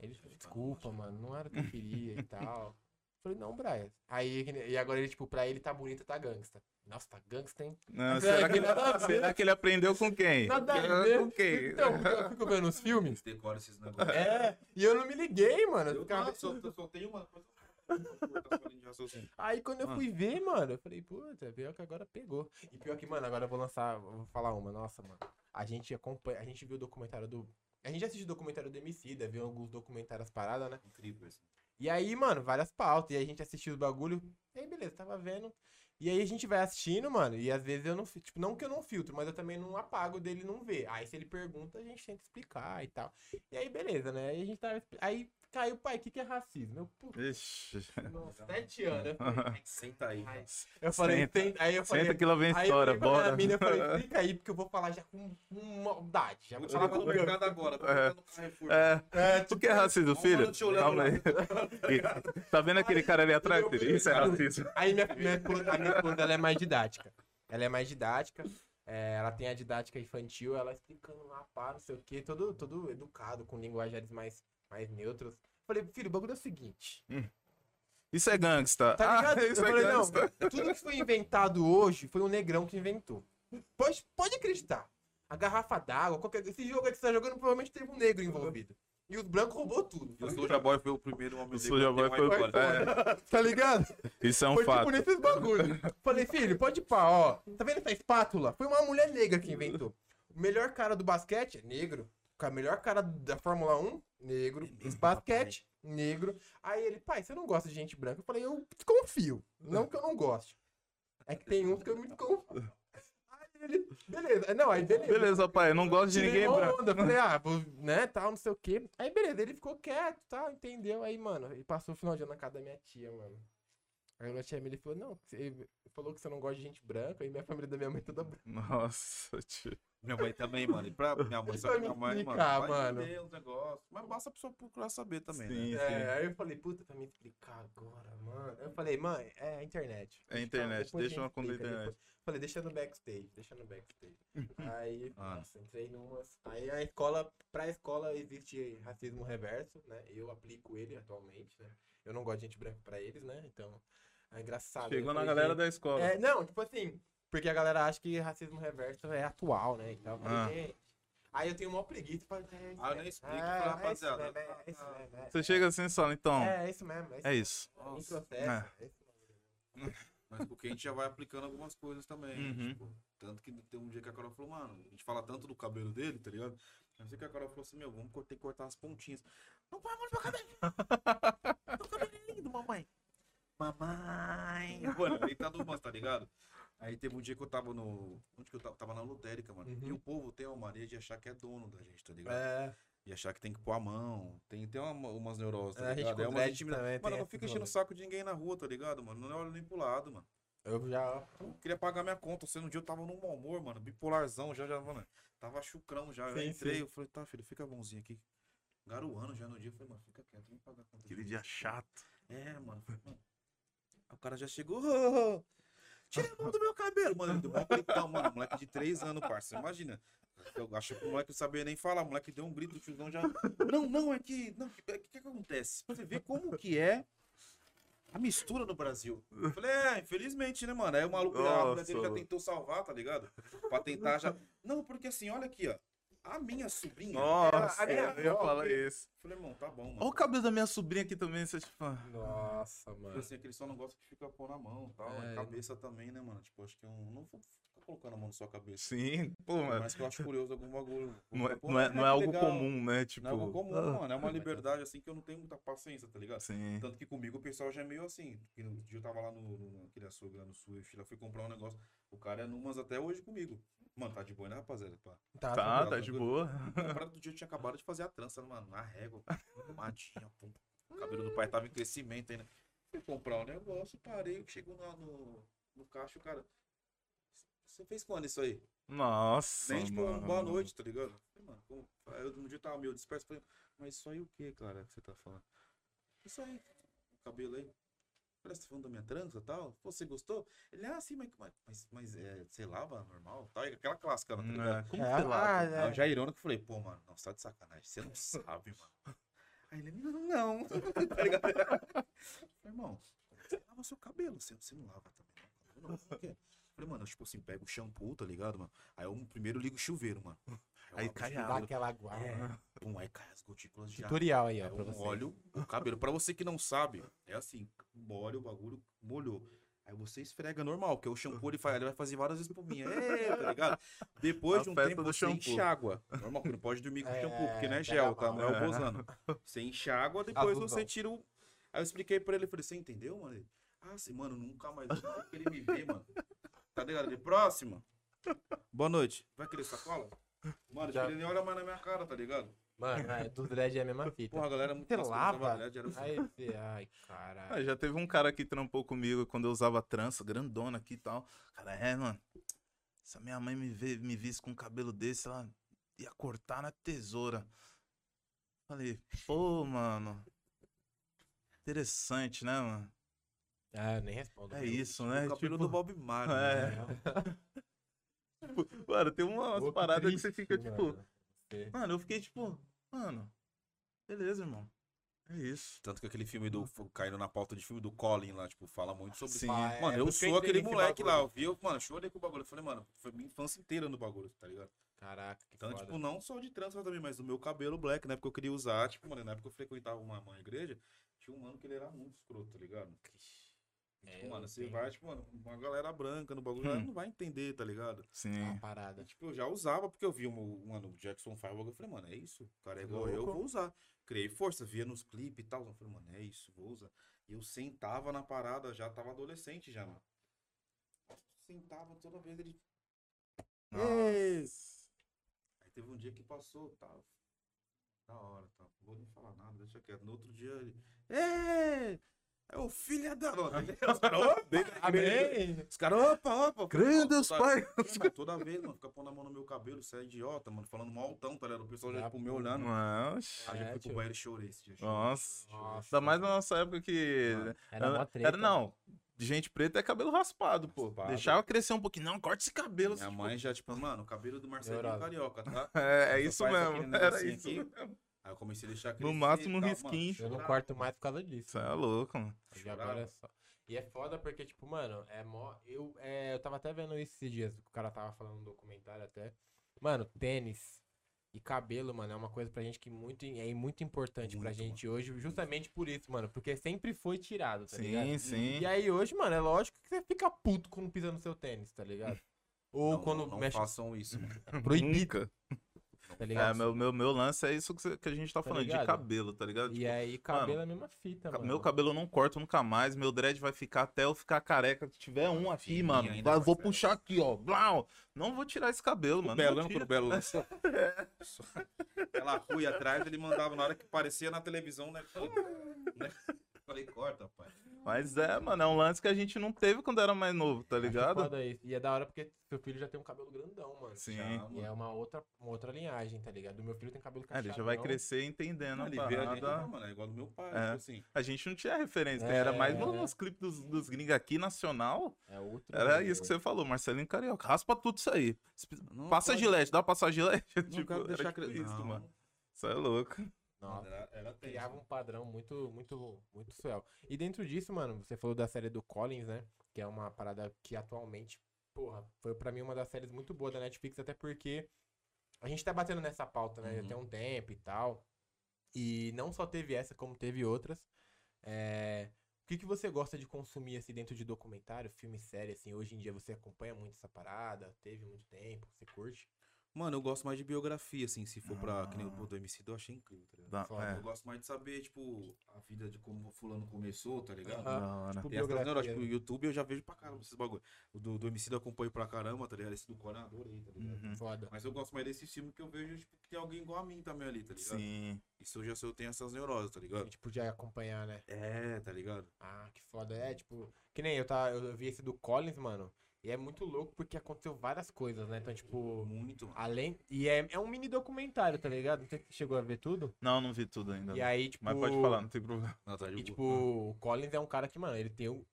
A: ele fala, desculpa, mano, não era o que eu queria e tal. Eu falei, não, Brian. Aí, que nem- e agora ele, tipo, pra ele tá bonita, tá gangsta. Nossa, tá gangsta, hein?
B: Não,
A: é
B: será,
A: que
B: que,
A: nada a ver.
B: será que ele aprendeu com quem?
A: Nada a
B: Ah,
A: ver.
B: Com quem?
A: Então, eu fico vendo os filmes.
C: Eles decoram esses negócios.
A: É, e eu não me liguei, mano. Eu
C: Eu,
A: ficava-
C: cara, só, eu só tenho uma coisa. Eu vou cortar sua linha de raciocínio.
A: Aí quando eu
B: Ah.
C: Mano.
A: fui ver, mano, eu falei, puta, pior que agora pegou. E pior que, mano, agora eu vou lançar, eu vou falar uma, nossa, mano. A gente acompanha, a gente viu o documentário do. A gente assistiu o documentário do Emicida, viu alguns documentários paradas, né?
C: Incrível, assim.
A: E aí, mano, várias pautas. E aí a gente assistiu os bagulho. E aí, beleza, tava vendo. E aí a gente vai assistindo, mano. E às vezes eu não. fi- Tipo, não que eu não filtro, mas eu também não apago dele não ver. Aí se ele pergunta, a gente tenta explicar e tal. E aí, beleza, né? Aí a gente tava. Aí caiu, pai, o que, que é racismo? Eu, puta,
B: Ixi.
A: nossa, sete anos. Eu falei, ai,
C: Senta aí.
A: ai. Eu falei,
B: Senta.
A: "Tem-" aí eu falei,
B: Senta que lá vem a
A: aí eu falei
B: história,
A: pra minha
B: bora.
A: mina, eu falei, fica aí, porque eu vou falar já com, com maldade. Já
C: Eu
A: vou
C: vou
A: falar
C: tirar
A: com
C: pelo
A: o
C: mercado agora. Tô
B: É.
C: é. no Carrefour.
B: É,
A: É,
B: tu que é racismo, filho?
C: te olhando
B: Calma
C: lá.
B: aí. tá vendo aquele cara ali atrás?
A: Meu
B: filho? Isso é
A: Deus.
B: racismo.
A: Aí minha, minha esposa, a minha esposa, ela é mais didática. Ela é mais didática. é, ela tem a didática infantil, ela explicando lá, pá, não sei o quê, todo, todo educado, com linguagens mais, mais neutros. Falei, filho, o bagulho é o seguinte.
B: Isso é gangsta.
A: Tá ligado?
B: Ah,
A: eu
B: isso é
A: falei, não,
B: gangsta.
A: tudo que foi inventado hoje foi um negrão que inventou. Pode, pode acreditar. A garrafa d'água, qualquer. Esse jogo que você tá jogando provavelmente teve um negro envolvido. E os brancos roubou tudo.
C: E o Soulja Boy foi o primeiro homem
B: O
C: negro
B: Soulja
C: que tem
B: Boy foi o-
C: white collar.
B: é,
A: Tá ligado?
B: Isso é um
A: Foi tipo
B: fato.
A: nesses bagulho. Falei, filho, pode ir pra, ó. Tá vendo essa espátula? Foi uma mulher negra que inventou. O melhor cara do basquete, negro. Com a melhor cara da Fórmula 1, negro. basquete, negro. Aí ele, pai, você não gosta de gente branca? Eu falei, eu desconfio. Não que eu não goste. É que tem uns que eu me desconfio. Aí ele, beleza. Não, aí
B: né?
A: beleza.
B: Beleza, pai, eu não gosto de
A: Tirei
B: ninguém
A: mó
B: branco.
A: onda, falei, ah, vou, né, tal, não sei o quê. Aí, beleza, ele ficou quieto, tal, entendeu? Aí, mano, ele passou o final de ano na casa da minha tia, mano. Aí minha tia Emily falou, não, você falou que você não gosta de gente branca, e minha família da minha mãe é toda branca.
B: Nossa, tio.
C: Minha mãe também, mano. E pra minha mãe, só
A: Vai
C: que
A: me
C: minha mãe, mano.
A: explicar,
C: vai
A: Ah, mano.
C: entender os negócios. Mas basta a pessoa procurar saber também, né?
B: Sim,
A: É,
B: sim.
A: aí eu falei, puta, pra me explicar agora, mano. Eu falei, mãe, é a internet.
B: É a internet,
A: Depois a
B: deixa
A: gente
B: uma conta da
A: explica,
B: internet.
A: depois. Falei, deixa no backstage, deixa no backstage. aí,
C: Ah.
A: nossa, entrei numas. Aí a escola, pra escola existe racismo reverso, né? Eu aplico ele atualmente, né? Eu não gosto de gente branca pra eles, né? Então, é engraçado.
B: Chegou
A: Eu
B: na
A: falei,
B: galera
A: gente,
B: da escola.
A: É, não, tipo assim, porque a galera acha que racismo reverso é atual, né? Então, eu falei,
B: Ah.
A: gente. Aí eu tenho uma preguiça pra. É, isso
C: Ah, eu
A: mesmo.
C: nem explico pra
A: Ah,
C: rapaziada.
A: É isso mesmo, é isso mesmo.
B: Você chega assim e fala, então,
A: É, é isso mesmo. É isso.
B: é isso.
A: mesmo, nem
C: Nossa.
A: processa, é isso mesmo.
C: Mas porque a gente já vai aplicando algumas coisas também.
B: Uhum.
C: Tipo, tanto que tem um dia que a Carol falou, mano, a gente fala tanto do cabelo dele, tá ligado? Mas sei que a Carol falou assim, meu, vamos cor- ter que cortar as pontinhas. Não vai, mano, meu cabelo! meu cabelo é lindo, mamãe! Mamãe! Mano, ele tá no mas, tá ligado? Aí teve um dia que eu tava no. Onde que eu tava? Tava na lotérica, mano.
A: Uhum.
C: E o povo tem uma mania de achar que é dono da gente, tá ligado?
A: É.
C: E achar que tem que pôr a mão. Tem, tem uma- umas neuroses,
A: É,
C: tá
A: a gente
C: ligado? É
A: com
C: uma
A: dread
C: intimidade.
A: também
C: Mano,
A: tem
C: eu não
A: esses
C: fico enchendo o
A: rolês.
C: saco de ninguém na rua, tá ligado, mano? Não olho nem pro lado, mano.
A: Eu já.
C: Eu queria pagar minha conta. Sendo um dia eu tava num mau humor, mano. Bipolarzão, já, já, mano. Tava chucrão já.
A: Sim,
C: eu entrei,
A: sim.
C: eu falei, tá, filho, fica bonzinho aqui. Garoando já no dia, eu falei, mano, fica quieto, vem pagar a conta.
B: Aquele dia chato.
C: É, mano. eu falei, mano. Aí O cara já chegou. "Ô, ô, ô, Tira a mão do meu cabelo, mano. Do moleque, então, mano, moleque de três anos, parça. Imagina. Eu acho que o moleque não sabia nem falar. O moleque deu um grito, o tiozão já. Não, não, é que. Não, o que, é que, que acontece? Pra você ver como que é a mistura no Brasil. Eu falei, é, infelizmente, né, mano? Aí o maluco a mulher dele
B: Nossa.
C: já tentou salvar, tá ligado? Pra tentar já. Não, porque assim, olha aqui, ó. A minha sobrinha.
B: Nossa,
C: a minha
B: eu ia
C: avó,
B: falar
C: eu
B: isso.
C: falei, irmão, tá bom, mano.
B: Olha o cabelo da minha sobrinha aqui também, você tipo. ah,
A: Nossa,
C: Tipo
A: mano.
C: assim, aquele só não gosta que fica pôr na mão e tal.
A: É.
C: e cabeça também, né, mano? Tipo, acho que eu não vou ficar colocando a mão na sua cabeça.
B: Sim, pô, mano.
C: Mas que eu acho curioso algum bagulho.
B: é. Não é,
C: Pô,
B: não é,
C: né,
B: não é
C: que
B: algo
C: legal.
B: comum, né? Tipo.
C: Não é algo comum,
B: ah,
C: mano. É uma liberdade, assim, que eu não tenho muita paciência, tá ligado?
B: Sim.
C: Tanto que comigo o pessoal já é meio assim. Porque no dia eu tava lá no, no, naquele açougue lá no Swift, lá fui comprar um negócio. O cara é numas até hoje comigo. Mano, tá de boa, né, rapaziada? Pá.
B: Tá, tá
C: tranquilo,
B: de
C: tranquilo.
B: boa.
C: Na parada do dia eu tinha acabado de fazer a trança, mano, na régua, arrumadinha, pum. O cabelo do pai tava em crescimento ainda. Fui comprar um negócio, parei, chegou lá no, no caixa, o cara. Você fez quando isso aí?
B: Nossa.
C: Nem tipo, um
B: mano.
C: boa noite, tá ligado? Eu Falei, mano, como... Aí eu, no dia eu tava meio disperso, falei, mas isso aí o que, cara, que você tá falando? Isso aí, o cabelo aí. Parece que você tá falando da minha trança e tal. Pô, você gostou? Ele, ah, sim, mas, mas, mas é, sei lá, mano, normal. Tá, aquela clássica, tá ligado?
B: É, como
A: É,
B: sei lá.
A: ah,
B: tá-
A: é.
C: Aí eu já irônico falei, pô, mano, não, você tá de sacanagem, você não sabe, mano. Aí ele, não, não. tá ligado? Eu falei, Irmão, você lava seu cabelo, você, você não lava também, né? não. Eu não, por quê? Eu Falei, mano, eu, tipo assim, pego o shampoo, tá ligado, mano? Aí eu primeiro ligo o chuveiro, mano. eu
B: Aí
C: lavo o
B: cai a
C: chuveiro,
B: água.
A: Dá aquela guarda.
C: Pum, aí cai as gotículas de água.
A: Tutorial aí, ó,
C: É
A: pra
C: um
A: você.
C: óleo, o cabelo. Pra você que não sabe, é assim, molha o bagulho, molhou. Aí você esfrega normal, porque o shampoo ele, faz, ele vai fazer várias espuminhas. É, tá ligado? Depois
B: A
C: de um
B: festa
C: tempo
B: do
C: você
B: shampoo.
C: enxágua. Normal, que não pode dormir com
A: É,
C: shampoo, porque não é
A: pega
C: gel, tá?
A: mal.
C: Não é o
B: É.
C: bozano. Você enxágua, depois
A: Azulzão.
C: você tira o... Aí eu expliquei pra ele, falei, você entendeu, mano? Ele, ah, sim, mano, nunca mais vou que ele me vê, mano. Tá ligado? Ele, próxima. Boa noite. Vai querer sacola? Mano,
A: Já-
C: ele nem olha mais na minha cara, tá ligado?
A: Mano, é, do dread é a mesma fita.
C: Porra, a galera é muito
A: Você
C: cascuda,
A: lava?
C: na verdade, era-
A: Aí você, ai, caralho.
B: Ah, já teve um cara que trampou comigo quando eu usava trança, grandona aqui e tal. Cara, é, mano. Se a minha mãe me, vê, me visse com um cabelo desse, ela ia cortar na tesoura. Falei, pô, mano. Interessante, né, mano?
A: Ah, eu nem respondo.
B: É
A: meu.
B: isso,
C: O
B: né?
C: cabelo
B: Tipo,
C: do Bob Marley.
B: É.
A: um
C: né?
B: Mano, tem umas
A: Pô,
B: paradas que você
A: triste,
B: fica, tipo.
A: mano. Você-
B: Mano, eu fiquei tipo, mano, beleza, irmão. É isso.
C: Tanto que aquele filme
A: Hum.
C: do. Caindo na pauta de filme do Colin lá, tipo, fala muito sobre
B: Sim.
A: Ah, é,
C: Mano, eu
A: porque
C: sou
A: entrei
C: aquele
A: nesse
C: moleque lá,
A: bagulho.
C: eu vi, eu, mano, chorei com o bagulho. Eu falei, mano, foi minha infância inteira no bagulho, tá ligado?
A: Caraca, que
C: Então,
A: foda.
C: tipo, não só de trança também, mas do meu cabelo black, né? Porque eu queria usar, tipo, mano, na época eu frequentava uma, uma igreja, tinha um mano que ele era muito escroto, tá ligado?
A: É,
C: Tipo,
A: eu
C: mano, você
A: entendo.
C: vai, tipo, mano, uma galera branca no bagulho, ela
B: Hum.
C: não vai entender, tá ligado?
A: Ah, uma
B: Sim.
C: E,
A: parada.
C: tipo, eu já usava, porque eu vi um, mano, o Jackson Fireball, eu falei, mano, é isso, o cara é
A: Que
C: igual eu,
A: louco.
C: vou usar. Criei força, via nos clipes e tal, eu falei, mano, é isso, vou usar. E eu sentava na parada, já tava adolescente já, mano. Sentava toda vez, ele... Aí teve um dia que passou, tal, da hora, tal, vou nem falar nada, deixa quieto. No outro dia, ele... É! É o filho da... Os caras, opa! Os caras, opa, opa!
B: Grandes
C: Puta-
B: pai.
C: Falei, mano, toda vez, mano, fica pondo a mão no meu cabelo, você é idiota, mano, falando mal altão, tá ligado? O pessoal já,
A: Ah,
C: tipo, me
A: pô.
C: olhando.
B: Nossa.
C: Aí eu
A: É,
C: fui
A: tio.
C: pro banheiro e chorei esse dia. chorei.
B: Nossa.
A: Nossa.
B: Ainda mais na nossa época que.
C: Mano,
A: Era uma treta.
B: Era não. Gente preta é cabelo raspado, pô.
C: Raspado.
B: Deixava crescer um pouquinho. Não, corta esse cabelo.
C: Minha
B: tipo,
C: mãe já, tipo, mano, o cabelo do Marcelinho
A: Neurose.
C: Carioca, tá?
B: É, é
C: Meu
B: isso
C: pai tá
B: mesmo.
C: querendo
B: Era
C: negocinho
B: isso.
C: aqui.
B: mesmo.
C: Aí eu comecei a deixar
B: No
C: crescer
B: máximo
C: e
B: um
C: tal,
B: risquinho.
C: mano,
A: Eu não
C: chorava,
A: corto
C: mano.
A: mais por causa disso.
B: Isso é louco, mano.
A: E agora é só. E é foda porque, tipo, mano, é mó. Eu, é, eu tava até vendo isso esses dias, o cara tava falando no documentário até. Mano, tênis e cabelo, mano, é uma coisa pra gente que muito, é muito importante pra
C: Muito,
A: gente hoje, justamente por isso, mano, porque sempre foi tirado, tá ligado?
B: Sim, sim.
A: E aí hoje, mano, é lógico que você fica puto quando pisa no seu tênis, tá ligado? Ou
C: Não,
A: quando
C: não, não
A: mexe,
C: façam isso, mano.
A: proibido,
B: Nunca.
A: tá
B: É,
A: ligado?
B: meu, meu, meu lance é isso que você- que a gente tá,
A: Tá
B: falando,
A: ligado?
B: de cabelo, tá ligado?
A: E aí, cabelo é a mesma fita,
B: Ca-
A: mano.
B: Meu cabelo eu não corto nunca mais, meu dread vai ficar até eu ficar careca. Se tiver um aqui,
C: Sim,
B: mano,
C: ainda
B: vai-
C: mais
B: vou
C: careca.
B: puxar aqui, ó. Blau. Não vou tirar esse cabelo, mano. não
C: Belão
B: tiro.
C: pro Belo. Só- Aquela rui atrás, ele mandava na hora que parecia na televisão, né? Pum, né? Falei, corta, pai.
B: Mas é, mano, é um lance que a gente não teve quando era mais novo, tá
A: Acho
B: ligado?
A: foda isso. E é da hora porque seu filho já tem um cabelo grandão, mano.
B: Sim.
A: Já, mano. E é uma outra, uma outra linhagem, tá ligado? O meu filho tem cabelo
B: É,
A: cacheado.
B: ele já vai crescer entendendo a
C: ele vê a gente,
B: parada.
C: ah, mano, é igual do meu pai,
B: É.
C: tipo assim.
B: A gente não tinha referência, tá? era mais
A: É.
B: nos, nos clipes dos, dos gringos aqui, nacional.
A: É outro.
B: Era
A: nível.
B: isso que você falou, Marcelinho Carioca. Raspa tudo isso aí.
C: Não
B: Passa
C: pode-
B: gilete, dá pra passar gilete.
C: Não
B: tipo,
C: quero
B: era
C: deixar
B: tipo
C: cre-
B: isso,
C: não.
B: mano. Isso é louco.
A: Nossa,
C: Era, era tenso.
A: criava um padrão muito, muito, muito surreal. E dentro disso, mano, você falou da série do Collins, né? Que é uma parada que atualmente, porra, foi pra mim uma das séries muito boas da Netflix, até porque a gente tá batendo nessa pauta, né? Já tem um tempo e tal. E não só teve essa, como teve outras. É, O que, que você gosta de consumir, assim, dentro de documentário, filme, série, assim? Hoje em dia você acompanha muito essa parada? Teve muito tempo? Você curte?
E: Mano, eu gosto mais de biografia, assim, se for pra. Que nem o
B: Ah.
E: pô, do MC, eu achei incrível, tá ligado?
B: Da,
A: Foda.
B: é,
E: Eu gosto mais de saber, tipo, a vida de como fulano começou, tá ligado?
A: Ah,
B: da hora. Uhum.
A: tipo,
E: Tem essas
A: biografia,
E: neuras, tipo,
A: né?
E: o YouTube eu já vejo pra caramba esses bagulho. O do, do MC eu acompanho pra caramba, tá ligado? Esse do Conan, adorei, tá ligado?
B: Uhum.
A: Foda.
E: Mas eu gosto mais desse filme que eu vejo, tipo, que tem alguém igual a mim também ali, tá ligado?
B: Sim.
E: Isso eu já sei, eu tenho essas neuroses, tá
A: A
E: ligado?
A: gente podia acompanhar, né?
E: É, tá ligado?
A: Ah, que foda. É, tipo, que nem eu, tá, eu vi esse do Collins, mano. E é muito louco porque aconteceu várias coisas, né? Então, tipo,
E: Muito, mano.
A: além. E é, é um mini documentário, tá ligado? Não sei se você chegou a ver tudo.
B: Não, não vi tudo ainda.
A: E
B: não.
A: aí, tipo.
B: Mas pode falar, não tem problema.
E: Não, tá
A: E,
E: de
A: tipo, o Collins é um cara que, mano, ele tem um,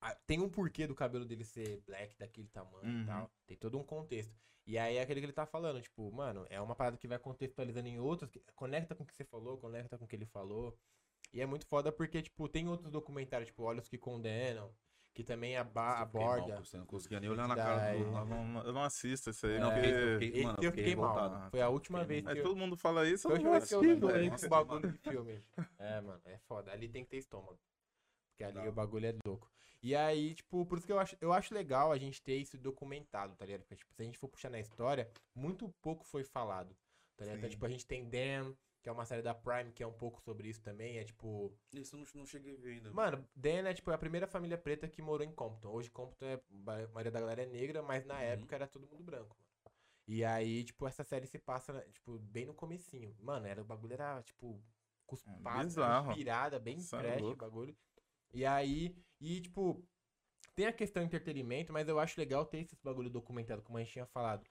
A: a- tem um porquê do cabelo dele ser black, daquele tamanho
B: Uhum.
A: e tal. Tem todo um contexto. E aí é aquele que ele tá falando, tipo, mano, é uma parada que vai contextualizando em outros, que- conecta com o que você falou, conecta com o que ele falou. E é muito foda porque, tipo, tem outros documentários, tipo, Olhos que Condenam, que também aba
E: Eu fiquei é mal,
A: aborda.
E: Você não conseguia nem olhar na
A: Da-
E: cara do.
B: Eu não, eu não assisto isso
C: É,
B: aí.
E: Não,
B: porque-
E: eu fiquei,
A: Esse
E: mano,
A: eu fiquei mal.
E: revoltado.
A: Foi a última
E: Fiquei
A: vez
B: Mas
A: que eu.
B: todo mundo fala isso,
A: Foi a
C: Então
B: eu não é né?
A: última vez que eu assim,
B: assisto,
C: né?
A: olhei
B: velho.
A: com
E: Nossa,
A: o é um bagulho de filme. É, mano, é foda. Ali tem que ter estômago. Porque ali
E: Dá.
A: o bagulho é louco. E aí, tipo, por isso que eu acho, eu acho legal a gente ter isso documentado, tá ligado? Porque, tipo, se a gente for puxar na história, muito pouco foi falado, tá ligado? Então,
B: Sim.
A: tipo, a gente tem Dan, que é uma série da Prime, que é um pouco sobre isso também. É tipo.
E: Isso eu não, não cheguei a ver ainda.
A: Mano, Dan é, tipo, a primeira família preta que morou em Compton. Hoje Compton é. A maioria da galera é negra, mas na
E: Uhum.
A: época era todo mundo branco. E aí, tipo, essa série se passa, né, tipo, bem no comecinho. Mano, era, o bagulho era, tipo, cuspada,
B: bizarro.
A: inspirada, bem
B: Isso é
A: trash o
B: louco.
A: bagulho. E aí, e tipo, tem a questão entretenimento, mas eu acho legal ter esses bagulho documentado, como a gente tinha falado.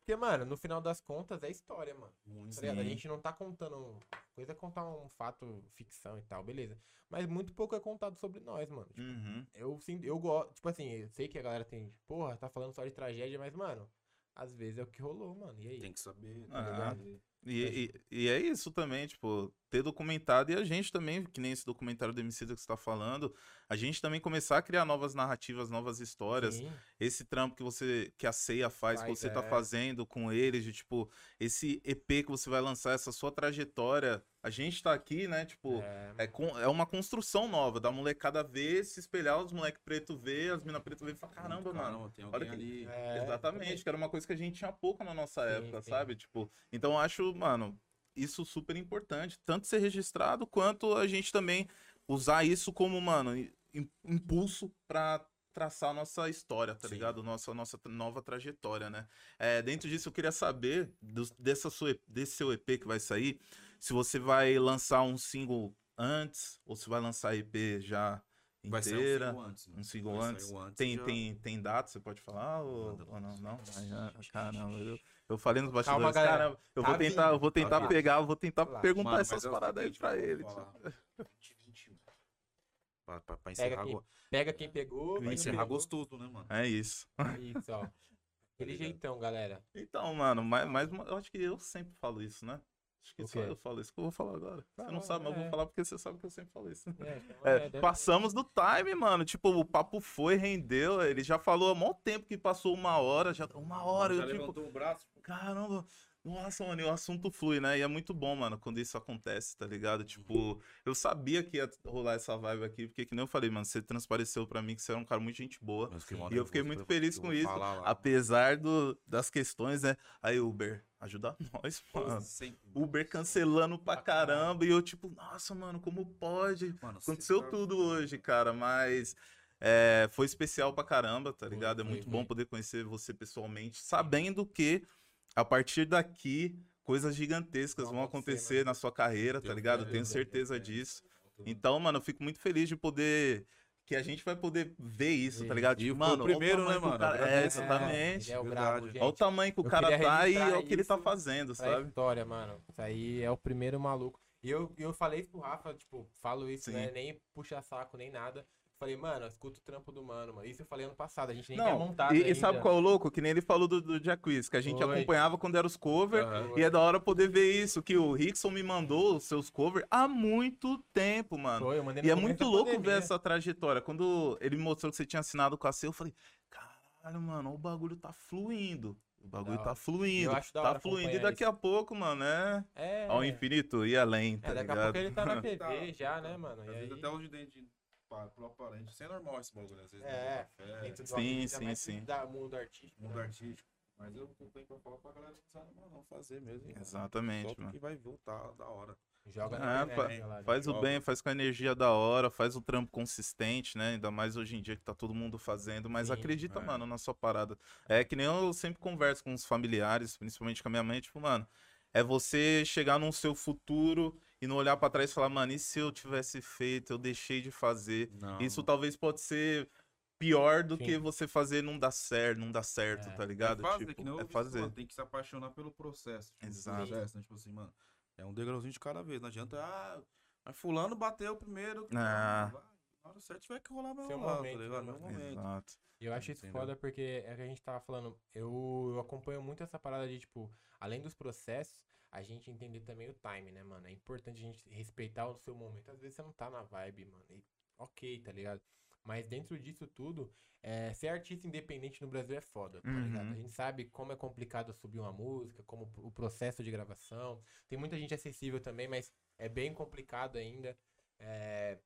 A: Porque, mano, no final das contas é história, mano.
E: Muito.
A: Tá ligado? A
B: Sim.
A: gente não tá contando. Coisa é contar um fato, ficção e tal, beleza. Mas muito pouco é contado sobre nós, mano. Tipo,
B: Uhum.
A: eu sinto, eu gosto, tipo assim, eu sei que a galera tem, porra, tá falando só de tragédia, mas, mano, às vezes é o que rolou, mano. E aí?
E: Tem que saber, tá
B: Ah,
E: ligado?
A: Né?
B: E, e, e é isso também, tipo, ter documentado e a gente também, que nem esse documentário do Emicida que você tá falando, a gente também começar a criar novas narrativas, novas histórias.
A: Sim,
B: Esse trampo que você, que a Ceia faz, que
A: Faz,
B: você tá
A: é.
B: fazendo com eles, de tipo, esse EP que você vai lançar, essa sua trajetória, a gente tá aqui, né, tipo,
A: é,
B: é, con- é uma construção nova, da molecada ver, se espelhar, os moleque preto ver, as mina preto ver e falar, caramba, mano,
E: tem
B: olha
E: alguém
B: que-
E: ali.
A: é,
B: Exatamente, que era uma coisa que a gente tinha pouco na nossa
A: Sim,
B: época,
A: sim.
B: sabe? Tipo, então eu acho, mano, isso super importante, tanto ser registrado quanto a gente também usar isso como, mano, im- impulso pra traçar a nossa história, tá
E: Sim.
B: ligado? Nossa nossa tra- nova trajetória, né? É, dentro disso eu queria saber dos- dessa sua, E- desse seu EP que vai sair, se você vai lançar um single antes ou se vai lançar EP já
E: Vai sair um
B: inteira.
E: single antes, mano.
B: Um single
E: Vai sair
B: antes.
E: um antes
B: Tem,
E: já.
B: tem, tem data, você pode falar? Ou,
E: Manda,
B: ou não? Não? Ai, ah, caramba, eu, eu falei nos bastidores.
A: Calma, galera.
B: Caramba, eu
A: Tá
B: vou tentar, eu
A: vindo,
B: vou tentar
E: vindo.
B: pegar, eu vou tentar
A: Relaxa.
B: perguntar
E: Mano,
B: essas
E: mas é o
B: paradas aí
E: seguinte,
B: pra
E: mano, eu
B: ele. tipo.
E: vou
B: tio.
E: falar. 20, 20, mano. Pra, pra, pra
A: Pega
E: encerrar,
A: aqui.
E: go-
A: Pega quem pegou,
E: pra
A: vai
E: encerrar
A: pegou.
E: gostoso, né, mano?
B: É isso.
A: Isso, ó.
B: Tá
A: Aquele
E: ligado?
A: jeitão, galera.
B: Então, mano, mais, mais uma- eu acho que eu sempre falo isso, né? Acho que
A: O
B: só
A: quê?
B: eu falo isso que eu vou falar agora. Você
A: Não,
B: não sabe, mas eu
A: é.
B: vou falar porque você sabe que eu sempre falo isso.
A: É, então,
B: É,
A: é, deve-
B: passamos do time, mano. Tipo, o papo foi, rendeu. Ele já falou há muito tempo que passou uma hora, já uma hora.
E: já
C: tá
B: Eu, tipo,
E: levantou o braço.
B: Caramba, nossa, mano, e o assunto flui, né? E é muito bom, mano, quando isso acontece, tá ligado? Tipo, eu sabia que ia rolar essa vibe aqui, porque que nem eu falei, mano, você transpareceu pra mim que você era um cara muito gente boa.
E: Mas fiquei mal
B: E eu fiquei
E: nervoso,
B: muito
E: falei,
B: feliz
E: eu
B: com
E: vou
B: isso.
E: falar lá.
B: Apesar do, das questões, né? Aí, Uber, ajuda nós,
E: Mano,
B: mano.
C: é.
E: sempre, mano.
B: Uber cancelando pra
A: Pra caralho.
B: caramba, e eu, tipo, nossa, mano, como pode?
E: Mano, você
B: Aconteceu
E: tá-
B: tudo hoje, cara, mas é, foi especial pra caramba, tá
A: Foi,
B: ligado? É
A: foi,
B: muito
A: foi.
B: bom poder conhecer você pessoalmente, sabendo que a partir daqui coisas gigantescas
A: Vão
B: vão
A: acontecer,
B: acontecer na sua carreira, tá
E: Tenho
B: ligado?
E: fé,
B: Tenho
E: tenho fé, tenho
B: certeza
E: fé.
B: disso.
E: Tudo.
B: Então, mano, eu fico muito feliz de poder que a gente vai poder ver isso, tá
A: Sim.
B: ligado?
F: E
B: Tipo,
F: foi o
B: mano, olha
F: primeiro,
B: tamanho
F: né,
B: que o
F: mano?
B: cara-
F: Agradece,
B: É,
F: né?
B: exatamente.
A: É, ele é o
F: verdade.
A: brabo, gente.
B: Olha o tamanho que o
A: Eu
B: cara
A: queria
B: tá e
A: registrar
B: olha o que ele tá
A: isso
B: fazendo,
A: Pra
B: sabe?
A: história, mano. Isso aí é o primeiro maluco. E eu, eu falei pro Rafa, tipo, falo isso,
B: Sim.
A: né? Nem puxa saco, nem nada. Falei, mano, escuta o trampo do mano, mano. Isso eu falei ano passado, a gente nem tinha
B: Não,
A: montado.
B: e, e sabe
A: ainda.
B: qual é o louco? Que nem ele falou do, do Jack Wiz, que a gente
A: Foi.
B: acompanhava quando era os covers.
F: Aham.
B: E é da hora poder ver isso, que o Rickson me mandou os seus covers há muito tempo, mano.
A: Foi, eu mandei no
B: E é
A: começo
B: muito
A: da
B: louco
A: pandemia.
B: ver essa trajetória. Quando ele me mostrou que você tinha assinado com a C, eu falei, caralho, mano, o bagulho tá fluindo. O bagulho
A: Da
B: tá
A: hora.
B: fluindo.
A: Eu acho da
B: Tá
A: hora
B: fluindo. E
A: acompanhar
B: daqui a pouco, mano, é.
A: É,
B: Ao
A: é.
B: infinito e além, tá
A: É, daqui a
B: ligado?
A: pouco ele tá na TV
C: Tá.
A: já, né, mano? E
C: Às
A: aí...
C: vezes até hoje dentro de pá, próprio parente. Isso é normal esse bagulho, às vezes. né?
A: É,
C: Café,
A: dentro do
B: Sim,
A: ainda
B: sim,
A: mais
B: sim.
A: Da mundo artístico.
C: mundo
A: né?
C: artístico. Mas eu não tenho pra falar pra galera que sabe, mano, não fazer mesmo. irmão. Só
B: Exatamente, mano.
C: porque vai voltar da hora.
A: Joga
B: É,
A: na
B: fa-
A: internet, galera.
B: Faz o
C: Joga.
B: bem, faz com a energia da hora, faz o trampo consistente, né? Ainda mais hoje em dia que tá todo mundo fazendo, mas
A: Sim,
B: acredita,
C: é.
B: mano, na sua parada. É que nem eu sempre converso com os familiares, principalmente com a minha mãe, tipo, mano, é você chegar num seu futuro e não olhar pra trás e falar, mano, e se eu tivesse feito, eu deixei de fazer?
C: Não.
B: Isso talvez pode ser pior do
A: Sim.
B: que você fazer e não dar certo, não dar certo,
A: É.
B: tá ligado?
C: É fazer,
B: Tipo,
C: que nem eu
B: é
C: disse,
B: fazer.
C: mano, tem que se apaixonar pelo processo. tipo,
B: Exato.
C: pelo processo, né? Tipo assim, mano, é um degrauzinho de cada vez. Não adianta, ah, mas fulano bateu primeiro.
B: Ah.
C: vai, Na hora certa tiver que rolar, vai
A: Seu
C: rolar,
A: momento,
C: tá
A: né,
C: ligado? Meu
A: mano?
C: momento.
B: Exato.
A: E Eu acho isso
C: Entendeu?
A: foda porque é o que a gente tava falando. Eu, eu acompanho muito essa parada de, tipo, além dos processos, a gente entender também o time, né, mano? É importante a gente respeitar o seu momento. Às vezes você não tá na vibe, mano. E ok, tá ligado? Mas dentro disso tudo, é, ser artista independente no Brasil é foda, tá ligado?
B: Uhum.
A: A gente sabe como é complicado subir uma música, como o processo de gravação. Tem muita gente acessível também, mas é bem complicado ainda. É,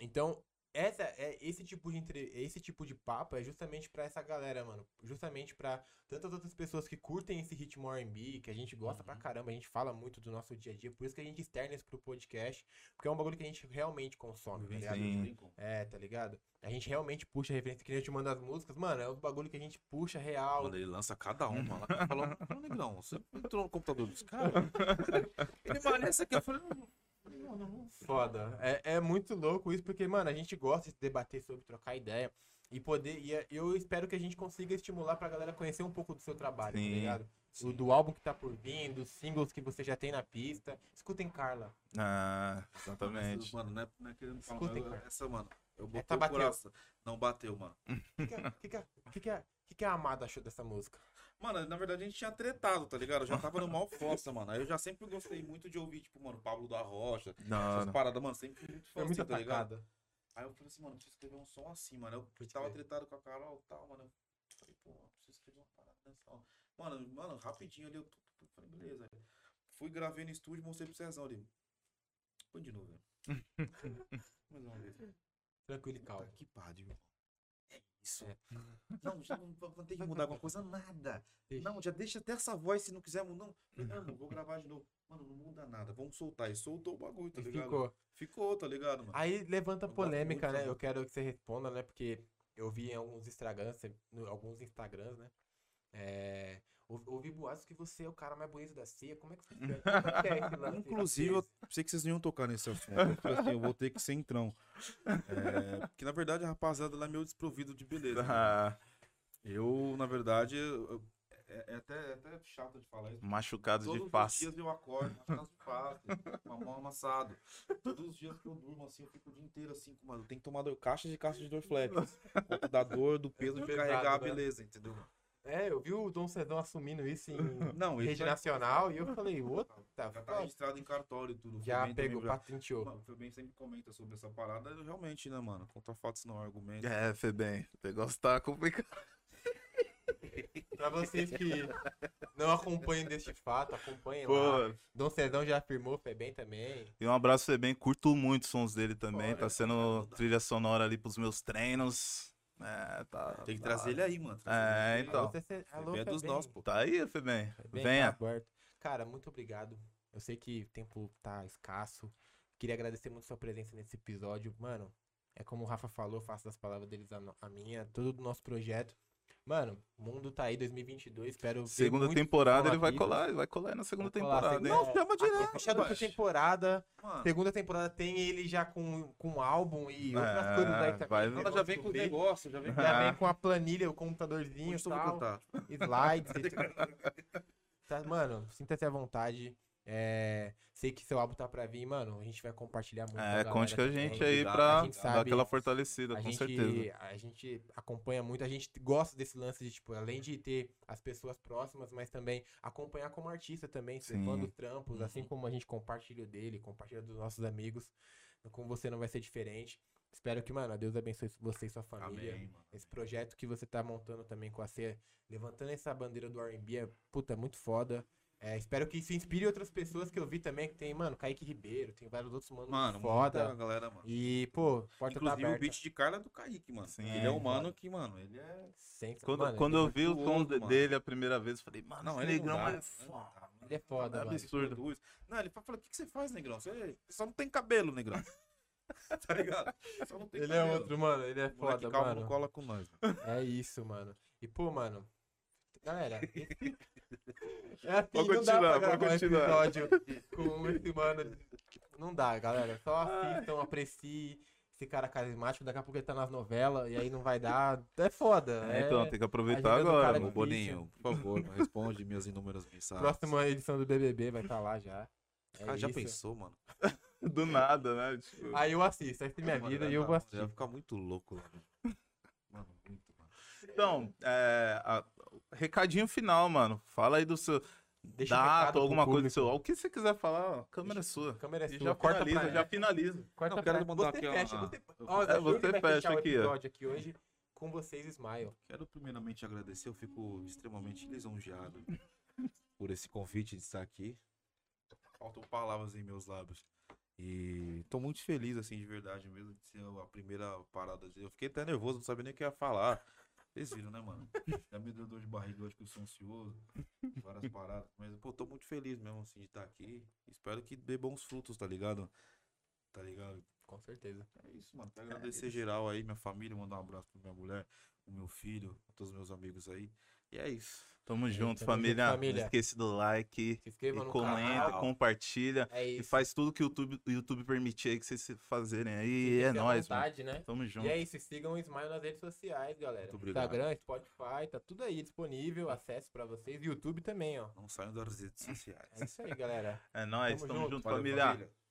A: Então, essa é esse tipo de entre- esse tipo de papo é justamente pra essa galera, mano. Justamente pra tantas outras pessoas que curtem esse ritmo R&B, que a gente gosta
B: Uhum.
A: pra caramba, a gente fala muito do nosso dia a dia, por isso que a gente externa isso pro podcast, porque é um bagulho que a gente realmente consome, tá ligado?
B: Sim.
A: É, tá ligado? A gente realmente puxa referência, que nem eu te mando as músicas, mano, é um bagulho que a gente puxa real.
C: Quando ele lança cada uma lá, ele falou, "Ô, negrão, você entrou no computador dos caras? ele mano, essa aqui, eu falei, não, não, não, não.
A: Foda. É, é muito louco isso, porque, mano, a gente gosta de debater sobre, trocar ideia. E poder. E é- eu espero que a gente consiga estimular pra galera conhecer um pouco do seu trabalho,
B: Sim,
A: tá ligado? Do, do álbum que tá por vir, dos singles que você já tem na pista. Escutem, Carla.
B: Ah,
C: Mas,
B: exatamente.
C: mano, não é, não é querendo falar,
A: Escutem,
C: mas eu-
A: cara.
C: essa, mano, eu
A: Essa
C: botei o
A: bateu.
C: coração. Não bateu, mano.
A: O que, que, a- que, que, a- que, que, a- que, que a Amada achou dessa música?
C: Mano, na verdade a gente tinha tretado, tá ligado? Eu já tava no mal fossa, mano. Aí eu já sempre gostei muito de ouvir, tipo, mano, Pablo da Rocha,
B: Da hora.
C: essas paradas, mano, sempre fui muito fã,
A: Foi muito
C: assim, tá ligado?
A: atacada.
C: Aí eu falei assim, mano, preciso escrever um som assim, mano. Eu
A: Pode
C: tava
A: crer.
C: tretado com a Carol e tal, mano. Eu falei, pô, mano, preciso escrever uma parada dessa, ó. Mano, mano, rapidinho ali, eu tu- tu- falei, beleza. Fui, gravei no estúdio, mostrei pro Cezão ali. Põe de novo, velho. Mais uma vez.
A: Tranquilo e
C: Puta
A: calmo.
C: que pariu, irmão. É isso. Não, já não vou ter que mudar alguma coisa, nada.
A: Deixa.
C: Não, já deixa até essa voz se não quiser mudar. Não, Falei, não, mano, vou gravar de novo. Mano, não muda nada. Vamos soltar. E soltou o bagulho, tá
A: E
C: ligado?
A: ficou.
C: Ficou, tá ligado, mano?
A: Aí levanta
C: Eu gosto
A: polêmica,
C: muito,
A: né?
C: né?
A: Eu quero que você responda, né? Porque eu vi em alguns Instagrams, você- no- alguns Instagrams, né? É, ou- ouvi boatos que você é o cara mais bonito da CIA. Como é que funciona? Como que é esse lance?
C: Inclusive, eu sei que vocês não iam tocar nesse assunto. Eu, falei assim, eu vou ter que ser entrão. É, porque, na verdade, a rapaziada lá é meio desprovido de beleza. né?
B: Ah,
C: Eu, na verdade, eu- eu- é, é até, é até chato de falar isso.
B: machucado
C: Todos
B: de
C: os
B: face.
C: dias eu acordo, machucado de face, com a mão amassada. Todos os dias que eu durmo assim, eu fico o dia inteiro assim, mano. Eu tenho que tomar do- caixa de caixa de Dorflex. Por conta da dor, do peso de
A: pesado,
C: carregar a
A: né?
C: beleza, entendeu?
A: É, eu vi o Dom Cedão assumindo isso em
C: Não, ele
A: rede
C: já, tá
A: nacional e eu falei, outra
C: é já tá registrado em cartório e tudo. O
A: já
C: Febem também
A: pegou,
C: já-
A: patenteou.
C: Mano, o Febem sempre comenta sobre essa parada, eu realmente, né, mano? Contra fatos não é argumento.
B: É, Febem, o negócio tá complicado.
A: Pra vocês que não acompanham deste fato, acompanhem lá.
B: Pô,
A: Dom Cedão já afirmou, foi bem também.
B: e um abraço, Febem. Curto muito os sons dele também.
C: Olha,
B: tá sendo
C: não dá.
B: trilha sonora ali pros meus treinos. É, tá.
C: Tem que
B: tá-
C: trazer ele aí, mano.
B: É, então.
A: Alô, CC alô,
C: Febem é dos
A: Febem.
C: nossos, pô.
B: Tá aí, Febem.
A: Bem,
B: Venha.
A: tá aberto. Cara, muito obrigado. Eu sei que o tempo tá escasso. Queria agradecer muito sua presença nesse episódio. Mano, é como o Rafa falou, faço das palavras deles a, no- a minha, todo o nosso projeto. Mano, o mundo tá aí, 2022, espero ver
B: Segunda
A: muito
B: temporada
A: futebol
B: ele vai
A: aqui.
B: colar, ele vai colar na segunda
A: Vai colar,
B: temporada,
A: segunda-
B: hein?
A: Não,
C: chama
A: É fechado por
C: macho.
A: temporada.
C: Mano,
A: Segunda temporada tem ele já com, com um álbum e outras
B: É,
A: coisas aí que tá
B: vai
A: acontecendo.
B: vir.
G: Ela já vem com o
A: Descobrir.
G: negócio, já vem com
A: Já
B: Ah.
A: vem com a planilha, o computadorzinho
C: onde
A: e
C: tu vai
A: tal.
C: cantar?
A: Slides. tá, mano, sinta-se à vontade. É, sei que seu álbum tá pra vir, mano. A gente vai compartilhar muito. com a
B: É,
A: galera
B: conte com a
A: também.
B: gente aí
C: obrigado.
B: pra
A: A gente
B: dar
A: sabe-
B: aquela fortalecida,
A: A
B: com
A: gente,
B: certeza.
A: a gente acompanha muito, a gente gosta desse lance de, tipo, além de ter as pessoas próximas, mas também acompanhar como artista também, ser fã
B: Sim. Uhum.
A: dos trampos, assim como a gente compartilha o dele, compartilha dos nossos amigos. Com você não vai ser diferente. Espero que, mano, Deus abençoe você e sua família.
C: Amém, mano.
A: Esse projeto que você tá montando também com a C, levantando essa bandeira do R&B, é, puta, muito foda. É, espero que isso inspire outras pessoas que eu vi também, que tem, mano, Kaique Ribeiro, tem vários outros manos
C: Mano,
A: foda.
C: muita galera, mano.
A: E, pô, porta tá
C: Inclusive
A: aberta.
C: o beat de Carla é do Kaique, mano.
B: Sim,
C: ele é um
A: é,
C: mano que, mano, ele é.
A: Sem-
B: Quando,
A: mano,
B: quando eu
A: ele,
B: vi o
C: virtuoso,
B: tom de-
C: mano.
B: dele a primeira vez, eu falei, mano,
C: Não,
B: esse
C: ele
B: negrão
C: não dá,
B: é
C: ele
B: foda. mano.
A: ele é foda,
B: É
A: mano.
B: absurdo.
C: produz. Não, ele fala, o que, que você faz, negrão? Você, você só não tem cabelo, negrão. tá ligado? Só não tem
A: Ele é
C: cabelo.
A: outro, mano, ele é
C: Moleque,
A: foda,
C: calma,
A: mano.
C: não cola com nós.
A: É isso, mano. E, pô, mano. Galera, esse- é assim,
B: Pode
A: não dá pra gravar
B: continuar, pode
A: um
B: continuar.
A: episódio com esse mano. Não dá, galera. Só assistam, apreciem esse cara carismático. Daqui a pouco ele tá nas novelas e aí não vai dar. É foda.
B: É, então, tem que aproveitar
A: a vida do cara
B: agora,
A: é
B: mano.
A: difícil.
C: Boninho, por favor, responde minhas inúmeras mensagens.
A: Próxima edição do BBB vai estar lá já. É
B: Ah,
C: Cara, já
A: isso.
C: pensou, mano?
B: Do nada, né? Tipo,
A: Aí eu assisto, aí se minha
C: Mano, tá
A: vida
C: vai
A: e eu
B: tá,
C: dar-
A: vou
C: Vai
A: assistir.
C: ficar muito louco lá, mano. Mano, muito, mano.
B: Então, é, a- recadinho final, mano. Fala aí do seu
A: Deixa um recado
B: data,
A: pro
B: alguma coisa do
A: público.
B: seu. O que você quiser falar, ó, a câmera é sua.
A: A câmera é
B: E
A: sua.
B: já
A: corta
B: finaliza,
A: pra
B: já finaliza.
A: Corta
C: Não, eu quero
A: pra-
C: mandar
A: você
C: aqui, ó,
A: fecha,
C: a-
A: você...
C: eu-
A: Ó,
B: É, você
A: Júlio vai
B: fecha
A: fechar o
B: aqui, ó.
A: episódio aqui hoje com vocês, Smile.
C: Quero primeiramente agradecer, eu fico extremamente lisonjeado por esse convite de estar aqui. Faltam palavras em meus lábios. E tô muito feliz, assim, de verdade mesmo, de ser a primeira parada. Eu fiquei até nervoso, não sabia nem o que ia falar. Vocês viram, né, mano? Já me deu dor de barriga hoje que eu sou ansioso, várias paradas. Mas, pô, tô muito feliz mesmo, assim, de estar aqui. Espero que dê bons frutos, tá ligado? Tá ligado?
A: Com certeza.
C: É isso, mano. Quero agradecer geral aí, minha família, mandar um abraço pra minha mulher, pro meu filho, pra todos os meus amigos aí. E é isso.
B: Tamo junto,
A: junto,
B: família.
A: família.
B: Não esquece do like.
A: Se
B: E
A: inscreva no
B: comenta,
A: canal.
B: compartilha.
A: É
B: E
A: isso.
B: faz tudo que o YouTube, o YouTube permitir aí que vocês se fazerem aí.
A: Fiquem
B: E é
A: à
B: nóis, mano.
A: vontade, né?
B: Tamo
A: E
B: junto.
A: é isso, sigam o Smile nas redes sociais, galera.
C: Muito obrigado.
A: Instagram, Spotify, tá tudo aí disponível, acesso pra vocês. YouTube também, ó.
C: Não saiam das redes sociais.
A: É isso aí, galera.
B: É nóis,
A: Tamo
B: tamo
A: junto.
B: junto,
C: Valeu,
B: família.